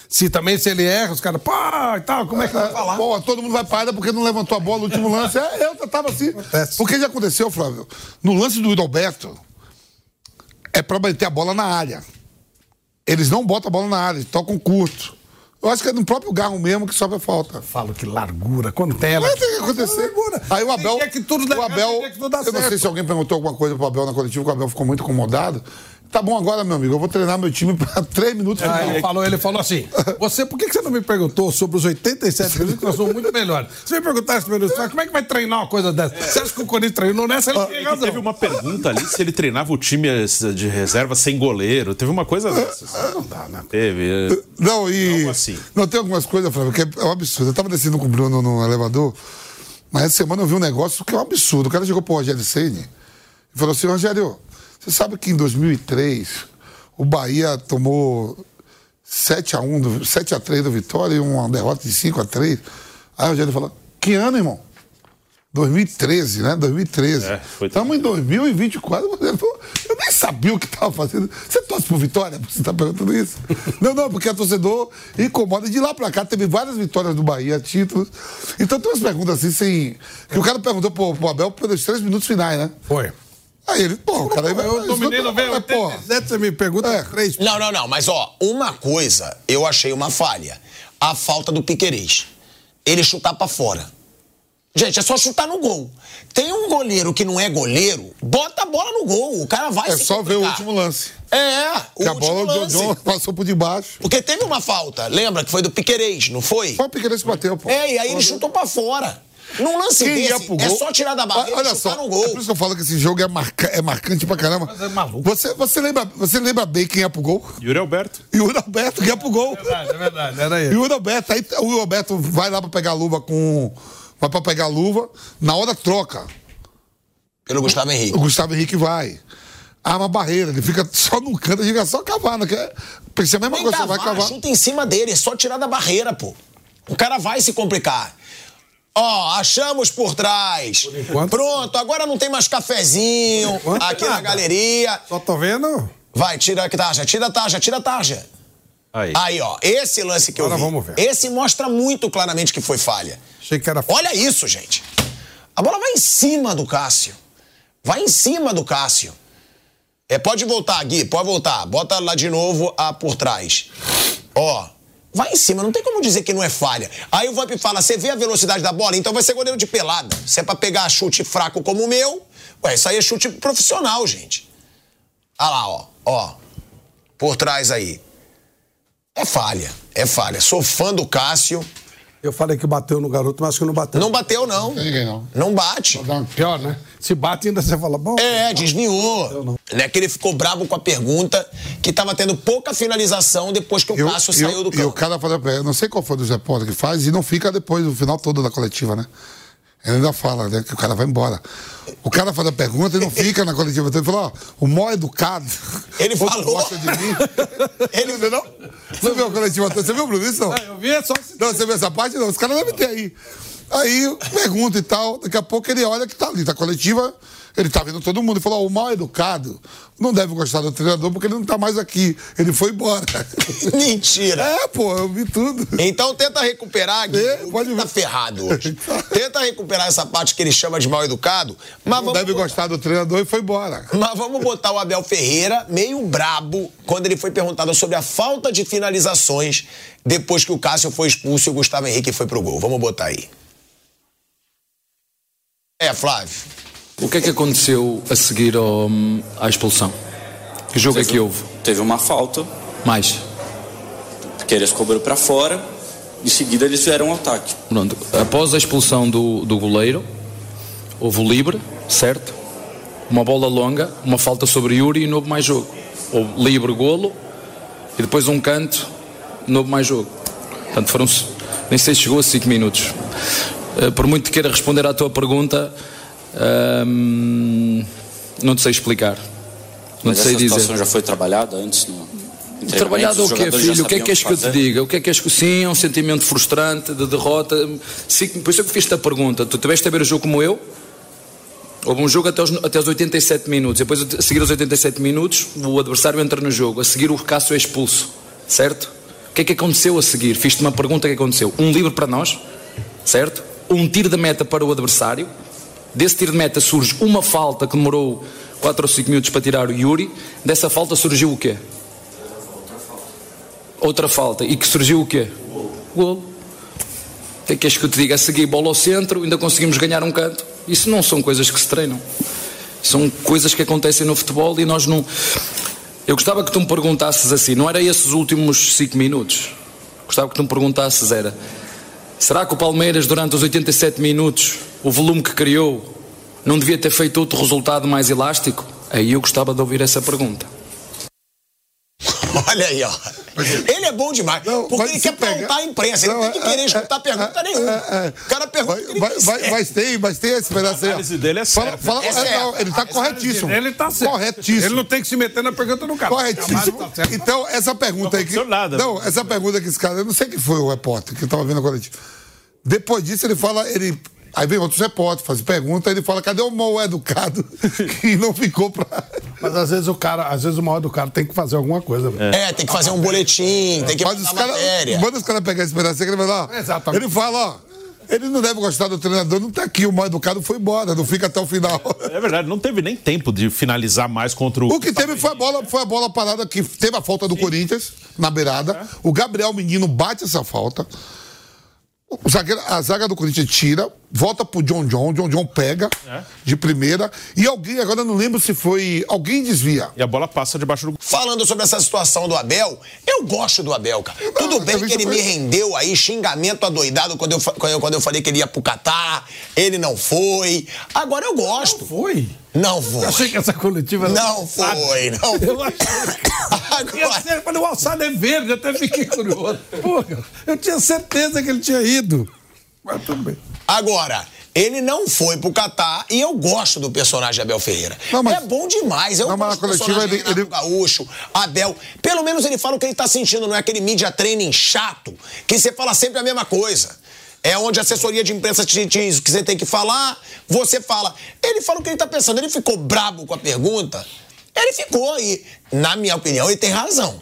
S6: Se também se ele erra, os caras, pá, e tal, como é que vai falar?
S3: Pô, ah, todo mundo vai parada porque não levantou a bola no último lance. É, eu tava assim.
S6: Acontece.
S3: Porque já aconteceu, Flávio. No lance do Alberto, é pra bater a bola na área. Eles não botam a bola na área, eles tocam curto. Eu acho que é no próprio garro mesmo que sobe a falta.
S6: Falo que largura, quando tem ela.
S3: Mas tem que acontecer.
S6: Largura.
S3: Aí o Abel.
S6: é né? Tem que tudo dá
S3: o
S6: errado,
S3: Abel.
S6: tem que tudo dar
S3: eu não sei
S6: certo.
S3: se alguém perguntou alguma coisa pro Abel na coletiva, que o Abel ficou muito incomodado. Tá bom agora, meu amigo. Eu vou treinar meu time pra <laughs> três minutos.
S6: Ah,
S3: final.
S6: ele falou, ele falou <laughs> assim: você, por que que você não me perguntou sobre os 87 minutos que nós somos muito melhores? Você me perguntar esse minutos, mas como é que vai treinar uma coisa dessa? Você acha que o Corinthians treinou nessa? Ele tem
S4: É que
S6: razão.
S4: Teve uma pergunta ali se ele treinava o time eh, de reserva sem goleiro. Teve uma coisa dessas. Não dá, né? Teve. é.
S3: Não, e.
S4: Algo
S3: Não,
S4: assim.
S3: tem algumas coisas, Flávio, que é um absurdo. Eu tava descendo com o Bruno no elevador, mas essa semana eu vi um negócio que é um absurdo. O cara chegou pro Rogério Ceni e falou assim: Rogério, você sabe que em 2003 o Bahia tomou 7x1, do- 7x3 do Vitória e uma derrota de 5x3? Aí o Rogério falou: Que ano, irmão? 2013, né? 2013.
S4: É, foi
S3: Estamos em 2024. você falou, Eu nem sabia o que estava fazendo. Você torce por vitória? Você está
S4: <laughs>
S3: perguntando isso? não, não, porque a torcedor incomoda. De lá pra cá teve várias vitórias do Bahia, títulos. Então tem umas perguntas assim, sem. Que o cara perguntou pro, pro Abel pelos três minutos finais, né?
S6: Foi.
S3: Aí ele, pô, o cara aí vai.
S6: Eu dominei no
S3: Mas, porra,
S6: 87, você me pergunta
S3: É.
S6: três.
S2: Não, não, não. Mas, ó, uma coisa eu achei uma falha. A falta do Piquerez. Ele chutar pra fora. Gente, é só chutar no gol. Tem um goleiro que não é goleiro, bota a bola no gol. O cara vai
S3: É
S2: se
S3: só ver o
S2: complicar.
S3: último lance.
S2: É,
S3: Que
S2: o
S3: a
S2: último
S3: bola o
S2: lance.
S3: John passou por debaixo.
S2: Porque teve uma falta, lembra? Que foi do Piquerez, não foi?
S3: Só o Piqueires bateu, pô.
S2: É, e aí ele chutou pra fora. Num lance
S3: Quem ia
S2: desse,
S3: pro
S2: é
S3: gol-
S2: só tirar da barreira
S3: Olha
S2: e chutar
S3: só,
S2: no
S3: É
S2: um gol.
S3: por isso que eu falo que esse jogo é, marca- é marcante pra caramba.
S6: Mas é maluco.
S3: Você, você, lembra, você lembra bem quem ia pro gol?
S4: Yuri Alberto.
S3: E o Roberto ia pro gol.
S6: É verdade, era
S3: E
S6: ele.
S3: o Roberto, aí o Roberto vai lá pra pegar a luva com. Vai pra pegar a luva, na hora troca.
S2: Pelo Gustavo Henrique.
S3: O Gustavo Henrique vai. Arma a barreira, ele fica só no canto, ele fica só é, cavar, não quer? Pensa a mesma
S2: Nem
S3: coisa, você
S2: cavar,
S3: vai cavar.
S2: chuta em cima dele, é só tirar da barreira, pô. O cara vai se complicar. Ó, achamos por trás.
S6: enquanto-
S2: Pronto, agora não tem mais cafezinho
S6: enquanto,
S2: aqui na
S6: nada.
S2: galeria.
S6: Só tô vendo.
S2: Vai, tira a tarja, tira a tarja, tira a tarja.
S4: Aí.
S2: Aí, ó, esse lance que eu
S6: Agora
S2: vi.
S6: vamos ver.
S2: Esse mostra muito claramente que foi falha.
S6: Achei que era.
S2: Olha isso, gente. A bola vai em cima do Cássio. Vai em cima do Cássio. É, pode voltar, Gui, pode voltar. Bota lá de novo a por trás. Ó, vai em cima, não tem como dizer que não é falha. Aí o Vamp fala: você vê a velocidade da bola? Então vai ser goleiro de pelada. Se é pra pegar chute fraco como o meu, ué, isso aí é chute profissional, gente. Olha lá, ó, ó. Por trás aí. É falha, é falha. Sou fã do Cássio.
S6: Eu falei que bateu no garoto, mas que não bateu.
S2: Não bateu, não.
S3: Não tem ninguém, não.
S2: Não bate.
S6: Dá um pior, né? Se bate ainda você fala, bom.
S2: É, desviou. Né, que ele ficou bravo com a pergunta que tava tendo pouca finalização depois que o Cássio saiu do
S3: E o
S2: campo.
S3: cara falou pra ele, eu não sei qual foi dos repórter que faz, e não fica depois do final todo da coletiva, né? Ele ainda fala, né, que o cara vai embora. O cara faz a pergunta e não fica na coletiva. Então Ele falou, ó, o mó educado.
S2: Ele
S3: <laughs> Outro
S2: falou.
S3: gosta
S2: <laughs>
S3: de mim. Ele não, não? Você viu a coletiva? Você viu, Bruno? Isso não?
S6: Eu vi é só se
S3: Não, você viu essa parte? Não, os caras devem ter aí. Aí pergunta e tal, daqui a pouco ele olha que tá ali, tá coletiva, ele tá vendo todo mundo e falou: ó, o mal educado não deve gostar do treinador porque ele não tá mais aqui, ele foi embora.
S2: <laughs>
S3: <laughs>
S2: Mentira.
S3: é, pô, eu vi tudo.
S2: Então tenta recuperar, Gui.
S3: É,
S2: O
S3: pode
S2: Gui tá
S3: ver. <laughs>
S2: ferrado hoje. tenta recuperar essa parte que ele chama de mal educado, mas
S3: Não
S2: Ah, vamos
S3: deve gostar do treinador e foi embora.
S2: Mas vamos botar o Abel Ferreira meio brabo quando ele foi perguntado sobre a falta de finalizações depois que o Cássio foi expulso e o Gustavo Henrique foi pro gol. Vamos botar aí. É, Flávio.
S7: O que é que aconteceu a seguir ao- à expulsão? Que jogo é que houve?
S8: Teve uma falta,
S7: Mais.
S8: que eles cobrou para fora, em seguida eles vieram ao ataque.
S7: Pronto. Após a expulsão do, do goleiro, houve o livre, certo? Uma bola longa, uma falta sobre Yuri e não houve mais jogo. Houve livre, golo e depois um canto, não houve mais jogo. Portanto, foram. Nem sei se chegou a 5 minutos. Eh, Por muito que queira responder à tua pergunta, ahm, não te sei explicar. Não
S8: Mas
S7: te
S8: essa
S7: sei dizer.
S8: situação já foi trabalhada antes no treinamento,
S7: Trabalhado o
S8: os
S7: quê,
S8: jogadores já
S7: filho? O que é
S8: sabiam
S7: que és que eu te
S8: fazer.
S7: diga? O que é que és que. Sim, é um sentimento frustrante, de derrota. Sim, por isso é que fiz-te a pergunta. Tu tiveste a ver o jogo como eu? Houve um jogo até os, até os 87 minutos. Depois, a seguir aos 87 minutos, o adversário entra no jogo. A seguir, o Cássio é expulso. Certo? O que é que aconteceu a seguir? Fiz-te uma pergunta: o que é que aconteceu? Um livre para nós, certo? Um tiro de meta para o adversário. Desse tiro de meta surge uma falta que demorou 4 ou 5 minutos para tirar o Yuri. Dessa falta surgiu o quê? outra falta e que surgiu o quê? Golo. O que é que és que eu te diga? A seguir, bola ao centro, ainda conseguimos ganhar um canto. Isso não são coisas que se treinam. São coisas que acontecem no futebol e nós não. Eu gostava que tu me perguntasses assim, não era esses últimos 5 minutos. Gostava que tu me perguntasses, era. Será que o Palmeiras, durante os 87 minutos, o volume que criou, não devia ter feito outro resultado mais elástico? Aí eu gostava de ouvir essa pergunta.
S2: <laughs> Olha aí, ó. Ele é bom demais.
S3: Não,
S2: porque
S3: mas
S2: ele
S3: se
S2: quer plantar a imprensa. Ele não tem que
S3: é,
S2: querer
S3: é,
S2: escutar
S3: é,
S2: pergunta
S3: é,
S2: nenhuma.
S3: é, é.
S2: O cara pergunta o que ele
S3: Vai, vai,
S2: quiser.
S3: mas tem, mas tem esse pedaço aí. ó.
S4: análise dele é
S3: Fala-
S4: certa.
S3: fala-
S2: É certa.
S3: não, ele tá corretíssimo.
S6: Ele tá certo.
S3: Corretíssimo.
S6: Ele não tem que se meter na pergunta do cara.
S3: Corretíssimo.
S6: Tá certo.
S3: Então, essa pergunta aí que.
S4: aconteceu nada.
S3: Não, essa pergunta que esse cara. Eu não sei quem foi o repórter que estava vendo a coletiva. Depois disso, ele fala. Ele, aí vem outros repórteres, faz pergunta, ele fala: cadê o mal educado <laughs> que não ficou pra.
S6: Mas às vezes o cara, às vezes o maior do cara tem que fazer alguma coisa. velho.
S2: É, tem que fazer um boletim, tem que
S3: É. Mas os
S2: mandar
S3: caras.
S2: matéria.
S3: Manda os caras pegar esse pedacinho que ele vai lá.
S6: Exatamente.
S3: Ele fala: ó. Ele não deve gostar do treinador, não tá aqui. O mal educado foi embora, não fica até o final.
S4: É verdade, não teve nem tempo de finalizar mais contra o.
S3: O que teve foi a bola, foi a bola parada que teve a falta do Corinthians na beirada. O Gabriel Menino bate essa falta. O zagueiro- a zaga do Corinthians tira, volta pro John John, John John pega de primeira. E alguém, agora eu não lembro se foi. Alguém desvia.
S4: E a bola passa debaixo do.
S2: Falando sobre essa situação do Abel, eu gosto do Abel, cara. Tudo bem
S3: também
S2: que ele me
S3: também.
S2: rendeu aí xingamento adoidado quando eu, fa- quando eu, quando eu falei que ele ia pro Catar, ele não foi. Agora eu gosto.
S6: Foi?
S2: Não foi.
S6: Achei que essa coletiva era
S2: Não
S6: alçada.
S2: foi, não foi.
S6: Eu achei.
S2: Agora-
S6: Ia ser, eu falei, o alçado é verde, até fiquei curioso. Pô, eu tinha certeza que ele tinha ido. Mas tudo bem.
S2: Agora, ele não foi pro Catar e eu gosto do personagem Abel Ferreira.
S3: Não, mas-
S2: É bom demais. Eu
S3: Não, mas
S2: gosto
S3: na
S2: do
S3: coletiva
S2: personagem
S3: ele-
S2: Renato
S3: ele-
S2: Gaúcho, Abel. Pelo menos ele fala o que ele tá sentindo, não é aquele media training chato que você fala sempre a mesma coisa. É onde a assessoria de imprensa te diz o que você tem que falar, você fala. Ele fala o que ele tá pensando. Ele ficou brabo com a pergunta? Ele ficou aí. Na minha opinião, ele tem razão.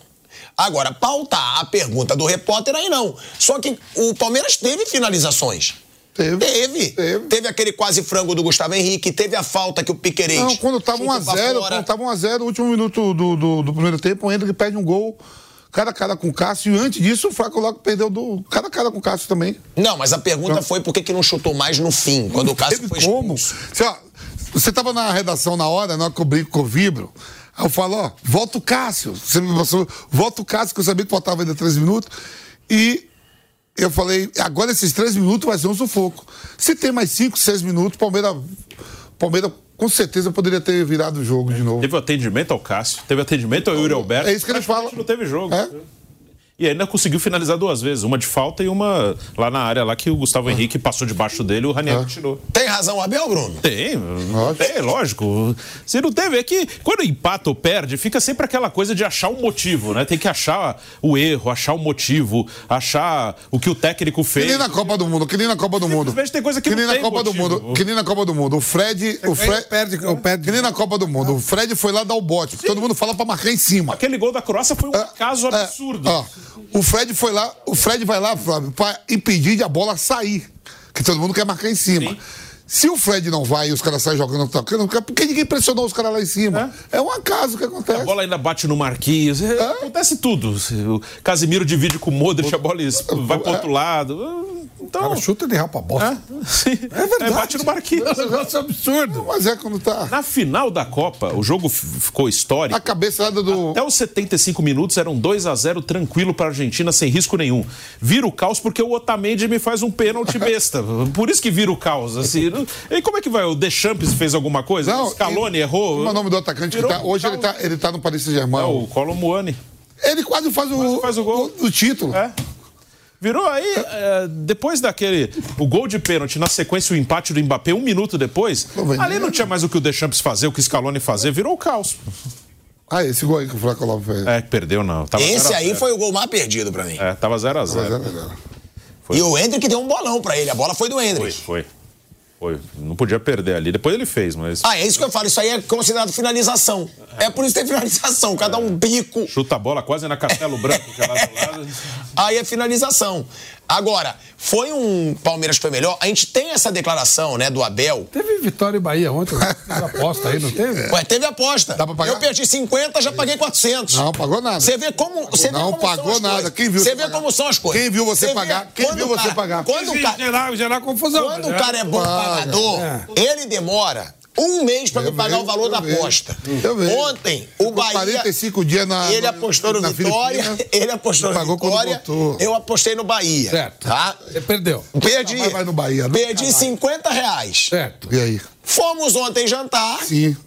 S2: Agora, pautar a pergunta do repórter aí não. Só que o Palmeiras teve finalizações.
S3: Teve.
S2: Teve.
S3: Teve.
S2: aquele quase frango do Gustavo Henrique, teve a falta que o Piquerez.
S3: Não, quando tava
S2: chuta pra
S3: 1x0,
S2: fora.
S3: quando tava 1x0, último minuto do, do, do primeiro tempo, o Hendrick perde um gol cara a cara com o Cássio. E antes disso, o Flaco logo perdeu do cara a cara com o Cássio também.
S2: Não, mas a pergunta foi por que, que não chutou mais no fim, quando o Cássio
S3: Teve
S2: foi
S3: como?
S2: expulso.
S3: Você, ó, você tava na redação na hora, na hora que eu brinco com o Vibro. Aí eu falo, ó, volta o Cássio. Você me passou, volta o Cássio, que eu sabia que faltava ainda três minutos. E eu falei, agora esses três minutos vai ser um sufoco. Se tem mais cinco, seis minutos, Palmeiras. Palmeiras com certeza poderia ter virado o jogo de novo.
S4: Teve atendimento ao Cássio, teve atendimento ao Yuri Alberto.
S3: É isso que ele fala.
S4: Praticamente Não teve jogo.
S3: É?
S4: E ainda conseguiu finalizar duas vezes, uma de falta e uma lá na área lá que o Gustavo Henrique passou debaixo dele e o Raniel tirou.
S2: Tem razão, Abel, Bruno?
S4: Tem, tem, lógico. Você não teve. É que quando empata ou perde, fica sempre aquela coisa de achar um motivo, né? Tem que achar o erro, achar o motivo, achar o que o técnico
S3: Que nem
S4: fez.
S3: na Copa do Mundo, que nem na Copa do Mundo.
S4: Simplesmente tem coisa que
S3: nem
S4: não
S3: na
S4: tem
S3: Copa do
S4: motivo.
S3: Mundo, que nem na Copa do Mundo. O Fred, o Fred
S6: É perde, eu perde.
S3: que nem na Copa do Mundo. O Fred foi lá dar o bote. Todo mundo fala pra marcar em cima.
S4: Aquele gol da Croácia foi um
S3: É,
S4: caso
S3: é,
S4: absurdo.
S3: ó, o Fred foi lá, o Fred vai lá, Flávio, pra impedir de a bola sair. Que todo mundo quer marcar em cima. Se o Fred não vai e os caras saem jogando, tocando, porque ninguém pressionou os caras lá em cima. É, um acaso que acontece.
S4: A bola ainda bate no Marquinhos. é, Acontece tudo. O Casimiro divide com o Modric, a bola es- vai pro outro lado. Então.
S6: Cara, chuta de rapa bosta.
S4: <laughs> sim, é, bate no Marquinhos.
S6: É um negócio absurdo.
S3: Mas é quando tá.
S4: Na final da Copa, o jogo f- ficou histórico.
S3: A cabeçada do.
S4: Até os 75 minutos eram 2 a 0 tranquilo para a Argentina, sem risco nenhum. Vira o caos porque o Otamendi me faz um pênalti
S3: <laughs>
S4: besta. Por isso que vira o caos. Assim. E como é que vai? O Deschamps fez alguma coisa? o Scaloni
S3: e-
S4: errou?
S3: Como é o nome do atacante que
S4: Virou um
S3: tá? Hoje ele tá, ele tá no Paris Saint-Germain.
S4: É, o Colomuani.
S3: Ele quase faz o,
S4: Quase faz o gol.
S3: do título.
S4: É. Virou aí, é, depois daquele. O gol de pênalti, na sequência, o empate do Mbappé, um minuto depois.
S3: vendo.
S4: Ali não tinha mais o que o Deschamps fazer, o que o Scaloni fazer, virou o caos.
S3: Ah, esse gol aí que o Flávio Lopes fez.
S4: É, perdeu não. Tava
S2: Esse
S4: 0 a
S2: aí
S4: 0.
S2: foi o gol mais perdido pra mim.
S4: É, tava 0x0.
S3: Mas é legal.
S2: E o Hendrick deu um bolão pra ele. A bola foi do
S4: Foi,
S2: Hendrick.
S4: foi. Foi. Não podia perder ali. Depois ele fez, mas.
S2: Ah, é isso que eu falo. Isso aí é considerado finalização. É por isso que tem finalização. Cada um bico.
S4: Chuta a bola quase na Castelo Branco, que é lá do lado.
S2: Aí é finalização. Agora, foi um Palmeiras que foi melhor. A gente tem essa declaração, né, do Abel.
S6: Teve Vitória e Bahia ontem.
S2: <laughs>
S3: né?
S6: eu Fiz aposta aí, não teve?
S2: Ué, teve aposta.
S3: Dá pra pagar?
S2: Eu perdi 50, já paguei 400.
S3: Não, pagou nada.
S2: Você vê como. você vê
S3: não
S2: como
S3: pagou
S2: são as
S3: nada.
S2: coisas.
S3: Quem viu
S2: Você
S3: você
S2: vê
S3: pagar?
S2: como são as coisas.
S3: Quem viu você
S2: vê
S3: pagar? Quem
S2: quando
S3: viu
S2: o
S3: você
S2: cara-
S3: pagar?
S2: Quando o cara.
S6: Gerar, gerar confusão.
S2: Quando o cara é bom
S3: Paga.
S2: pagador, ele demora um mês pra me
S3: Eu
S2: pagar
S3: vejo,
S2: o valor
S3: eu
S2: da
S3: vejo.
S2: aposta.
S3: Eu vejo.
S2: Ontem, o
S3: Ficou
S2: Bahia.
S3: 45 dias na-
S2: Ele
S3: na-
S2: apostou no
S3: na
S2: Vitória,
S3: Filipina.
S2: ele apostou no
S3: Pagou quando
S2: Vitória,
S3: botou.
S2: eu apostei no Bahia.
S6: Certo.
S2: Tá?
S6: Você perdeu.
S2: Perdi.
S3: Vai- vai no Bahia, né?
S2: Perdi 50 reais.
S6: Certo.
S3: E aí?
S2: Fomos ontem jantar.
S3: Sim.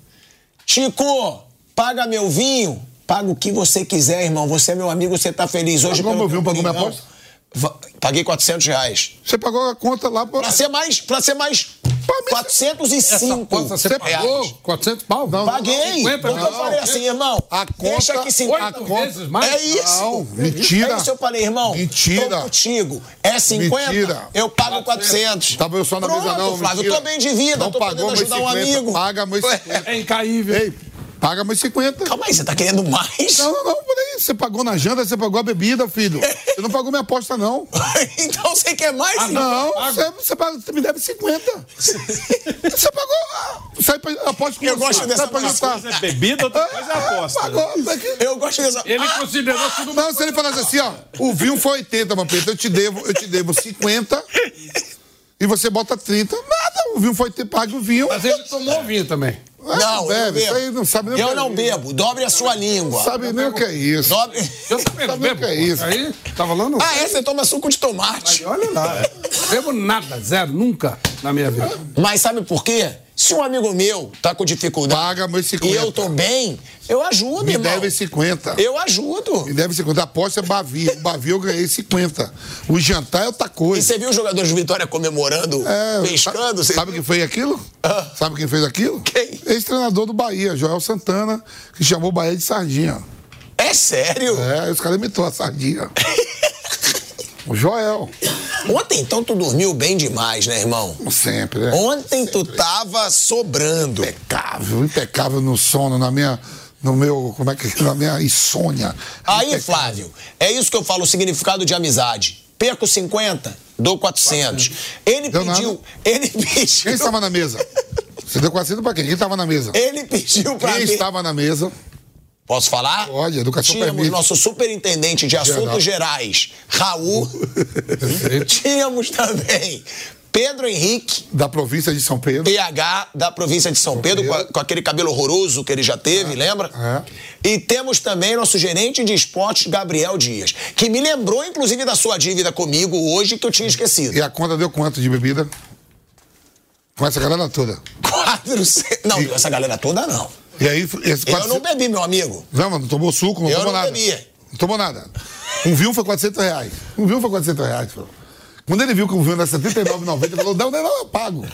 S2: Chico, paga meu vinho. Paga o que você quiser, irmão. Você é meu amigo, você tá feliz hoje.
S3: Pagou
S2: pelo
S3: meu vinho, pagou minha
S2: Coringão.
S3: aposta?
S2: Va- Paguei 400 reais.
S3: Você pagou a conta lá pra.
S2: Pra ser mais, pra ser mais,
S3: Pra mim,
S2: 405
S6: Aposta, você
S2: reais.
S6: pagou 400 pau? Não,
S2: Paguei.
S6: 50
S2: porque eu
S6: não.
S2: falei assim, irmão,
S3: A conta-
S2: deixa que
S6: Oito
S2: 50
S6: vezes mais?
S2: É isso.
S3: Não, mentira.
S2: É isso eu falei, irmão.
S3: Mentira.
S2: Tô contigo. É 50,
S3: Mentira.
S2: eu pago 400.
S3: Tava eu só na
S2: Pronto,
S3: mesa, não.
S2: Flávio,
S3: mentira.
S2: eu tô bem de vida,
S3: Não
S2: tô podendo
S3: pagou Ah. meus
S2: ajudar um
S3: 50,
S2: amigo.
S3: Paga meus 50.
S6: É incaível.
S3: Ei, paga meus 50.
S2: Calma aí, você tá querendo mais?
S3: Não, não, não, peraí. Você pagou na janta, você pagou a bebida, filho. Você não pagou minha aposta, não.
S2: <laughs> então você quer mais?
S3: Ah, Não, você, você paga- você me
S2: <laughs>
S3: deve 50. Você pagou. ah, Sai pra, aposta com
S2: Eu
S3: você,
S2: gosto
S3: sai
S2: dessa
S3: pra
S2: aposta.
S3: jantar.
S4: É bebida, outra coisa é aposta.
S3: Ah, Pagou, tá aqui.
S2: Eu gosto dessa.
S6: Ele
S2: Ah,
S6: considerou tudo
S3: Não, se ele falasse assim, ó, o vinho foi 80, Vampeta, eu te devo, eu te devo 50 e você bota 30. Nada, o vinho foi 80, paga o vinho.
S6: Mas ele tomou vinho também.
S2: não,
S3: Ah,
S2: eu não
S3: bebe, isso
S2: bebo.
S3: aí não sabe nem o que
S2: eu
S3: é
S2: não
S3: isso.
S2: bebo. Dobre a sua língua.
S3: Sabe nem o que é isso.
S2: Dobre. <laughs>
S6: Eu também não
S3: Sabe o
S6: bebo.
S3: que é isso?
S6: Aí, tá falando?
S2: Ah, é? Você toma suco de tomate.
S6: Olha lá. Bebo nada, zero, nunca na minha vida.
S2: Mas sabe por quê? Se um amigo meu tá com dificuldade
S3: Paga meus
S2: e
S3: 50.
S2: eu tô bem, eu ajudo,
S3: Me
S2: irmão.
S3: deve 50.
S2: Eu ajudo.
S3: Me deve 50. A aposta é Bavi. O Bavi eu ganhei 50. O jantar é outra
S2: E
S3: coisa.
S2: você viu os jogadores de Vitória comemorando,
S3: É,
S2: pescando? Você
S3: Sabe
S2: viu?
S3: quem fez aquilo? Sabe quem fez aquilo?
S2: Quem?
S3: Ex-treinador do Bahia, Joel Santana, que chamou o Bahia de sardinha.
S2: É sério?
S3: É, aí os caras imitou
S2: <laughs>
S3: a sardinha. o Joel. É.
S2: Ontem então tu dormiu bem demais, né, irmão?
S3: Como sempre, É. né?
S2: Ontem tu tá- tava sobrando.
S3: Impecável, impecável no sono, na minha. No meu. Como é que é? Na minha insônia.
S2: Aí,
S3: Impecável.
S2: Flávio, é isso que eu falo, o significado de amizade. Perco 50, dou 400. Ele
S3: Deu
S2: pediu,
S3: nada.
S2: ele <laughs>
S3: Quem
S2: pediu,
S3: estava na mesa? Você deu 400 pra quem? Quem estava na mesa?
S2: ele pediu pra
S3: Quem
S2: mim.
S3: estava na mesa?
S2: Posso falar?
S3: Pode, educação
S2: Tínhamos
S3: permite.
S2: nosso superintendente de assuntos
S3: <laughs> Geral.
S2: gerais, Raul. Tínhamos também Pedro Henrique,
S3: da província de São Pedro.
S2: PH da província de São Pedro, com, a- com aquele cabelo horroroso que ele já
S3: É,
S2: teve, lembra? E temos também nosso gerente de esportes, Gabriel Dias, que me lembrou, inclusive, da sua dívida comigo hoje, que eu tinha esquecido.
S3: E a conta deu quanto de bebida? Com essa galera toda.
S2: Quatro... ce- Não, essa galera toda não.
S3: E aí, esse
S2: Eu não
S3: 400
S2: bebi, meu amigo.
S3: Não, mas não tomou suco, não
S2: Eu
S3: tomou
S2: não
S3: nada.
S2: bebia.
S3: Não tomou nada. Um vinho foi 400 reais. Um vinho foi 400 reais, pô. Quando ele viu que o vinho era 79,90, ele falou, não, não, não, eu
S2: <laughs>
S3: pago.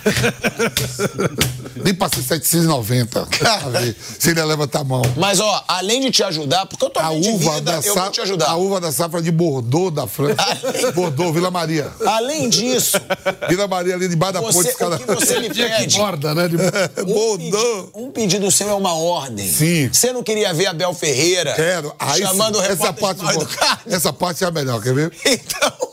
S3: Nem passei 790. pra ver Se ele ia levantar a mão.
S2: Mas, ó, além de te ajudar, porque eu tô
S3: A
S2: bem de
S3: uva,
S2: vida,
S3: da
S2: eu vou te
S3: safra,
S2: ajudar.
S3: a uva da safra de Bordeaux, da França.
S2: <laughs>
S3: Bordeaux, Vila Maria.
S2: Além disso,
S3: <laughs> Vila Maria ali debaixo da ponte.
S2: você,
S3: os caras-
S2: o que
S3: <laughs>
S2: você me
S6: Dia que
S2: pede...
S6: borda, né? De-
S2: Um
S3: Bordeaux.
S2: pedi- Um pedido seu é uma ordem.
S3: Sim.
S2: Você não queria ver Abel Ferreira
S3: Quero. Aí,
S2: chamando o
S3: sim,
S2: repórter
S3: essa é parte,
S2: de mal educado?
S3: essa parte é a melhor, quer ver?
S2: <laughs>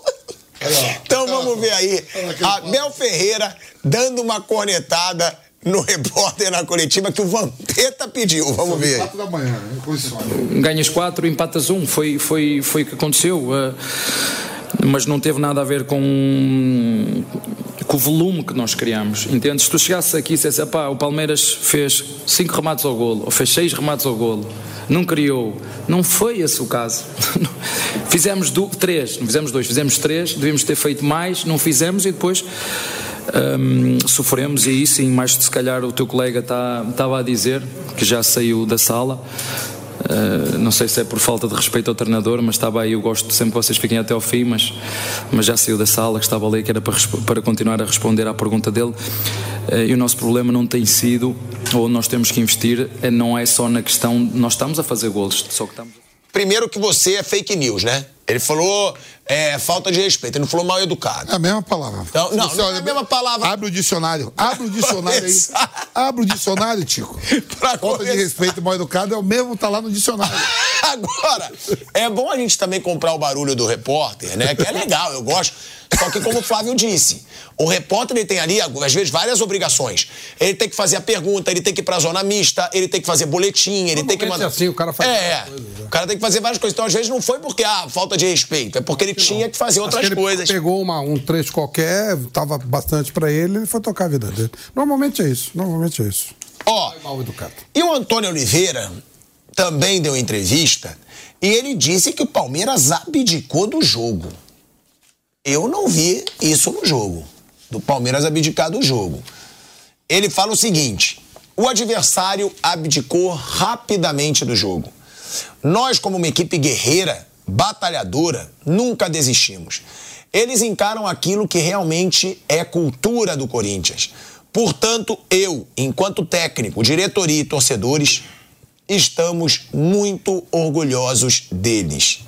S2: Então, então vamos ver aí. Abel Ferreira dando uma cornetada no repórter na coletiva que o Vampeta pediu. Vamos ver aí.
S3: 4 da manhã, em condições.
S7: ganhas quatro, empatas um, foi, foi, foi o que aconteceu. eh, mas não teve nada a ver com, com o volume que nós criamos. Entende? Se tu chegasse aqui e dissesse, pá, o Palmeiras fez cinco remates ao golo, ou fez seis remates ao golo, não criou. Não foi esse o caso. <laughs> fizemos du- três, não fizemos dois, fizemos três, devíamos ter feito mais, não fizemos e depois Hum, sofremos, e aí sim, mais de se calhar o teu colega estava a dizer, que já saiu da sala. Uh, não sei se é por falta de respeito ao treinador, mas estava aí. Eu gosto sempre que vocês fiquem até ao fim, mas, mas já saiu da sala, que estava ali, que era para, resp- para continuar a responder à pergunta dele. Uh, e o nosso problema não tem sido, ou nós temos que investir, é- não é só na questão. Nós estamos a fazer golos, só que estamos.
S2: Primeiro que você é fake news, né? Ele falou é, falta de respeito, ele não falou mal educado.
S3: É a mesma palavra.
S2: Então,
S3: Se
S2: não,
S3: você
S2: não é
S3: olha
S2: a
S3: bem-
S2: mesma palavra.
S3: Abre o dicionário. Abre
S2: <laughs>
S3: o dicionário aí.
S2: começar.
S3: Abre o dicionário, Tico.
S2: <laughs> Pra
S3: Falta de
S2: começar.
S3: respeito mal educado é o mesmo, tá lá no
S2: <laughs>
S3: dicionário.
S2: Agora, é bom a gente também comprar o barulho do repórter, né? Que é legal, eu gosto. Só que como o Flávio disse, o repórter ele tem ali, às vezes, várias obrigações. Ele tem que fazer a pergunta, ele tem que ir pra zona mista, ele tem que fazer boletim, ele tem que
S6: Normalmente é assim, o cara faz
S2: É,
S6: várias né?
S2: o cara tem que fazer várias coisas. Então, às vezes, não foi porque, ah, falta de respeito, é porque ele tinha que fazer
S6: Acho que
S2: outras
S6: ele
S2: coisas.
S6: Pegou uma, um trecho qualquer, tava bastante pra ele, ele foi tocar a vida dele. Normalmente é isso, normalmente é isso.
S2: Ó,
S6: Mal educado.
S2: E o Antônio Oliveira também deu entrevista e ele disse que o Palmeiras abdicou do jogo. Eu não vi isso no jogo. Do Palmeiras abdicar do jogo. Ele fala o seguinte: o adversário abdicou rapidamente do jogo. Nós, como uma equipe guerreira, batalhadora, nunca desistimos. Eles encaram aquilo que realmente é cultura do Corinthians. Portanto, eu, enquanto técnico, diretoria e torcedores, estamos muito orgulhosos deles.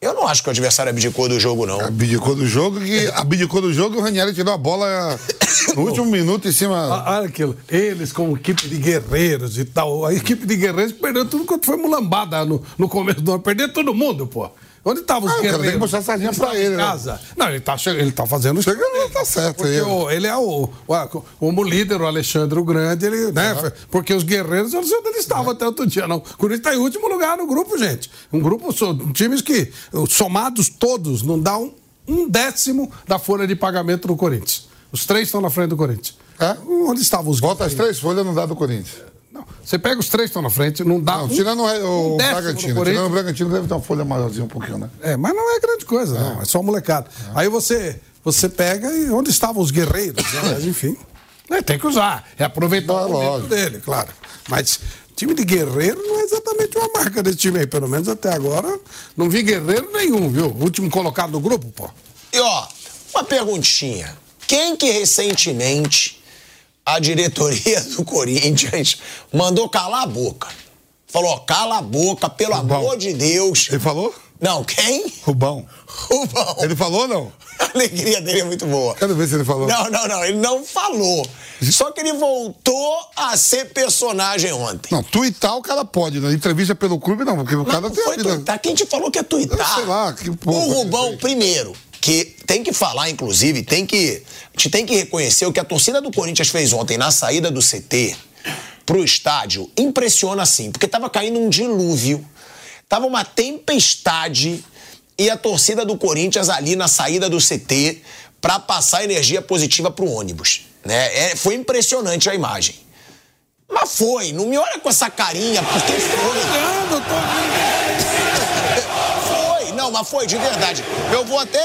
S2: Eu não acho que o adversário abdicou do jogo, não.
S3: Abdicou do jogo que abdicou do jogo e o Ranieri tirou a bola no último minuto em cima.
S6: Ah, Olha aquilo. Eles como equipe de guerreiros e tal. A equipe de guerreiros perdeu tudo quanto foi mulambada no, no começo do ano. Perdeu todo mundo, pô. Onde estavam os
S3: Ah, o cara
S6: guerreiros?
S3: tem que mostrar a sardinha
S6: Eles estavam
S3: pra ele,
S6: em
S3: né?
S6: casa. Não, ele tá, che- ele tá fazendo o
S3: Chega,
S6: jogo dele.
S3: tá certo
S6: Porque
S3: ele.
S6: o- ele é o, o, como líder, o Alexandre o Grande, ele, né? Porque os guerreiros, eu não sei onde eles estavam
S3: Né.
S6: até outro dia, não. O Corinthians tá em último lugar no grupo, gente. Um grupo, so- times que, somados todos, não dá um, um décimo da folha de pagamento do Corinthians. Os três estão na frente do Corinthians.
S3: É?
S6: Onde estavam os
S3: Bota as
S6: guerreiros?
S3: três folhas não dá do Corinthians.
S6: Não, você pega os três que estão na frente, não dá.
S3: Não,
S2: Ah,
S6: um-
S3: tirando o,
S6: um
S3: o
S6: décimo do
S3: Bragantino.
S6: Corinthians.
S3: Tirando o Bragantino deve ter uma folha maiorzinha um pouquinho, né?
S6: É, mas não é grande coisa, não. É só molecada. Aí você, você pega e onde estavam os
S3: <coughs>
S6: guerreiros? né? Mas, enfim. né, tem que usar. É aproveitar
S3: Ah,
S6: o momento
S3: lógico.
S6: dele, claro. Mas time de guerreiro não é exatamente uma marca desse time aí. Pelo menos até agora, não vi guerreiro nenhum, viu? Último colocado do grupo, pô.
S2: E ó, uma perguntinha. Quem que recentemente a diretoria do Corinthians mandou calar a boca? Falou, ó, cala a boca, pelo amor de Deus.
S3: Ele falou?
S2: Não, quem?
S3: Rubão.
S2: Rubão.
S3: Ele falou ou não?
S2: <laughs> A alegria dele é muito boa.
S3: Quero ver se ele falou.
S2: Não, não, não, ele não falou. Só que ele voltou a ser personagem ontem.
S3: Não, tuitar o cara pode, né? Entrevista pelo clube não, porque o
S2: Mas
S3: cara
S2: não
S3: tem a
S2: foi
S3: vida.
S2: tuitar. Quem te falou que é tuitar?
S3: Eu sei lá, que porra
S2: O
S3: que
S2: Rubão,
S3: foi.
S2: primeiro, que tem que falar, inclusive, tem que, a gente tem que reconhecer o que a torcida do Corinthians fez ontem na saída do CT pro estádio. Impressiona assim, porque tava caindo um dilúvio, tava uma tempestade e a torcida do Corinthians ali na saída do CT para passar energia positiva pro ônibus. Né? É, foi impressionante a imagem. Mas foi, não me olha com essa carinha, porque foi.
S6: Ganhando, tô
S2: Foi, não, mas foi de verdade. Eu vou até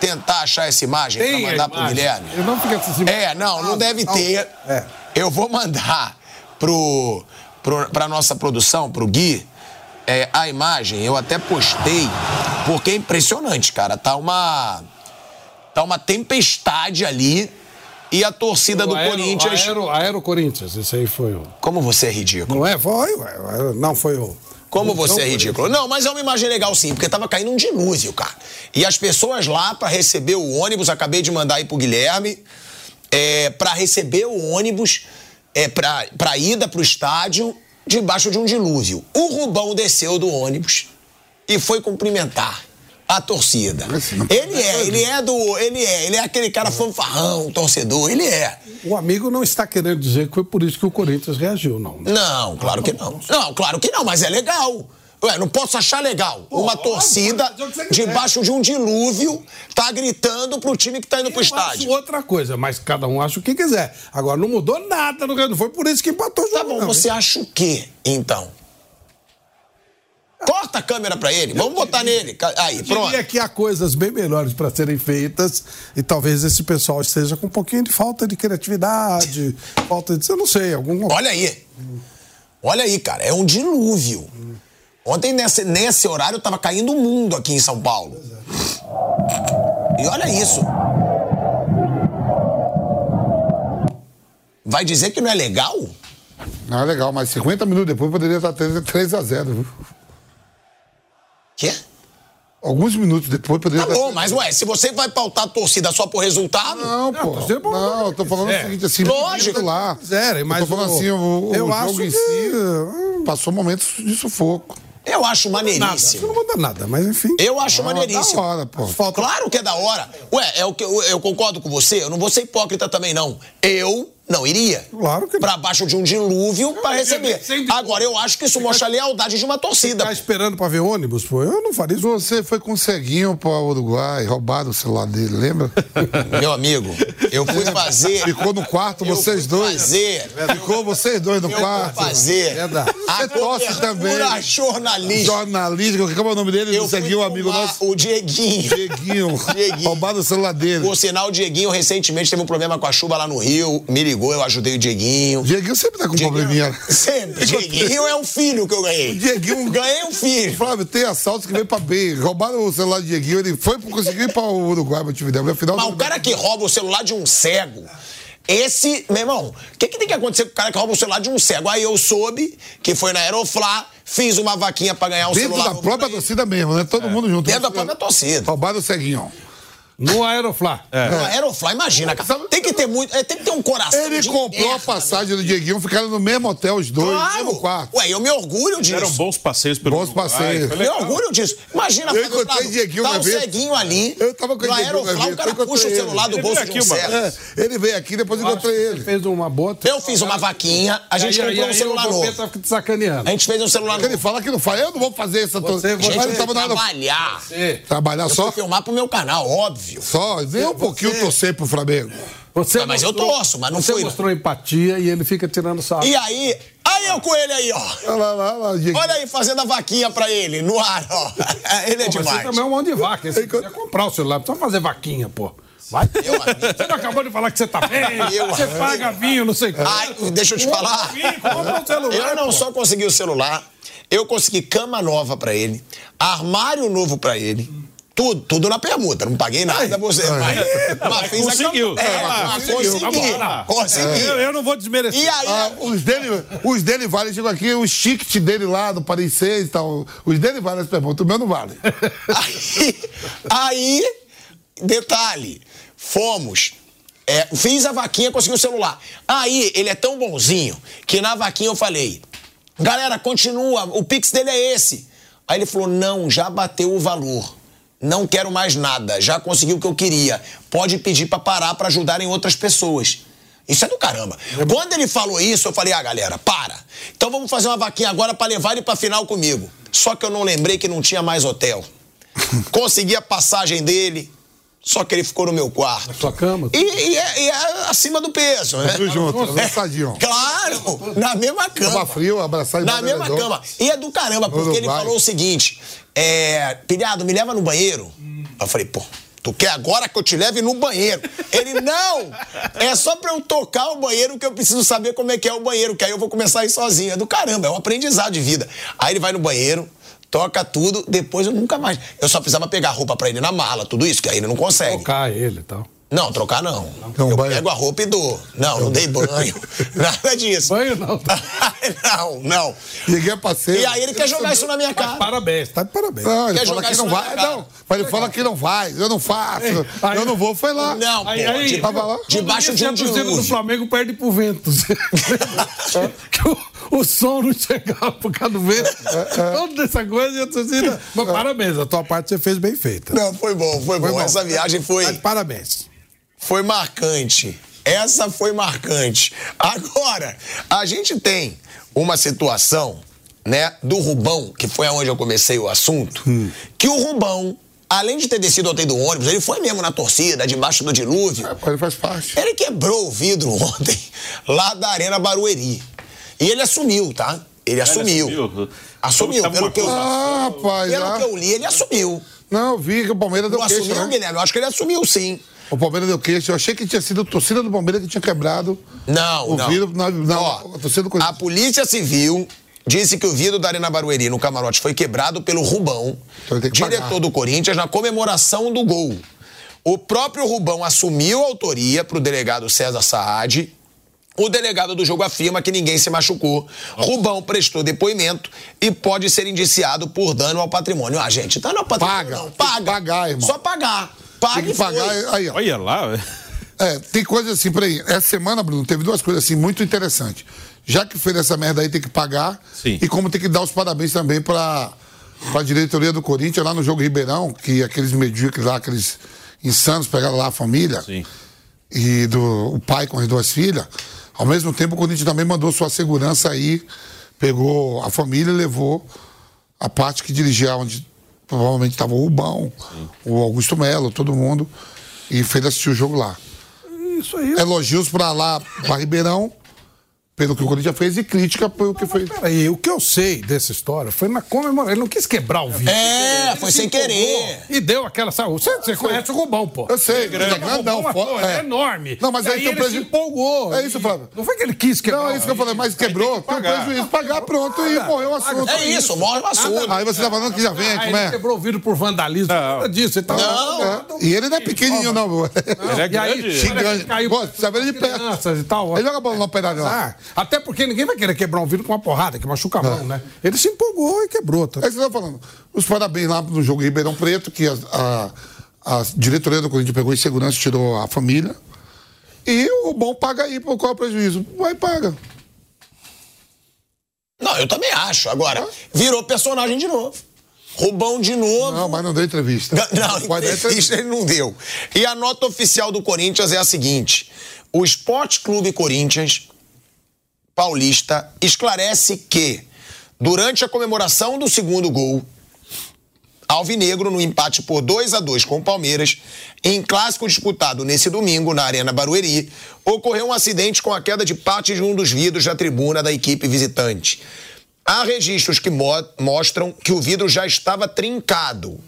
S2: tentar achar essa imagem
S6: Tem
S2: pra
S6: a
S2: mandar pro
S6: imagem.
S2: Guilherme.
S6: Eu não fico assim.
S2: É, não, não deve
S6: Ah,
S2: ter.
S6: É.
S2: Eu vou mandar pro, pro, pra nossa produção, pro Gui, é, a imagem. Eu até postei, porque é impressionante, cara. Tá uma. Tá uma tempestade ali e a torcida do
S6: O aero,
S2: Corinthians.
S6: Aero, aero Corinthians, esse aí foi o.
S2: Como você é ridículo.
S6: Não é? Foi, ué, o aero- Não foi o.
S2: Como
S6: Não
S2: você é
S6: foi.
S2: ridículo. Não, mas é uma imagem legal sim, porque tava caindo um dilúvio, cara. E as pessoas lá pra receber o ônibus, acabei de mandar aí pro Guilherme, é, para receber o ônibus, é, pra, pra ida pro estádio, debaixo de um dilúvio. O Rubão desceu do ônibus e foi cumprimentar a torcida. Ele é, ele é do. Ele é, ele é aquele cara fanfarrão, torcedor, ele é.
S6: O amigo não está querendo dizer que foi por isso que o Corinthians reagiu, não.
S2: Não, claro que não. Não, claro que não, mas é legal. Ué, não posso achar legal. Uma torcida
S6: pode fazer é o que você quiser.
S2: debaixo de um dilúvio tá gritando pro time que tá indo pro
S6: Eu acho
S2: estádio.
S6: outra coisa, mas cada um acha o que quiser. Agora, não mudou nada no Grande. Foi por isso que empatou o jogo.
S2: Tá bom,
S6: não,
S2: você
S6: hein?
S2: acha o quê, então? Corta a câmera pra ele, vamos botar nele. Ca- Aí, pronto.
S6: Diria que há coisas bem melhores para serem feitas e talvez esse pessoal esteja com um pouquinho de falta de criatividade, falta de. Eu não sei, algum.
S2: Olha aí. Olha aí, cara, é um dilúvio. Ontem, nesse, nesse horário, tava caindo o mundo aqui em São Paulo. E olha isso. Vai dizer que não é legal?
S3: Não, é legal, mas 50 minutos depois poderia estar 3, 3 a 0. viu?
S2: Quê?
S3: Alguns minutos depois poderia
S2: Tá
S3: estar.
S2: bom, mas ué, se você vai pautar a torcida só por resultado.
S3: Não, pô.
S6: torcida é bom,
S3: Não, eu tô falando
S6: É.
S3: o seguinte, assim,
S2: Lógico.
S3: lá.
S6: Zero, mas
S3: eu tô falando
S6: o-
S3: assim, o, o
S6: eu
S3: jogo
S6: acho
S3: em
S6: que-
S3: si passou momentos de sufoco.
S2: Eu acho
S6: Nada. Isso
S2: maneiríssimo.
S6: não muda nada, mas enfim.
S2: assim. Eu acho
S3: Ah, da
S2: maneiríssimo.
S3: hora, pô.
S2: Claro que é da hora. Ué, é o que eu, eu concordo com você, eu não vou ser hipócrita também, não. Eu não iria.
S6: Claro que não.
S2: Pra baixo de um dilúvio pra receber.
S6: sem dúvida.
S2: Agora, eu acho que isso mostra a lealdade de uma torcida.
S6: Tá esperando para ver ônibus? Pô, eu não faria isso.
S3: Você foi com o ceguinho pro Uruguai, roubaram o celular dele,
S2: <laughs>
S3: lembra?
S2: Meu amigo, eu fui fazer.
S3: Ficou no quarto,
S2: eu
S3: vocês
S2: fui
S3: dois.
S2: Fazer.
S3: Ficou vocês dois no
S2: Eu fui
S3: quarto. É
S2: fazer.
S6: Verdade.
S2: A
S3: Você torce também.
S2: cobertura jornalista.
S3: Jornalista, como é o nome dele?
S2: Eu
S3: Do
S2: fui
S3: ceguinho, amigo
S2: filmar
S3: nosso.
S2: O Dieguinho.
S3: Dieguinho.
S2: Dieguinho.
S3: Roubaram o celular dele.
S2: Por sinal, o Dieguinho recentemente teve um problema com a chuva lá no Rio. Me ligou, eu ajudei o Dieguinho.
S3: Dieguinho sempre tá
S2: <laughs>
S3: com probleminha.
S2: Sempre. Dieguinho é um filho que eu ganhei.
S3: Dieguinho-
S2: Ganhei um filho.
S3: Flávio, tem assalto que veio pra bem. Roubaram o celular do Dieguinho, ele foi pra conseguir ir pra Uruguai, meu time dela. Afinal,
S2: Mas o cara que rouba o celular de um cego. Esse, meu irmão, o que, que tem que acontecer com o cara que rouba o celular de um cego? Aí eu soube que foi na Aeroflá, fiz uma vaquinha pra ganhar um
S3: dentro
S2: celular.
S3: da
S2: novo
S3: própria
S2: pra ele.
S3: torcida mesmo, né? Todo mundo junto.
S2: Dentro da própria torcida.
S3: Roubaram o ceguinho.
S6: No Aeroflá.
S2: Na Aeroflá, imagina, cara.
S3: Sabe-
S2: Tem que ter muito. é, Tem que ter um coração.
S3: Ele
S2: de
S3: comprou a
S2: merda.
S3: passagem do Dieguinho, ficaram no mesmo hotel os dois, no mesmo
S2: né? Claro.
S3: quarto.
S2: Ué, eu me orgulho disso.
S6: um
S4: Eram bons passeios pelo
S3: Bons
S4: Uruguai,
S3: passeios.
S4: foi
S6: né?
S2: Meu
S4: legal.
S2: orgulho disso. Imagina,
S3: Eu
S2: Fábio
S3: encontrei
S2: Prado,
S3: Dieguinho
S2: tá
S3: uma
S2: um
S3: vez.
S2: ceguinho ali.
S3: Eu tava com o
S2: no
S3: Dieguinho uma
S2: Aeroflá,
S3: vez,
S2: o cara
S3: eu encontrei
S2: puxa o
S3: ele.
S2: celular do
S4: Ele
S2: bolso
S4: veio
S2: de um
S4: aqui uma
S2: cego.
S3: É, ele veio aqui, depois eu encontrei
S6: Você
S3: ele.
S6: fez uma boa.
S2: Eu fiz uma vaquinha, a gente
S6: E É. aí-
S2: comprou
S6: aí
S2: um celular
S6: o
S2: novo.
S6: Vampeta fica te sacaneando.
S2: A gente fez um celular
S3: Ele
S2: novo.
S3: fala que não faz, eu não vou fazer essa
S6: Você-
S3: torcida. Mas
S6: você-
S3: não tava nada.
S2: trabalhar.
S3: Trabalhar
S2: Só
S3: só?
S2: filmar pro meu canal, óbvio.
S3: Só, nem um pouquinho torcer pro Flamengo.
S6: Você
S2: Ah, mas eu torço, mas não
S6: Você
S2: fui, não.
S6: mostrou empatia e ele fica tirando sarro.
S2: E aí, aí eu com ele aí, ó.
S3: Olha lá, olha lá, Dieguinho.
S2: Olha aí, fazendo a vaquinha pra ele, no ar, ó. <laughs> Ele é
S6: Pô, mas você
S2: demais.
S6: também é um mão de vaca. hein? Você quer comprar o celular, não precisa fazer vaquinha, pô. Vai. Você não acabou de falar que você tá bem,
S2: Meu
S6: você
S2: amigo.
S6: paga vinho, não sei o quê.
S2: Ai, deixa eu te falar.
S6: Vinho, compra o celular.
S2: Eu não
S6: pô.
S2: só consegui o celular, eu consegui cama nova pra ele, armário novo pra ele. Tudo, tudo na permuta, não paguei nada, você. Mas, mas fiz a cama-
S4: conseguiu.
S2: É,
S4: Ah,
S2: mas
S4: conseguiu.
S2: consegui.
S4: Vamos lá.
S2: Consegui.
S6: Eu, eu não vou desmerecer.
S2: E aí,
S3: Ah, os dele, os dele valem, chegou aqui, o chique dele lá do Paris 6 e tal. Os dele valem as perguntas, o meu
S2: <laughs>
S3: não vale.
S2: Aí, aí, detalhe, fomos. é, fiz a vaquinha, consegui o celular. Aí, ele é tão bonzinho que na vaquinha eu falei: galera, continua, o pix dele é esse. Aí ele falou: não, já bateu o valor. Não quero mais nada, já consegui o que eu queria. Pode pedir pra parar pra ajudarem outras pessoas. Isso é do caramba. Quando ele falou isso, eu falei: ah, galera, para. Então vamos fazer uma vaquinha agora pra levar ele pra final comigo. Só que eu não lembrei que não tinha mais hotel. Consegui a passagem dele. Só que ele ficou no meu quarto.
S6: Sua tá cama?
S2: E, e é, e é acima do peso, né?
S3: Tudo junto, abraçadinho.
S2: Claro, na mesma
S3: Tava
S2: cama.
S3: frio, abraçar e
S2: Na mesma
S3: bandeiradão.
S2: cama. E é do caramba, porque ele
S3: Uruguai.
S2: falou o seguinte: é, pilhado, me leva no banheiro. Eu falei, pô. Tu quer agora que eu te leve no banheiro? Ele, não! É só pra eu tocar o banheiro que eu preciso saber como é que é o banheiro, que aí eu vou começar a ir sozinho. É do caramba, é um aprendizado de vida. Aí ele vai no banheiro, toca tudo, depois eu nunca mais. Eu só precisava pegar roupa pra ele na mala, tudo isso, que aí ele não consegue.
S6: Trocar ele e tal.
S2: Não, trocar não.
S3: Então,
S2: eu
S3: banho.
S2: pego a roupa e dou. Não, não dei banho. Nada disso. <laughs>
S6: Banho não.
S2: não, não.
S3: Liguei a é passeio.
S2: E aí ele quer jogar isso na minha cara.
S6: Parabéns, tá de parabéns.
S3: Não, ele
S2: Quer
S3: fala
S2: jogar
S3: que
S2: isso
S3: não
S2: na
S3: vai.
S2: cara.
S3: Não, mas ele fala que não vai. Eu não faço.
S6: aí-
S3: eu não vou, foi lá.
S2: Não, pô.
S6: Aí, aí,
S2: de-
S3: Tava lá.
S2: debaixo de um
S6: Todo dia esse do
S2: dilúvio.
S6: Flamengo perde
S3: <laughs>
S6: pro vento. que o, o som não chegava por causa do vento. Toda essa coisa e a torcida. Mas parabéns, a tua parte você fez bem feita.
S2: Não, foi bom, foi, bom.
S6: bom.
S2: Essa viagem
S6: Mas
S2: foi,
S6: parabéns.
S2: foi marcante. Essa foi marcante. Agora, a gente tem uma situação, né, do Rubão, que foi aonde eu comecei o assunto, que o Rubão, além de ter descido ontem do ônibus, ele foi mesmo na torcida, debaixo do dilúvio.
S3: Rapaz, Ele faz parte.
S2: Ele quebrou o vidro <laughs> ontem lá da Arena Barueri. E ele assumiu, tá? Ele assumiu.
S4: assumiu?
S2: Assumiu,
S4: Tava uma
S2: pelo que eu,
S3: Ah, rapaz.
S2: pelo
S3: ah.
S2: que eu li, ele assumiu.
S3: Não, eu vi que o Palmeiras deu
S2: Não
S3: queixa,
S2: assumiu,
S3: né?
S2: Guilherme? Eu acho que ele assumiu, sim.
S3: O Palmeiras deu queixa. Eu achei que tinha sido a torcida do Palmeiras que tinha quebrado.
S2: Não,
S3: O
S2: não.
S3: vidro na- na-
S2: Ó,
S3: a torcida do Corinthians.
S2: A Polícia Civil disse que o vidro da Arena Barueri no camarote foi quebrado pelo Rubão,
S3: Então ele tem que
S2: diretor
S3: pagar.
S2: do Corinthians, na comemoração do gol. O próprio Rubão assumiu a autoria para o delegado César Saad. O delegado do jogo afirma que ninguém se machucou. Rubão prestou depoimento e pode ser indiciado por dano ao patrimônio. Ah, gente, dano ao patrimônio.
S3: Paga.
S2: Não,
S3: Tem que
S2: paga.
S3: pagar, irmão.
S2: Só pagar. Paga
S3: Tem que
S2: e foi.
S3: pagar. Aí, ó.
S4: Olha lá.
S3: É, tem coisa assim, peraí. Essa semana, Bruno, teve duas coisas assim muito interessantes. Já que fez essa merda aí, tem que pagar.
S4: Sim.
S3: E como tem que dar os parabéns também pra, pra diretoria do Corinthians, lá no jogo Ribeirão, que aqueles medíocres lá, aqueles insanos pegaram lá a família.
S4: Sim.
S3: E do, o pai com as duas filhas. Ao mesmo tempo, o Corinthians também mandou sua segurança aí, pegou a família e levou a parte que dirigia onde provavelmente estava o Rubão, o Augusto Melo, todo mundo, e fez assistir o jogo lá
S6: Isso aí.
S3: elogios pra lá, pra Ribeirão, pelo que o Corinthians fez, e crítica pelo que foi.
S6: Peraí, o que eu sei dessa história foi na comemoração. Ele não quis quebrar o vídeo.
S2: É, foi sem querer.
S6: E deu aquela saúde. Você, você conhece o Rubão, pô.
S3: Eu sei,
S6: Ele
S3: não,
S6: é
S3: não,
S6: um
S3: fo-
S6: ator, ele é enorme.
S3: Não, mas
S6: E
S3: aí, tem
S6: ele
S3: o prejuízo.
S6: se empolgou.
S3: É isso, Flávio.
S6: Não foi que ele quis quebrar.
S3: Não, é isso que eu falei, mas quebrou, tem, um prejuízo. Pagar, pronto, e morreu o assunto.
S2: É isso, morre o assunto.
S3: Aí você tá falando que já vem,
S6: Ah,
S3: aí, como
S6: ele
S3: é?
S6: quebrou o vidro por vandalismo.
S4: Não.
S6: Nada disso. Ele tava...
S2: Não.
S3: É, E ele não é pequenininho, não. meu.
S4: Ele é
S6: E aí,
S4: grande.
S6: olha que
S3: Grande.
S6: caiu
S3: Pô, você vê ele de perto.
S6: crianças e
S3: <laughs>
S6: tal.
S3: Ele joga a bola na pedalha lá.
S6: Ah, até porque ninguém vai querer quebrar um vidro com uma porrada, que machuca a mão, né? Ele se empolgou e quebrou. Tá?
S3: É isso que eu tô falando. Os parabéns lá no jogo em Ribeirão Preto, que a, a- a diretoria do Corinthians pegou em segurança, tirou a família. E o bom paga aí, pô, qual é o prejuízo? Vai e paga.
S2: Não, eu também acho. Agora, virou personagem de novo. Rubão de novo.
S3: Não, mas não deu entrevista.
S2: Ga- Não,
S3: Pode dar
S2: entrevista ele não deu. E a nota oficial do Corinthians é a seguinte: o Esporte Clube Corinthians Paulista esclarece que, durante a comemoração do segundo gol, Alvinegro, no empate por 2 a 2 com o Palmeiras, em clássico disputado nesse domingo na Arena Barueri, ocorreu um acidente com a queda de parte de um dos vidros da tribuna da equipe visitante. Há registros que mo- mostram que o vidro já estava trincado.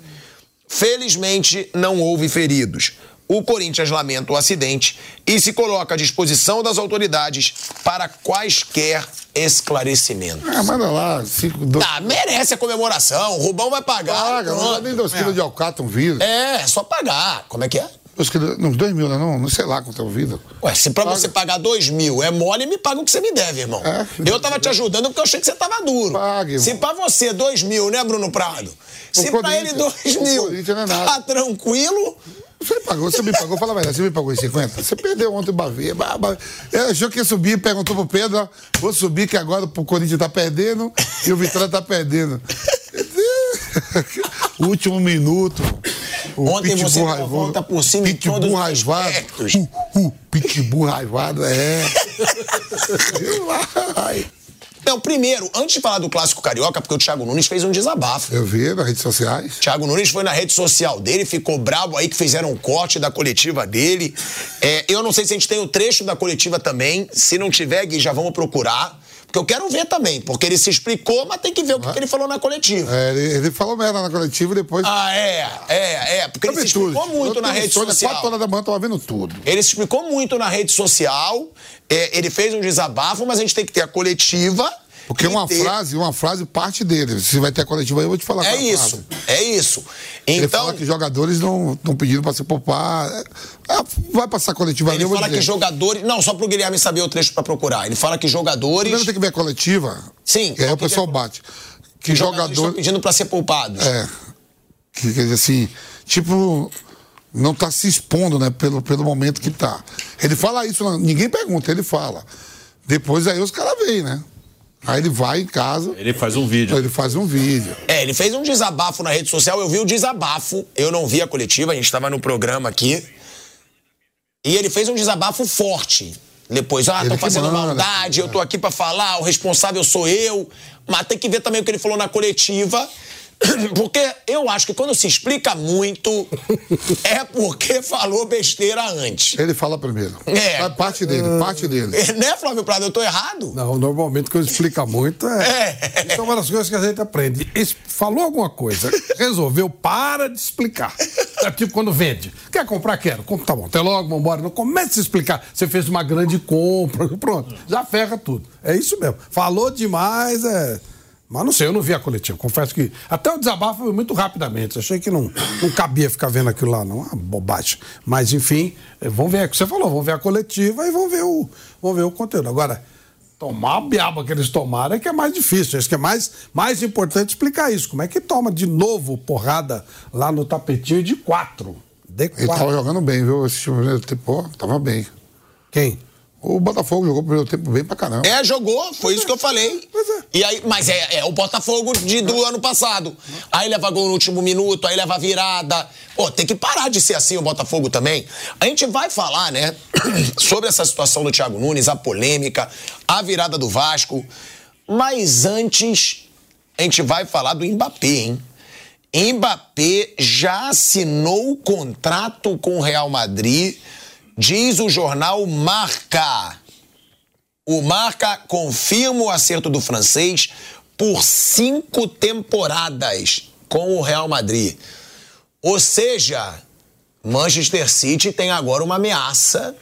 S2: Felizmente, não houve feridos. O Corinthians lamenta o acidente e se coloca à disposição das autoridades para quaisquer esclarecimentos.
S3: Ah, manda lá, cinco, dois.
S2: Tá, merece a comemoração. O Rubão vai pagar.
S3: Paga, não dá
S2: pronto.
S3: nem dois quilos de alcatra um vidro.
S2: É, é só pagar. Como é que é?
S3: Dois quilos, uns dois mil, né? Não, não sei lá quanto é o vidro.
S2: Ué, se pra você pagar dois mil é mole, me paga o que você me deve, irmão.
S3: É?
S2: Eu tava te ajudando porque eu achei que você tava duro.
S3: Pague, irmão.
S2: se pra você dois mil, né, Bruno Prado? Se pra ele
S3: Corinthians.
S2: dois
S3: O
S2: mil,
S3: Corinthians não é nada.
S2: tá tranquilo?
S3: Você me pagou, você me pagou, fala a verdade, você me pagou em 50? Você perdeu ontem o Bavê. ba- ba- Eu achou que ia subir, perguntou pro Pedro, ó, vou subir que agora o Corinthians tá perdendo e o Vitória tá perdendo. <laughs> Último minuto. O
S2: Ontem
S3: Pitbull
S2: você deu a
S3: raivoso.
S2: volta por cima em
S3: Pitbull
S2: todos os
S3: raivado.
S2: aspectos.
S3: Uh, uh, pitbull raivado, é. Eu, ai.
S2: Não, Então, primeiro, antes de falar do clássico carioca, porque o Thiago Nunes fez um desabafo.
S3: Eu vi nas redes sociais.
S2: Thiago Nunes foi na rede social dele, ficou brabo aí que fizeram um corte da coletiva dele. É, eu não sei se a gente tem o trecho da coletiva também. Se não tiver, Gui, já vamos procurar. Porque eu quero ver também, porque ele se explicou, mas tem que ver o que, que ele falou na coletiva.
S3: É, ele, ele falou merda na coletiva e depois.
S2: Ah, é, é, é. Porque ele
S3: vi
S2: se explicou
S3: tudo.
S2: muito
S3: Eu
S2: na
S3: tenho
S2: rede
S3: sono, é
S2: social.
S3: Quatro horas da manhã, eu tava vendo tudo.
S2: Ele se explicou muito na rede social, é, ele fez um desabafo, mas a gente tem que ter a coletiva.
S3: Porque
S2: e
S3: uma
S2: ter-
S3: frase, uma frase parte dele. Se vai ter a coletiva aí, eu vou te falar
S2: É
S3: qual a
S2: isso,
S3: frase.
S2: é isso.
S3: Ele
S2: Então,
S3: fala que jogadores não estão pedindo pra se poupar. Ah, vai passar a coletiva ali,
S2: ele
S3: eu vou
S2: fala que
S3: dizer.
S2: jogadores. Não, só pro Guilherme saber o trecho pra procurar. Ele fala que
S3: Primeiro
S2: jogadores.
S3: tem que ver a coletiva.
S2: Sim,
S3: E
S2: qual
S3: aí o
S2: que é-
S3: pessoal bate. Que
S2: jogadores estão
S3: jogador.
S2: pedindo pra ser poupados.
S3: É. Que, quer dizer assim, tipo, não tá se expondo, né, pelo, pelo momento que tá. Ele fala isso, não- ninguém pergunta, ele fala. Depois aí os caras veem, né? Aí ele vai em casa,
S4: Ele faz um vídeo.
S3: ele faz um vídeo.
S2: É, ele fez um desabafo na rede social, eu vi o desabafo, eu não vi a coletiva, a gente estava no programa aqui. E ele fez um desabafo forte. Depois, ah,
S3: Ele
S2: estão
S3: que
S2: fazendo
S3: manda.
S2: maldade, eu tô aqui pra falar, o responsável sou eu. Mas tem que ver também o que ele falou na coletiva. <clears throat> Porque eu acho que quando se explica muito, é porque falou besteira antes. <laughs>
S3: Ele fala primeiro.
S2: É.
S3: Vai Parte dele, parte dele.
S2: Né, Flávio Prado? Eu tô errado?
S6: Não, normalmente quando explica muito é.
S2: É.
S6: Isso é uma das coisas que a gente aprende. Es- Falou alguma coisa, resolveu, para de explicar. É tipo quando vende. Quer comprar? Quero. Compra, tá bom, até logo, vambora. Não comece a explicar. Você fez uma grande compra, <laughs> pronto. Já ferra tudo. É isso mesmo. Falou demais, é. Mas não sei, eu não vi a coletiva. Confesso que até o desabafo foi muito rapidamente. Achei que não, não cabia ficar vendo aquilo lá, não. Uma bobagem. Mas, enfim, eh, vamos ver. É o que você falou, vamos ver a coletiva e vamos ver o, vamos ver o conteúdo. Agora, Tomar a biaba que eles tomaram é que é mais difícil. Acho que é mais, mais importante explicar isso. Como é que toma de novo porrada lá no tapetinho de quatro? De
S3: Ele
S6: quatro.
S3: tava jogando bem, viu? Esse primeiro tempo, ó, tava bem.
S6: Quem?
S3: O Botafogo jogou o primeiro tempo bem pra caramba.
S2: É, jogou, foi isso que eu falei.
S6: Pois é.
S2: E aí, mas é, é o Botafogo de- do ano passado. Aí leva gol no último minuto, aí leva virada. Pô, tem que parar de ser assim o Botafogo também. A gente vai falar, né, <clears throat> sobre essa situação do Thiago Nunes, a polêmica, a virada do Vasco. Mas antes, a gente vai falar do Mbappé, hein? Mbappé já assinou o contrato com o Real Madrid, diz o jornal Marca. O Marca confirma o acerto do francês por cinco temporadas com o Real Madrid. Ou seja, Manchester City tem agora uma ameaça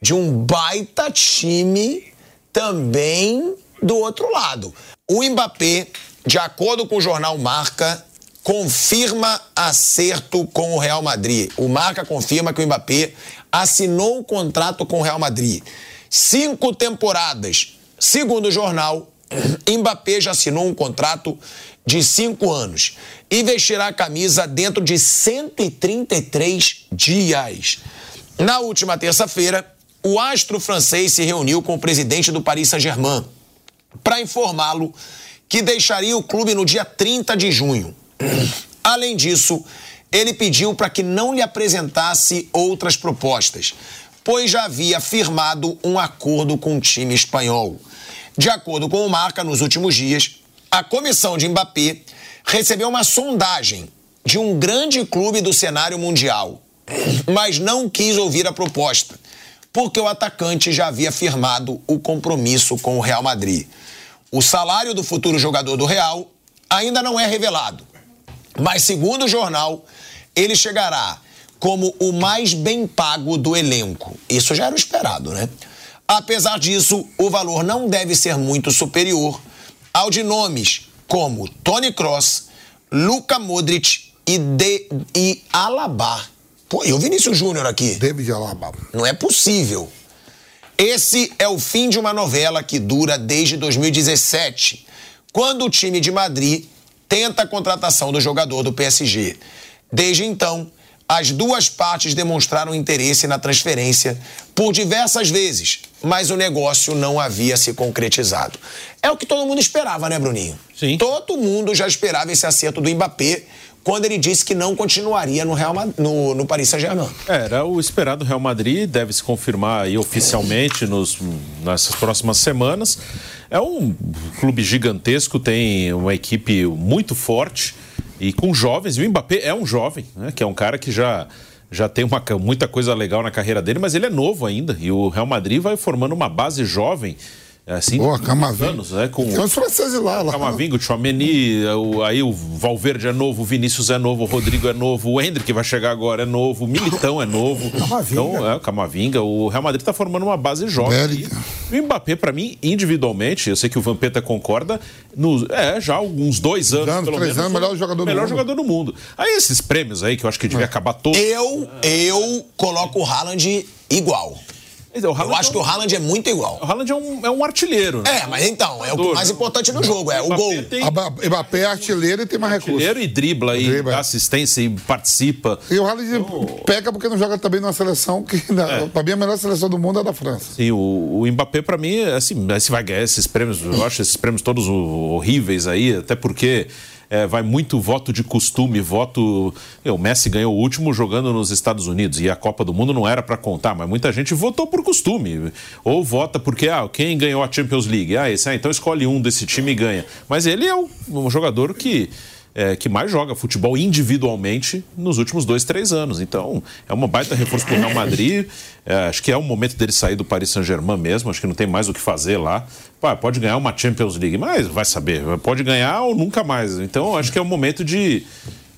S2: de um baita time também do outro lado. O Mbappé, de acordo com o jornal Marca, confirma acerto com o Real Madrid. O Marca confirma que o Mbappé assinou o contrato com o Real Madrid. Cinco temporadas. Segundo o jornal, <clears throat> Mbappé já assinou um contrato de cinco anos e vestirá a camisa dentro de 133 dias. Na última terça-feira, o astro francês se reuniu com o presidente do Paris Saint-Germain para informá-lo que deixaria o clube no dia 30 de junho. Além disso, ele pediu para que não lhe apresentasse outras propostas, pois já havia firmado um acordo com o time espanhol. De acordo com o Marca, nos últimos dias, a comissão de Mbappé recebeu uma sondagem de um grande clube do cenário mundial, mas não quis ouvir a proposta, porque o atacante já havia firmado o compromisso com o Real Madrid. O salário do futuro jogador do Real ainda não é revelado, mas segundo o jornal, ele chegará como o mais bem pago do elenco. Isso já era o esperado, né? Apesar disso, o valor não deve ser muito superior ao de nomes como Tony Cross, Luka Modric e, de, e Alaba. Pô, e o Vinícius Júnior aqui?
S3: David Alaba.
S2: Não é possível. Esse é o fim de uma novela que dura desde 2017, quando o time de Madrid tenta a contratação do jogador do PSG. Desde então, as duas partes demonstraram interesse na transferência por diversas vezes, mas o negócio não havia se concretizado. É o que todo mundo esperava, né, Bruninho?
S4: Sim.
S2: Todo mundo já esperava esse acerto do Mbappé quando ele disse que não continuaria no, Real Madrid, no, no Paris Saint-Germain.
S4: É, Era o esperado Real Madrid, deve se confirmar aí oficialmente nos, nessas próximas semanas. É um clube gigantesco, tem uma equipe muito forte e com jovens. E o Mbappé é um jovem, né? que é um cara que já, já tem uma, muita coisa legal na carreira dele, mas ele é novo ainda. E o Real Madrid vai formando uma base jovem. Assim,
S3: Boa,
S4: de
S3: Camavinga. Então,
S4: anos, né? Com
S3: Tem uns franceses lá, lá.
S4: Camavinga, o Chomeni, aí o Valverde é novo, o Vinícius é novo, o Rodrigo é novo, o Hendrick que vai chegar agora é novo, o Militão é novo.
S6: Camavinga.
S4: Então, é, o Camavinga. O Real Madrid tá formando uma base jovem. aí. E o Mbappé, pra mim, individualmente, eu sei que o Vampeta concorda, no, é, já há uns dois anos,
S3: anos,
S4: pelo
S3: três
S4: menos.
S3: anos,
S4: foi
S3: melhor
S4: o
S3: jogador do
S4: melhor
S3: mundo.
S4: jogador do mundo. Aí esses prêmios aí, que eu acho que devia acabar todos.
S2: Eu, eu coloco o Haaland igual.
S4: Quer dizer, Então, o
S2: Eu
S4: Haaland um
S2: acho que o Haaland é muito igual.
S4: o Haaland é um, é um artilheiro, né?
S2: É, mas então, é o que mais importante no jogo, é o
S4: Mbappé
S2: gol.
S4: tem
S3: A Ba- Mbappé é artilheiro e tem mais recursos.
S4: artilheiro e dribla, e
S3: Dribla.
S4: dá assistência e participa.
S3: E o Haaland
S4: Então,
S3: peca porque não joga também numa seleção que, na,
S4: É.
S3: pra mim, a melhor seleção do mundo é a da França.
S4: Sim, o, o Mbappé, pra mim, é assim, se vai ganhar esses prêmios, eu acho esses prêmios todos o- horríveis aí, até porque é, vai muito voto de costume, voto. Meu, o Messi ganhou o último jogando nos Estados Unidos e a Copa do Mundo não era pra contar, mas muita gente votou por costume. Ou vota porque, ah, quem ganhou a Champions League? Ah, esse, ah, então escolhe um desse time e ganha. Mas ele é um, um jogador que. é, que mais joga futebol individualmente nos últimos dois, três anos. Então, é uma baita reforço para o Real Madrid. É, acho que é o momento dele sair do Paris Saint-Germain mesmo. Acho que não tem mais o que fazer lá. Pá, pode ganhar uma Champions League, mas vai saber. Pode ganhar ou nunca mais. Então, acho que é o momento de,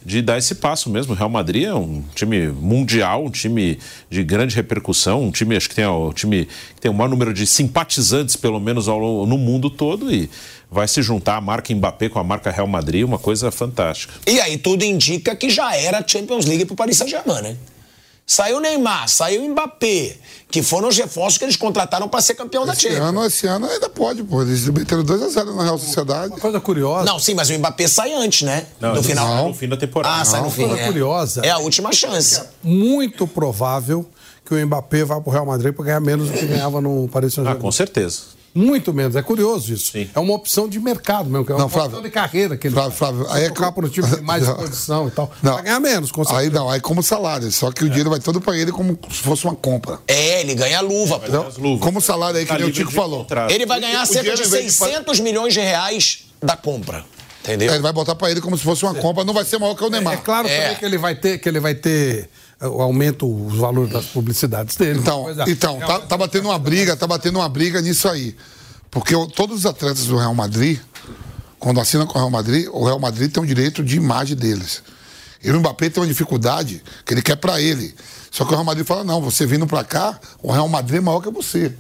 S4: de dar esse passo mesmo. O Real Madrid é um time mundial, um time de grande repercussão, um time, acho que tem, o time que tem o maior número de simpatizantes, pelo menos ao longo- no mundo todo, e vai se juntar a marca Mbappé com a marca Real Madrid, uma coisa fantástica.
S2: E aí tudo indica que já era a Champions League pro Paris Saint-Germain, né? Saiu Neymar, saiu Mbappé, que foram os reforços que eles contrataram pra ser campeão da
S3: Esse
S2: Champions.
S3: ano, esse ano ainda pode, pô. Eles meteram 2x0 na Real Sociedade.
S6: Uma coisa curiosa.
S2: Não, sim, mas o Mbappé sai antes, né?
S4: Não,
S2: no
S4: ele
S2: final.
S4: sai no fim da temporada.
S2: Ah, sai no
S4: Não,
S2: fim.
S6: coisa
S2: é.
S6: curiosa.
S2: É a última chance.
S6: Muito provável que o Mbappé vá pro Real Madrid para ganhar menos do que ganhava no Paris
S4: Ah,
S6: Saint-Germain.
S4: com certeza.
S6: Muito menos. É curioso isso.
S4: Sim.
S6: É uma opção de mercado mesmo. que É uma
S3: Não,
S6: opção
S3: Flávio.
S6: de carreira que ele
S3: Flávio, Flávio, aí é
S6: tocar para um time de mais
S3: Não.
S6: exposição e tal.
S3: Não.
S6: Vai ganhar menos, com certeza.
S3: Aí não, aí como salário. Só
S4: É.
S3: que o dinheiro vai todo pra ele como se fosse uma compra.
S2: É, ele ganha luva, pô.
S3: Então,
S4: As luvas.
S3: como salário aí que
S4: Tá
S3: nem o
S4: livre
S3: Tico
S4: de
S3: falou.
S4: contrato.
S2: Ele vai ganhar
S3: O
S2: cerca
S3: dinheiro
S2: de
S3: em vez de pa-
S2: 600 milhões de reais da compra. Entendeu?
S3: Ele vai botar pra ele como se
S4: É.
S3: fosse uma compra. Não vai ser maior que o Neymar.
S6: É claro
S2: É.
S6: também que ele vai ter, que ele vai ter eh, o aumento os valores das publicidades dele.
S3: Então,
S6: Coisa- é
S3: então tá, tá batendo uma briga, tá batendo uma briga nisso aí. Porque o- todos os atletas do Real Madrid, quando assinam com o Real Madrid, o Real Madrid tem o direito de imagem deles. E o Mbappé tem uma dificuldade que ele quer pra ele. Só que o Real Madrid fala: não, você vindo pra cá, o Real Madrid é maior que você.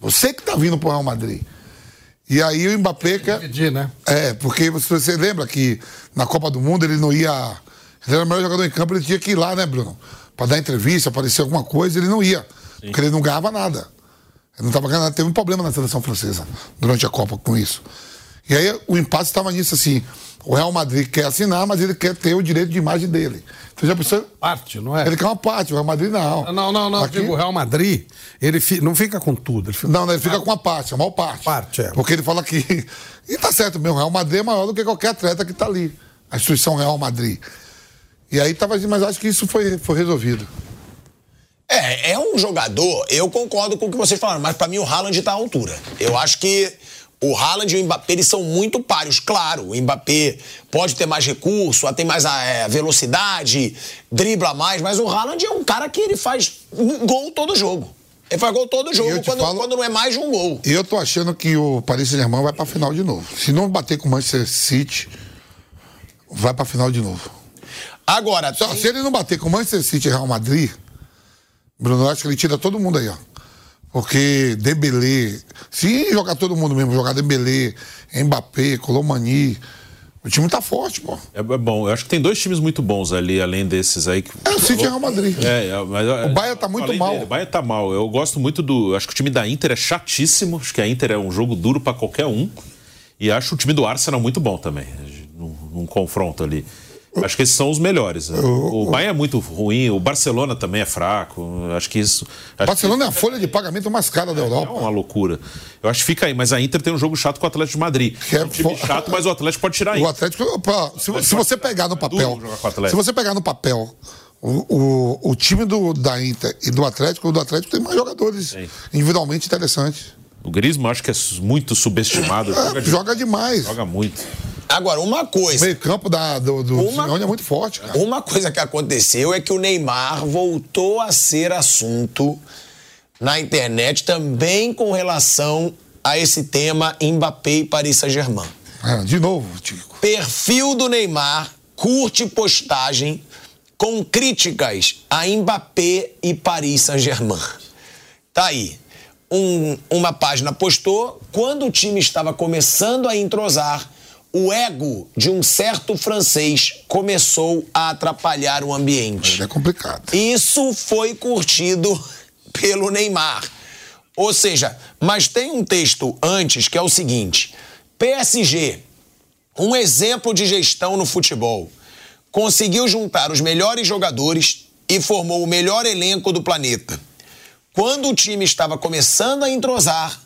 S3: Você que tá vindo pro Real Madrid. E aí o Mbappé quer.
S6: dividir, né?
S3: É, porque você, você lembra que na Copa do Mundo ele não ia. Ele era o melhor jogador em campo, ele tinha que ir lá, né, Bruno? Pra dar entrevista, aparecer alguma coisa, ele não ia. Porque ele não ganhava nada. Ele não estava ganhando nada. Teve um problema na seleção francesa durante a Copa com isso. E aí o impasse estava nisso, assim. O Real Madrid quer assinar, mas ele quer ter o direito de imagem dele. Então já pensou.
S6: Parte, não é?
S3: Ele quer uma parte, o Real Madrid não.
S6: Não, não, não.
S3: Aqui-
S6: Digo, o Real Madrid, ele fi- não fica com tudo. Ele fica...
S3: Não, né, ele fica com a parte, a maior parte.
S6: Parte, é.
S3: Porque ele fala que. <laughs> E tá certo mesmo, o Real Madrid é maior do que qualquer atleta que tá ali. A instituição Real Madrid. E aí tava. Mas acho que isso foi, foi resolvido.
S2: É, é um jogador, eu concordo com o que vocês falaram, mas pra mim o Haaland tá à altura. Eu acho que o Haaland e o Mbappé eles são muito páreos. Claro, o Mbappé pode ter mais recurso, tem mais a, é, velocidade, dribla mais, mas o Haaland é um cara que ele faz um gol todo jogo. Ele faz gol todo jogo
S3: eu te
S2: quando,
S3: falo-
S2: quando não é mais de um gol.
S3: E eu tô achando que o Paris Saint-Germain vai pra final de novo. Se não bater com o Manchester City, vai pra final de novo.
S2: Agora,
S3: Só, se ele não bater com o Manchester City e Real Madrid, Bruno, eu acho que ele tira todo mundo aí, ó. Porque Dembélé, se jogar todo mundo mesmo, jogar Dembélé, Mbappé, Colomani, o time tá forte, pô.
S4: É, é bom, eu acho que tem dois times muito bons ali, além desses aí. Que...
S3: É o City e Real Madrid.
S4: É, é, mas, o
S3: Bayern tá muito mal.
S4: o Bayern tá mal. Eu gosto muito do. Acho que o time da Inter é chatíssimo. Acho que a Inter é um jogo duro pra qualquer um. E acho o time do Arsenal muito bom também, num, num confronto ali. Acho que esses são os melhores. né? O Bayern é muito ruim, o Barcelona também é fraco. Acho que isso. acho que-
S3: Barcelona é a folha de pagamento mais cara da
S4: É
S3: Europa.
S4: uma loucura. Eu acho que fica aí, mas a Inter tem um jogo chato com o Atlético de Madrid.
S3: Que é
S4: é um time
S3: fo-
S4: chato, mas o Atlético pode tirar a
S3: O
S4: Inter.
S3: Atlético, opa, se, se você pegar no
S4: É duro
S3: papel,
S4: jogar com o Atlético.
S3: se você pegar no papel o, o, o time do, da Inter e do Atlético, o do Atlético tem mais jogadores individualmente interessantes.
S4: O Griezmann acho que é muito
S3: <laughs>
S4: subestimado. Joga,
S3: É,
S4: de-
S3: joga demais.
S4: joga muito.
S2: Agora, uma
S3: O
S2: coisa.
S3: meio-campo da- do, do
S2: Uma-
S3: Simeone é muito forte, cara.
S2: Uma coisa que aconteceu é que o Neymar voltou a ser assunto na internet também com relação a esse tema Mbappé e Paris Saint-Germain.
S3: É, de novo, Tico.
S2: Perfil do Neymar curte postagem com críticas a Mbappé e Paris Saint-Germain. Tá aí. Um- uma página postou quando o time estava começando a entrosar, o ego de um certo francês começou a atrapalhar o ambiente.
S3: Ele é complicado.
S2: Isso foi curtido <laughs> pelo Neymar. Ou seja, mas tem um texto antes que é o seguinte: PSG, um exemplo de gestão no futebol, conseguiu juntar os melhores jogadores e formou o melhor elenco do planeta. Quando o time estava começando a entrosar,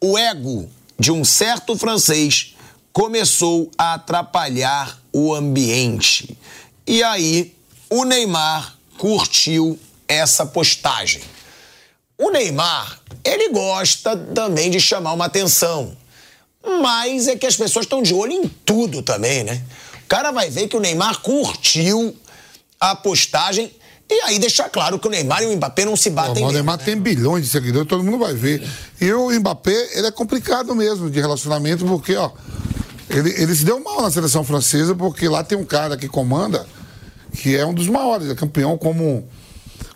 S2: o ego de um certo francês começou a atrapalhar o ambiente. E aí, o Neymar curtiu essa postagem. O Neymar, ele gosta também de chamar uma atenção. Mas é que as pessoas estão de olho em tudo também, né? O cara vai ver que o Neymar curtiu a postagem e aí deixar claro que o Neymar e o Mbappé não se
S3: Pô,
S2: batem.
S3: mas o
S2: mesmo.
S3: Neymar tem bilhões de seguidores, todo mundo vai ver. E o Mbappé, ele é complicado mesmo de relacionamento, porque, ó, ele, ele se deu mal na seleção francesa, porque lá tem um cara que comanda, que é um dos maiores, é campeão como,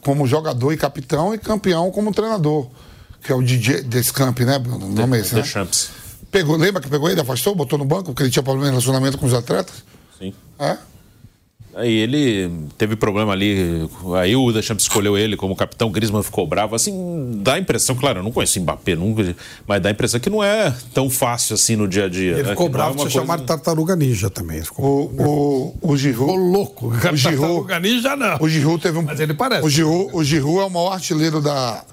S3: como jogador e capitão, e campeão como treinador, que é o DJ Descamp, né, Bruno? O nome é esse, né?
S4: Champs.
S3: Pegou, lembra que pegou ele, afastou, botou no banco, porque ele tinha problema de relacionamento com os atletas?
S4: Sim.
S3: É?
S4: Aí ele teve problema ali, aí o Deschamps escolheu ele como capitão, o Griezmann ficou bravo, assim, dá a impressão, claro, eu não conheço o Mbappé, nunca, mas dá a impressão que não é tão fácil assim no dia a dia.
S6: Ele
S4: né?
S6: ficou
S4: Que dá
S6: bravo de
S4: uma
S6: ser
S4: coisa-
S6: chamado Tartaruga Ninja também. Ele Ficou
S3: O, o, o Giroud.
S6: Ô, louco.
S3: O
S6: <laughs>
S3: Giroud,
S6: Tartaruga Ninja não.
S3: o Giroud teve um.
S6: Mas ele parece.
S3: O Giroud, o Giroud é o maior artilheiro da,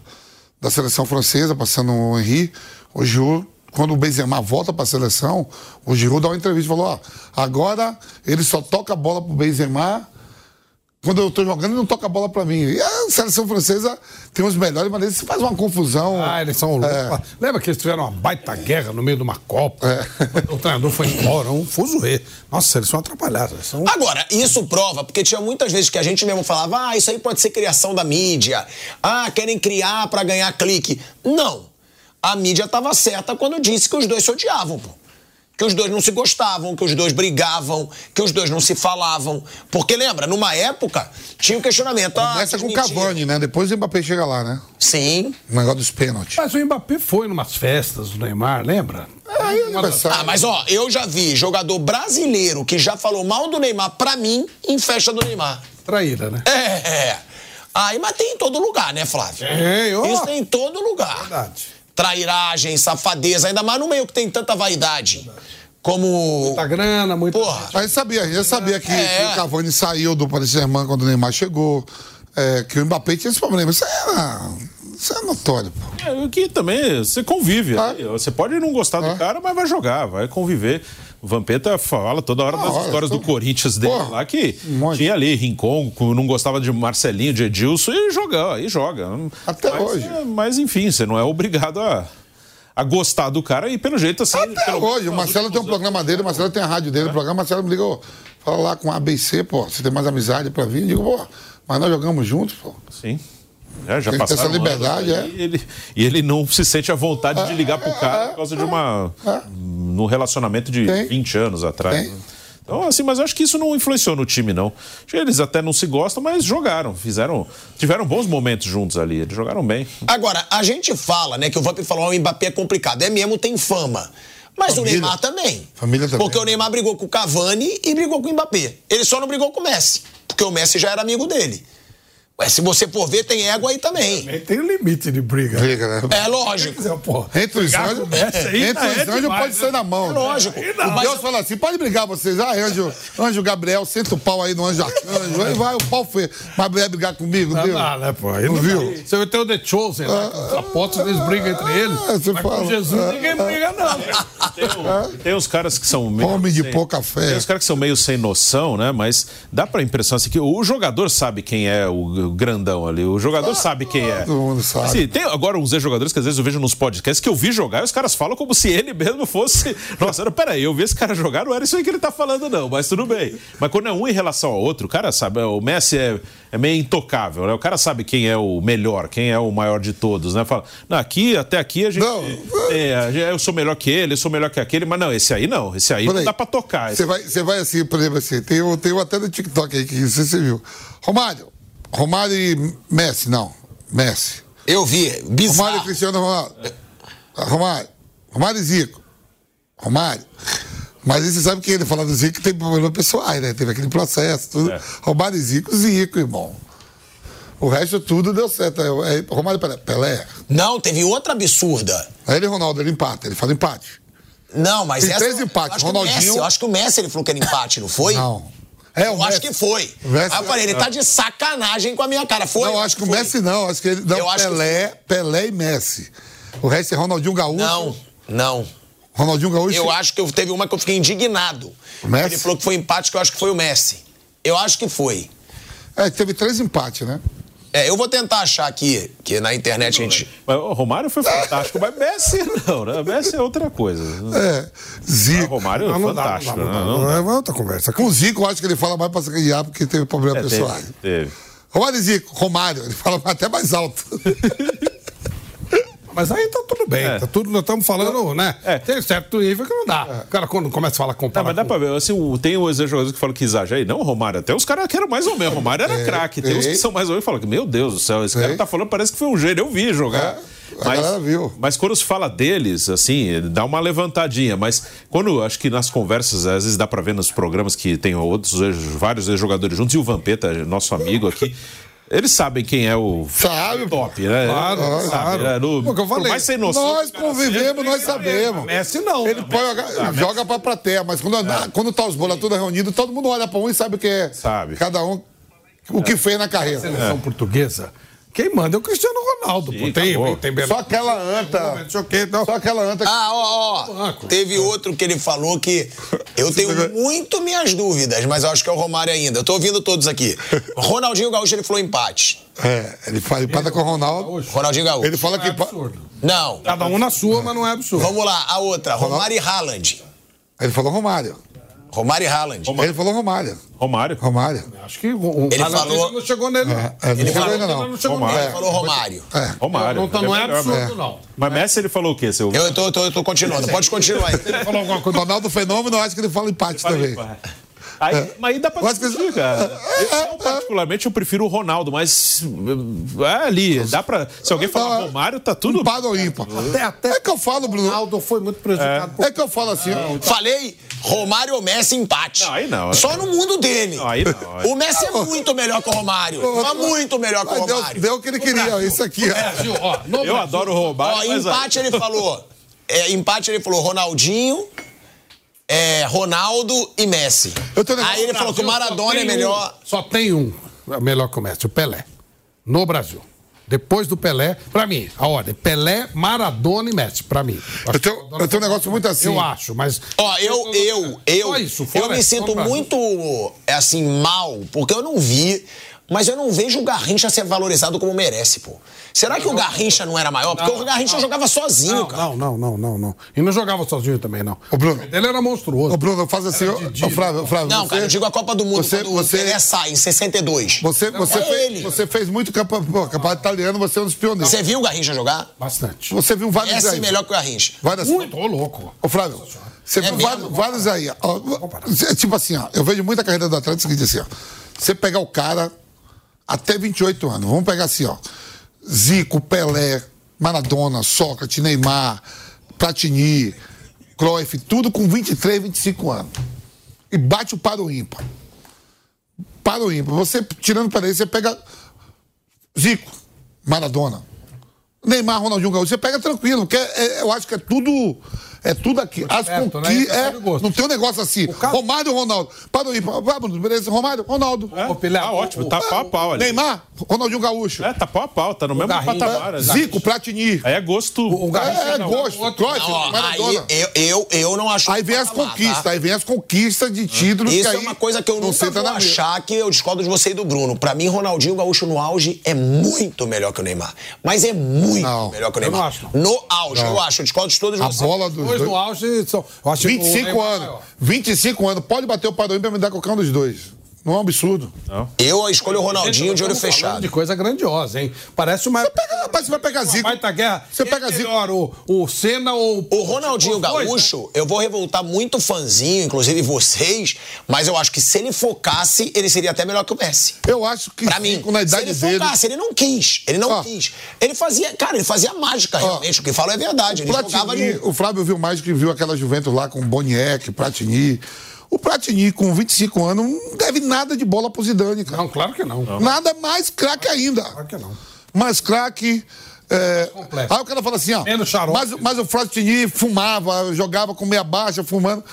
S3: da seleção francesa, passando o Henry. O Giroud, quando o Benzema volta para a seleção, o Giroud dá uma entrevista e falou: ó, agora ele só toca a bola pro Benzema. Quando eu tô jogando, ele não toca a bola pra mim. E a seleção francesa tem os melhores, mas eles fazem uma confusão.
S6: Ah, eles são loucos.
S3: É.
S6: Lembra que eles tiveram uma baita guerra no meio de uma Copa?
S3: É.
S6: O treinador foi embora, um fuzuê. Nossa, eles são atrapalhados. Eles são...
S2: Agora, isso prova, porque tinha muitas vezes que a gente mesmo falava, ah, isso aí pode ser criação da mídia. Ah, querem criar pra ganhar clique. Não. A mídia tava certa quando disse que os dois se odiavam, pô. Que os dois não se gostavam, que os dois brigavam, que os dois não se falavam. Porque lembra, numa época, tinha o questionamento. ah,
S3: Começa
S2: vocês
S3: com o
S2: mentiram.
S3: Cavani, né? Depois o Mbappé chega lá, né?
S2: Sim.
S3: O negócio dos pênaltis.
S6: Mas o Mbappé foi numas festas do Neymar, lembra?
S3: Aí é o
S2: Ah,
S6: tá,
S2: mas ó, eu já vi jogador brasileiro que já falou mal do Neymar pra mim em festa do Neymar.
S6: Traíra, né?
S2: É, é. Aí, mas tem em todo lugar, né, Flávio?
S6: Tem, ó.
S2: Isso tem em todo lugar.
S6: Verdade.
S2: Trairagem, safadeza, ainda mais no meio que tem tanta vaidade. Como.
S6: Muita grana, muita...
S2: Porra.
S3: Mas sabia, eu sabia que,
S2: É.
S3: que o Cavani saiu do Paris Saint-Germain quando o Neymar chegou, é, que o Mbappé tinha esse problema. Isso era, isso é notório, pô.
S4: É, o que também você convive.
S3: Ah.
S4: né? Você pode não gostar do cara, mas vai jogar, vai conviver. O Vampeta fala toda hora das
S3: hora,
S4: histórias
S3: Ah, tô-
S4: do Corinthians dele
S3: Porra,
S4: lá que
S3: um monte.
S4: tinha ali Rincon, com- não gostava de Marcelinho, de Edilson e joga, e joga.
S3: Até
S4: Mas,
S3: hoje.
S4: é, mas enfim, você não é obrigado a, a gostar do cara e pelo jeito assim.
S3: Até
S6: Então,
S4: pelo-
S3: hoje, o Marcelo tem um programa dele, o Marcelo tem a rádio
S6: É?
S3: dele, o programa, o Marcelo me ligou, fala lá com a ABC, pô, você tem mais amizade pra vir? Eu digo, pô, mas nós jogamos juntos, pô.
S4: Sim. É, já
S3: Tem que ter essa
S4: passaram anos
S3: liberdade, é? Ah,
S4: aí, E ele, e ele não se sente à vontade de ligar pro cara por causa de uma. num relacionamento de
S3: Tem.
S4: 20 anos atrás.
S3: Tem.
S4: Então, assim, mas eu acho que isso não influenciou no time, não. Acho que Eles até não se gostam, mas jogaram, fizeram. Tiveram bons momentos juntos ali. Eles jogaram bem.
S2: Agora, a gente fala, né, que o Vamp falou, "Ah, o Mbappé é complicado. É mesmo, tem fama. Mas
S3: Família.
S2: o Neymar também.
S3: Família também.
S2: Porque o Neymar brigou com o Cavani e brigou com o Mbappé. Ele só não brigou com o Messi, porque o Messi já era amigo dele. Ué, se você for ver, tem ego aí também.
S6: Ele tem limite de briga.
S3: Briga, né?
S2: É lógico.
S6: Quer dizer, porra,
S3: Entre os
S6: brigar
S3: anjos,
S6: com o Messi aí
S3: entre
S6: tá é
S3: os anjos
S6: demais,
S3: pode
S6: né?
S3: sair na mão.
S2: É lógico.
S3: O Deus fala assim, pode brigar vocês. Ah, anjo, anjo Gabriel, senta o pau aí no anjo arcanjo. Aí vai, o pau foi. Mas vai brigar comigo,
S6: Não
S3: Deus.
S6: dá, né, pô? Aí
S3: Não
S6: não
S3: viu?
S6: dá. Se eu tenho o The Chosen, lá, com os apóstolos, eles brigam entre eles.
S3: Ah, você
S6: mas
S3: fala.
S6: com Jesus
S3: Ah,
S6: ninguém briga, não.
S4: Tem, um- tem uns caras que são meio.
S3: Homem de
S4: sem-
S3: pouca fé.
S4: Tem uns caras que são meio sem noção, né? Mas dá pra impressão assim que o jogador sabe quem é o, o grandão ali. O jogador sabe quem é.
S3: Ah, Todo mundo sabe.
S4: Sim, tem agora uns ex-jogadores que às vezes eu vejo nos podcasts que eu vi jogar e os caras falam como se ele mesmo
S3: <laughs>
S4: fosse. Nossa, era, peraí, eu vi esse cara jogar, não era isso aí que ele tá falando, não, mas tudo bem. Mas quando é um em relação ao outro, o cara sabe, o Messi é, é meio intocável, né? O cara sabe quem é o melhor, quem é o maior de todos, né? Fala, não, aqui, até aqui a gente.
S3: Não.
S4: É, eu sou melhor que ele, eu sou melhor que aquele, mas não, esse aí não, esse aí não
S3: Peraí.
S4: dá pra tocar.
S3: Você vai, você vai assim, por exemplo, assim, tem, um- tem um até no TikTok aí que não sei se você viu. Romário. Romário e Messi, não. Messi.
S2: Eu vi,
S3: Romário e
S2: bizarro.
S3: Cristiano Ronaldo. Ah, Romário. Romário e Zico. Romário. Mas aí você sabe que ele fala do Zico tem problemas pessoais, né? Teve aquele processo, tudo.
S4: É.
S3: Romário e Zico, Zico, irmão. O resto tudo deu certo. Aí, Romário e Pelé. Pelé.
S2: Não, teve outra absurda.
S3: Aí ele e Ronaldo, ele empata, ele fala empate.
S2: Não, mas
S3: Tem
S2: essa.
S3: três empates,
S2: acho que o
S3: Ronaldinho-
S2: Messi- eu acho que o Messi ele falou que era empate, não foi?
S3: Não. É,
S2: Eu acho que foi.
S3: O Messi- é-
S2: Aí eu falei, ele tá de sacanagem com a minha cara. Foi?
S3: não, acho que o
S2: Foi.
S3: Messi é não. Acho que ele. Não,
S2: Eu acho que
S3: Pelé, Pelé e Messi. O resto é Ronaldinho Gaúcho.
S2: Não, não.
S3: Ronaldinho Gaúcho.
S2: Eu acho que eu- teve uma que eu fiquei indignado.
S3: O Messi?
S2: Ele falou que foi empate, que eu acho que foi o Messi. Eu acho que foi.
S3: É, teve três empates, né?
S2: É, eu vou tentar achar aqui, que na internet a gente.
S4: Mas o Romário foi fantástico, mas Messi não, né? Messi é outra coisa.
S3: É.
S4: O
S3: Zico.
S4: Romário é
S6: Ah, não dá,
S4: fantástico.
S6: não dá, não dá,
S4: né?
S6: não dá. É outra conversa.
S3: Com o Zico, eu acho que ele fala mais pra sacanear porque teve problema
S4: É, teve,
S3: pessoal.
S4: teve.
S3: Romário e Zico, Romário, ele fala até mais alto. <laughs>
S6: Mas aí tá tudo bem,
S4: É.
S6: tá tudo, nós estamos falando, né?
S4: É.
S6: Tem certo nível que não dá.
S3: É.
S6: O cara quando começa a falar
S4: Tá,
S6: comparar
S4: mas dá
S6: com-
S4: pra ver. Assim, o- tem os jogadores que falam que exagera. E não, o Romário. Até os caras que eram mais ou menos. O Romário era craque. Tem uns
S3: é.
S4: que são mais ou menos e falam que, meu Deus do céu, esse cara
S3: É.
S4: tá falando, parece que foi um gênio. Eu vi jogar.
S3: É, a galera viu.
S4: mas quando se fala deles, assim, dá uma levantadinha. Mas quando, acho que nas conversas, às vezes dá pra ver nos programas que tem outros, ex- vários ex-jogadores juntos, e o Vampeta, nosso amigo aqui, eles sabem quem é o
S3: Sabe? pô?
S4: top, né?
S6: Claro,
S4: Sabe,
S6: claro.
S4: né? No-
S6: Pô, que eu
S4: por
S6: falei,
S4: mais sem noção,
S3: Nós
S4: os caras
S3: convivemos,
S4: sempre-
S3: nós sabemos.
S6: Messi não.
S3: Ele põe, a- joga pra plateia, mas quando,
S4: É.
S3: na- quando tá os bolas todas reunidas, todo mundo olha pra um e sabe o que é.
S4: Sabe. É.
S3: Cada um o que fez na carreira.
S6: seleção portuguesa, quem manda é o Cristiano Ronaldo. pô.
S4: Sim,
S6: Tem,
S4: acabou.
S6: tem, tem Bernardo,
S3: Só aquela anta.
S6: não sei o quê, não.
S3: Só aquela anta que
S2: Ah, ó, ó.
S6: Banco.
S3: É.
S2: Teve outro que ele falou
S3: <laughs>
S2: que eu tenho muito minhas dúvidas, mas eu acho que é o Romário ainda. Eu tô ouvindo todos
S3: <laughs>
S2: aqui. Ronaldinho Gaúcho, ele falou empate.
S3: É, ele fala empata com o Ronaldo.
S2: Ronaldinho Gaúcho.
S3: Ele fala que.
S6: É absurdo.
S2: Não.
S6: Cada um na sua, mas não é absurdo.
S2: Vamos lá, a outra. Romário e Haaland.
S3: Ele falou Romário.
S2: Romário e Haaland.
S3: Ele falou Romário.
S4: Romário.
S3: Romário.
S6: Acho que o, o
S2: Ele
S6: Haaland
S2: falou-
S6: não chegou nele.
S3: É, não chegou
S2: falou-
S3: ainda, não.
S6: Não chegou
S4: Romário.
S2: Ele
S6: nele.
S2: falou Romário.
S3: É.
S4: Romário.
S6: Não, tá- não é
S4: Ele melhor,
S6: absurdo,
S4: mas-
S6: não.
S4: Mas Messi, ele falou o quê, seu?
S2: Eu tô, tô, tô continuando. Pode continuar aí.
S6: Falou alguma
S3: O
S6: coisa.
S3: É. Ronaldo Fenômeno, eu acho que ele fala empate também.
S4: Aí, Mas aí dá pra
S3: Eu acho que-
S4: discutir, cara. Eu, particularmente, eu prefiro o Ronaldo, mas é ali, dá pra... Se alguém falar
S3: Não,
S4: Romário, tá tudo...
S3: Empate Um ou ímpar.
S6: Até, até
S3: É que eu falo,
S6: o
S3: Bruno.
S6: Ronaldo foi muito prejudicado por
S3: É que eu falo assim.
S2: Falei, Romário ou Messi, empate.
S4: Não, aí não.
S2: Só no mundo dele.
S4: Não, aí não, aí-
S2: O Messi é muito melhor que o Romário. É muito melhor que o
S3: Mas deu,
S2: Romário. É,
S3: deu o que ele queria, isso aqui. <laughs>
S6: Brasil, É. ó, no
S4: Eu
S6: Brasil.
S4: adoro o
S2: Ó,
S4: Romário, mas...
S2: empate ele falou. É, empate ele falou Ronaldinho, é, Ronaldo e Messi.
S3: Eu tô ligado.
S2: Aí ele falou que o Maradona
S6: Só
S2: é
S6: tem
S2: melhor.
S6: um, só tem um é melhor que o Messi, o Pelé. No Brasil. Depois do Pelé, pra mim, a ordem, Pelé, Maradona e Messi, pra mim.
S3: Eu tenho, eu tenho um negócio muito assim.
S6: Eu acho, mas.
S2: Ó, eu, eu, eu,
S6: Só isso, fora
S2: eu me
S6: essa, só
S2: sinto
S6: pra-
S2: muito, é assim, mal, porque eu não vi, mas eu não vejo o Garrincha ser valorizado como merece, pô. Será que o Garrincha não era maior? Porque o Garrincha jogava sozinho,
S6: Não,
S2: cara.
S6: não, não, não, não, não. E não jogava sozinho também, não.
S3: Ô, Bruno.
S6: Ele era monstruoso.
S3: Ô, Bruno, faz
S6: É
S3: assim. Ô, ô, Flávio, Flávio.
S2: Não,
S3: você-
S2: cara, eu digo a Copa do Mundo
S3: Você,
S2: quando
S3: você,
S2: o Pelé sai, em 62.
S3: você, você,
S2: é
S3: fez,
S2: ele.
S3: você fez muito campa- pô, campeonato italiano, você é um dos pioneiros.
S2: Você viu o Garrincha jogar?
S6: Bastante.
S3: Você viu vários
S2: Messi
S3: aí.
S2: melhor que o Garrincha.
S3: Várias,
S6: Muito ô, louco.
S3: Ô, Flávio, você
S2: É
S3: viu
S2: mesmo?
S3: vários, vários aí. ó. Cê- tipo assim, ó, eu vejo muita carreira do Atlético seguinte assim, ó. Você pegar o cara até 28 anos, vamos pegar assim, ó. Zico, Pelé, Maradona, Sócrates, Neymar, Platini, Cruyff, tudo com 23, 25 anos. E bate o para o ímpar. Para o ímpar. Você, tirando para aí, você pega Zico, Maradona, Neymar, Ronaldinho Gaúcho, você pega tranquilo, porque é- é- eu acho que é tudo É tudo aqui. As
S6: Esperto, né?
S3: conquistas.
S6: Sabe
S3: É,
S6: o gosto.
S3: não tem um negócio assim.
S6: Carlos-
S3: Romário ou Ronaldo? Para aí, Pablo, beleza? Romário, Ronaldo.
S4: É?
S6: Ô, Pelé,
S4: tá
S6: o-
S4: ótimo,
S6: o-
S4: tá pau a pau ali.
S3: Neymar, Ronaldinho Gaúcho. É,
S4: É, tá pau a pau, tá no mesmo
S6: Garrincha.
S4: patamar. assim.
S3: Zico, Platini.
S4: Aí é gosto.
S6: O Garrincha
S3: É, é
S6: não. né?
S3: gosto, Cruyff,
S2: Ó, aí
S3: Maradona.
S2: eu, eu, eu não acho.
S3: Aí vem as
S2: patamar, tá?
S3: conquistas, aí vem as conquistas de títulos.
S2: Isso
S3: aí
S2: é uma coisa que eu
S3: não
S2: nunca
S3: senta
S2: vou
S3: na mesa.
S2: achar que eu discordo de você e do Bruno. Pra mim, Ronaldinho Gaúcho no auge é muito melhor que o Neymar. Mas é muito
S3: Não,
S2: melhor que o
S6: eu
S2: Neymar.
S6: não acho, não.
S2: No auge, eu acho. Eu discordo de todos
S3: A
S2: vocês.
S3: bola dos
S6: Dois
S3: dois.
S6: no auge são. Eu acho que o
S3: 25
S6: Neymar é
S3: anos.
S6: maior.
S3: 25 anos. Pode bater o padrão pra me dar qualquer um dos dois. Não é um absurdo.
S2: Eu escolho o Ronaldinho
S6: Gente,
S2: de olho
S6: estamos falando
S2: fechado.
S6: De coisa grandiosa, hein? Parece uma.
S3: Pega, rapaz, você vai pegar
S6: Uma
S3: Zico.
S6: baita guerra.
S3: Você
S6: Quem
S3: pega
S6: é
S3: Zico.
S6: melhor, o, o Senna ou
S2: O Ronaldinho
S6: Os
S3: tipo
S6: dois, né?
S2: Gaúcho, eu vou revoltar muito fãzinho, inclusive vocês, mas eu acho que se ele focasse, ele seria até melhor que o Messi.
S3: Eu acho que
S2: Pra mim,
S3: Zico, na idade
S2: se ele um
S3: dele.
S2: focasse, ele não quis, ele não
S3: Ó.
S2: quis. Ele fazia, cara, ele fazia mágica, realmente, o que fala é verdade, ele jogava
S3: Platini,
S2: de...
S3: o Flávio viu mais que viu aquela Juventus lá com Boniek, Platini. O Platini, com 25 anos, não deve nada de bola pro Zidane,
S6: né?
S3: cara.
S6: Não, claro que não.
S3: Nada mais craque ainda.
S6: Claro que não.
S3: mais craque. é,
S6: Completo.
S3: Aí o cara fala assim, ó.
S6: Menos xarope.
S3: Mas, mas o Frostini fumava, jogava com meia baixa, fumando.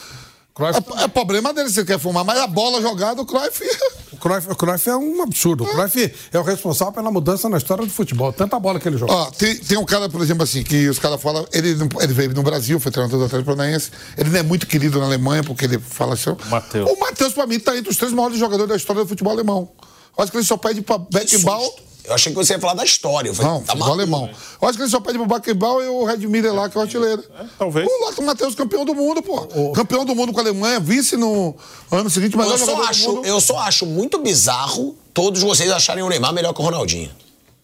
S6: Cruyff
S3: É, é problema dele se ele quer fumar, mas a bola jogada, o Cruyff. <laughs>
S6: O Cruyff, o Cruyff é um absurdo. O Cruyff é o responsável pela mudança na história do futebol. Tanta bola que ele jogou.
S3: Ó, tem, tem um cara, por exemplo, assim, que os caras falam. Ele, não- ele veio no Brasil, foi treinador do Atlético Paranaense. Ele não é muito querido na Alemanha, porque ele fala assim.
S4: Mateus.
S3: O Matheus, pra mim, tá entre os três maiores jogadores da história do futebol alemão. Eu acho que ele só pede pra Beckenbauer.
S2: Eu achei que você ia falar da história, eu falei,
S3: Não,
S2: tá
S3: futebol
S2: maluco?
S3: alemão. Eu acho que ele só pede pro Beckenbauer e o Red Miller lá, que é o artilheiro.
S4: talvez.
S3: O Lato Matheus, campeão do mundo, pô. Campeão do mundo com a Alemanha, vice no ano seguinte, mas
S2: Eu só, acho, eu só acho muito bizarro todos vocês acharem o Neymar melhor que o Ronaldinho.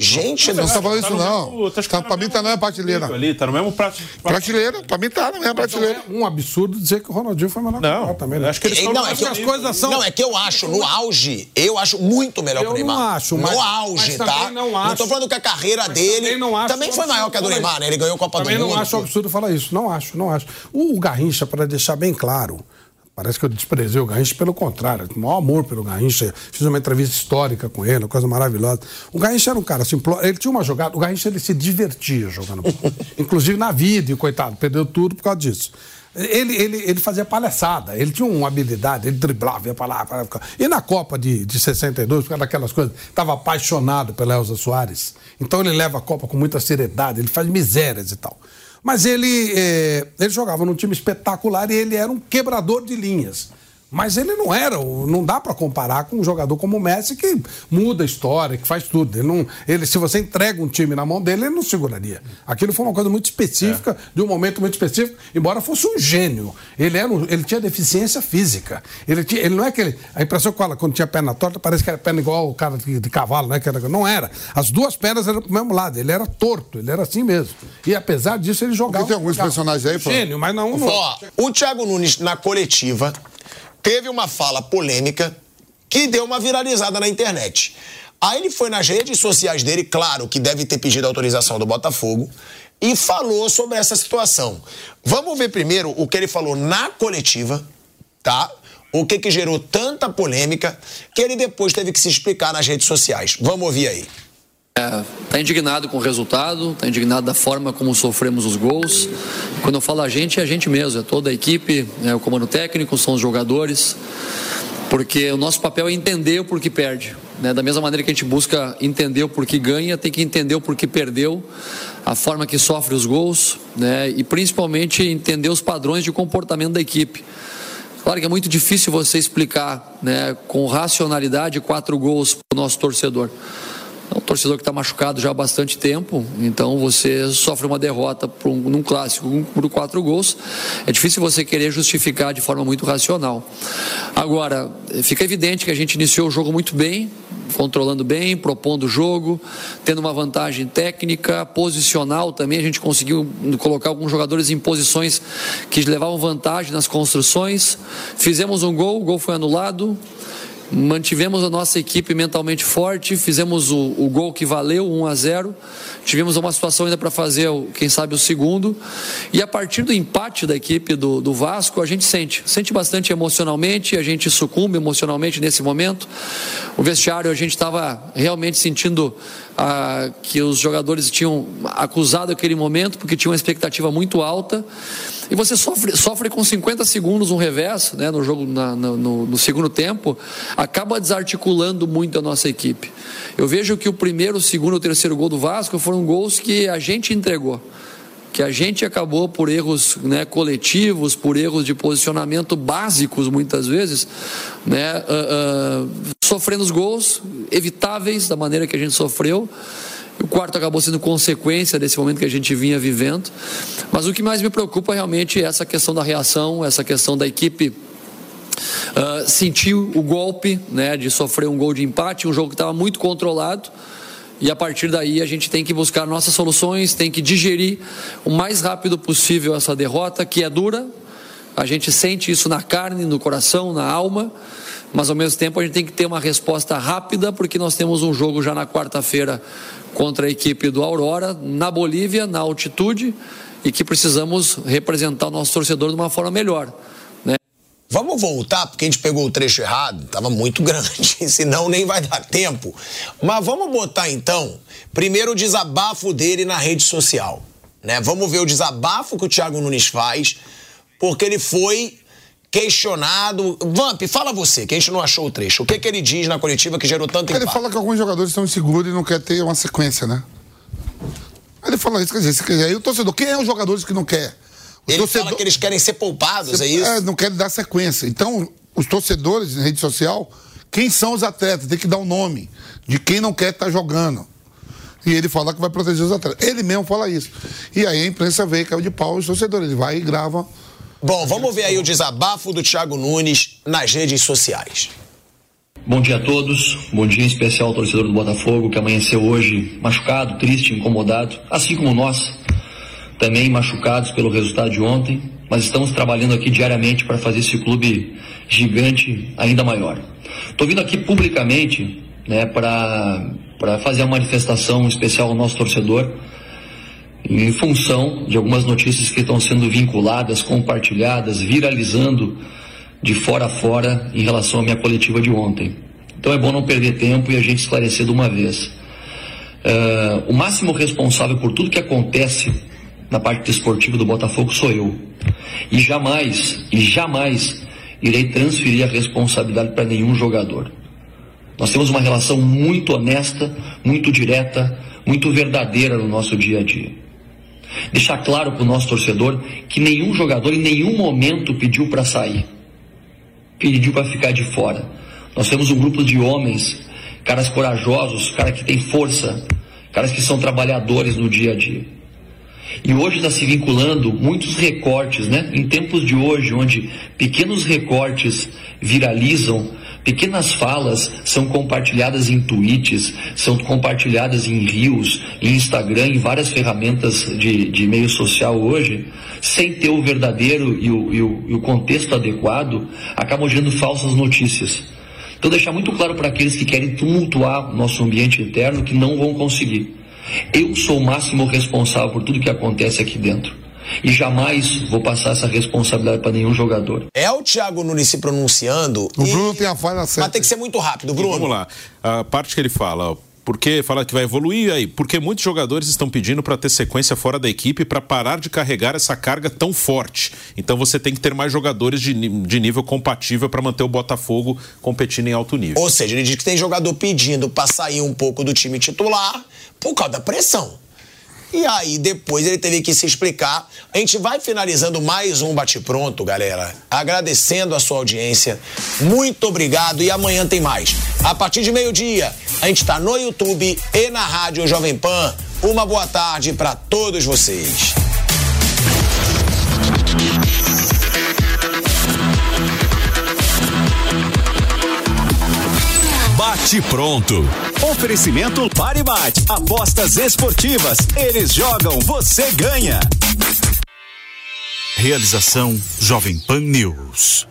S2: Gente do
S3: Não tá
S2: céu.
S3: falando isso,
S4: no
S3: não.
S4: mesmo- acho que
S3: Tá-
S4: no
S3: pra mim,
S4: mesmo
S3: tá na minha
S4: nível
S3: prateleira.
S4: Ali, tá no mesmo prato.
S3: Prateleira, pra mim, tá na minha
S6: Então é
S3: prateleira.
S6: um absurdo dizer que o Ronaldinho foi melhor que o
S4: Não,
S6: Cruyff também. Né?
S4: acho que eles
S2: Ei,
S4: estão
S2: não,
S4: no
S2: é que
S4: mesmo
S2: eu-
S6: as
S4: nível.
S6: coisas são.
S2: Não, é que eu acho, no auge, eu acho muito melhor que o
S6: Eu não
S2: Neymar.
S6: acho, mas-
S2: No
S6: mas
S2: auge, tá?
S6: também não acho.
S2: tô falando que a carreira dele
S6: também
S2: também,
S6: não acho
S2: foi maior que a do
S6: absurdo,
S2: Neymar, né? Ele ganhou a Copa
S6: Também
S2: do
S6: não
S2: Mundo.
S6: acho absurdo falar isso. Não acho, não acho. O Garrincha, para deixar bem claro, parece que eu desprezei o Garrincha, pelo contrário. eu tenho O maior amor pelo Garrincha. Fiz uma entrevista histórica com ele, uma coisa maravilhosa. O Garrincha era um cara simplório. Ele tinha uma jogada. O Garrincha ele se divertia jogando bola. Inclusive na vida, e coitado, perdeu tudo por causa disso. Ele, ele, ele fazia palhaçada, ele tinha uma habilidade, ele driblava, ia pra lá, pra lá. E na Copa de, de 62, por causa daquelas coisas, estava apaixonado pela Elza Soares. Então ele leva a Copa com muita seriedade, ele faz misérias e tal. Mas ele, eh, ele jogava num time espetacular e ele era um quebrador de linhas. Mas ele não era, o- não dá para comparar com um jogador como o Messi que muda a história, que faz tudo. Ele não, ele, se você entrega um time na mão dele, ele não seguraria. Aquilo foi uma coisa muito específica, de um momento muito específico, embora fosse um gênio. Ele, era um- ele tinha deficiência física. Ele, tinha- ele não é aquele. A impressão que fala, quando tinha perna torta, parece que era perna igual o cara de, de cavalo, né? Que era- não era. As duas pernas eram pro mesmo lado, ele era torto, ele era assim mesmo. E apesar disso, ele jogava. Um
S3: tem alguns personagens aí, pô.
S6: Gênio, mas não. não
S2: Ó, o Thiago Nunes, na coletiva, teve uma fala polêmica que deu uma viralizada na internet. Aí ele foi nas redes sociais dele, claro que deve ter pedido autorização do Botafogo, e falou sobre essa situação. Vamos ver primeiro o que ele falou na coletiva, tá? O que, que gerou tanta polêmica que ele depois teve que se explicar nas redes sociais. Vamos ouvir aí.
S7: Está É, tá indignado com o resultado, está indignado da forma como sofremos os gols. Quando eu falo a gente, é a gente mesmo, é toda a equipe, é o comando técnico, são os jogadores, porque o nosso papel é entender o porquê perde. né? Da mesma maneira que a gente busca entender o porquê ganha, tem que entender o porquê perdeu, a forma que sofre os gols, né? e principalmente entender os padrões de comportamento da equipe. Claro que é muito difícil você explicar né, com racionalidade quatro gols para o nosso torcedor. É um torcedor que está machucado já há bastante tempo, então você sofre uma derrota por um- num clássico um por quatro gols. É difícil você querer justificar de forma muito racional. Agora, eh, fica evidente que a gente iniciou o jogo muito bem, controlando bem, propondo o jogo, tendo uma vantagem técnica, posicional também. A gente conseguiu colocar alguns jogadores em posições que levavam vantagem nas construções. Fizemos um gol, o gol foi anulado. Mantivemos a nossa equipe mentalmente forte, fizemos o, o gol que valeu, 1 a 0. Tivemos uma situação ainda para fazer, o- quem sabe, o segundo. E a partir do empate da equipe do, do Vasco, a gente sente. Sente bastante emocionalmente, a gente sucumbe emocionalmente nesse momento. o vestiário a gente estava realmente sentindo ah, que os jogadores tinham acusado aquele momento porque tinha uma expectativa muito alta e você sofre, sofre com 50 segundos um revés né, no jogo na- no, no- no segundo tempo acaba desarticulando muito a nossa equipe eu vejo que o primeiro, o segundo e o terceiro gol do Vasco foram gols que a gente entregou que a gente acabou por erros né, coletivos, por erros de posicionamento básicos muitas vezes, né, ah, ah, sofrendo os gols evitáveis da maneira que a gente sofreu. O quarto acabou sendo consequência desse momento que a gente vinha vivendo. Mas o que mais me preocupa realmente é essa questão da reação, essa questão da equipe ah, sentiu o golpe né, de sofrer um gol de empate, um jogo que estava muito controlado. E a partir daí a gente tem que buscar nossas soluções, tem que digerir o mais rápido possível essa derrota, que é dura. A gente sente isso na carne, no coração, na alma, mas ao mesmo tempo a gente tem que ter uma resposta rápida, porque nós temos um jogo já na quarta-feira contra a equipe do Aurora, na Bolívia, na altitude, e que precisamos representar o nosso torcedor de uma forma melhor. Né?
S2: Vamos voltar, porque a gente pegou o trecho errado, tava muito <laughs> grande, senão nem vai dar tempo. Mas vamos botar então, primeiro o desabafo dele na rede social. Né? Vamos ver o desabafo que o Thiago Nunes faz, porque ele foi questionado. Vamp, fala você, que a gente não achou o trecho. O que, que ele diz na coletiva que gerou tanto
S3: Ele
S2: impacto?
S3: fala que alguns jogadores estão inseguros e não quer ter uma sequência, né? Ele fala isso, quer dizer, se quiser. Aí o torcedor, quem é os jogadores que não quer? Os
S2: Ele fala que eles querem ser poupados, é isso?
S3: não quer dar sequência. Então, os torcedores na rede social, quem são os atletas? Tem que dar o nome de quem não quer estar jogando. E ele fala que vai proteger os atletas. Ele mesmo fala isso. E aí a imprensa vê, caiu de pau, os torcedores. Ele vai e grava.
S2: Bom, vamos ver aí o desabafo do Thiago Nunes nas redes sociais.
S9: Bom dia a todos, bom dia em especial ao torcedor do Botafogo que amanheceu hoje machucado, triste, incomodado, assim como nós, também machucados pelo resultado de ontem, mas estamos trabalhando aqui diariamente para fazer esse clube gigante ainda maior. Estou vindo aqui publicamente né, para fazer uma manifestação especial ao nosso torcedor, em função de algumas notícias que estão sendo vinculadas, compartilhadas, viralizando de fora a fora em relação à minha coletiva de ontem. Então é bom não perder tempo e a gente esclarecer de uma vez. Ah, o máximo responsável por tudo que acontece na parte desportiva do Botafogo sou eu. E jamais, e jamais irei transferir a responsabilidade para nenhum jogador. Nós temos uma relação muito honesta, muito direta, muito verdadeira no nosso dia a dia. Deixar claro para o nosso torcedor que nenhum jogador em nenhum momento pediu para sair, pediu para ficar de fora. Nós temos um grupo de homens, caras corajosos, caras que têm força, caras que são trabalhadores no dia a dia. E hoje está se vinculando muitos recortes, né? Em tempos de hoje, onde pequenos recortes viralizam, pequenas falas são compartilhadas em tweets, são compartilhadas em rios, em Instagram, em várias ferramentas de, de meio social hoje, sem ter o verdadeiro e o, e o- e o contexto adequado, acabam gerando falsas notícias. Então deixar muito claro para aqueles que querem tumultuar o nosso ambiente interno que não vão conseguir. Eu sou o máximo responsável por tudo que acontece aqui dentro. E jamais vou passar essa responsabilidade para nenhum jogador.
S2: É o Thiago Nunes se pronunciando.
S3: O
S2: e-
S3: Bruno tem a falha certa.
S2: Mas tem que ser muito rápido, Bruno.
S4: Vamos lá. A parte que ele fala, ó, porque fala que vai evoluir aí, porque muitos jogadores estão pedindo para ter sequência fora da equipe para parar de carregar essa carga tão forte. Então você tem que ter mais jogadores de, ni- de nível compatível para manter o Botafogo competindo em alto nível.
S2: Ou seja, ele diz que tem jogador pedindo pra sair um pouco do time titular por causa da pressão. E aí depois ele teve que se explicar. A gente vai finalizando mais um bate-pronto, galera. Agradecendo a sua audiência. Muito obrigado e amanhã tem mais. A partir de meio-dia, a gente tá no YouTube e na Rádio Jovem Pan. Uma boa tarde pra todos vocês.
S1: Bate pronto. Oferecimento Pare Bate. Apostas esportivas. Eles jogam, você ganha. Realização Jovem Pan News.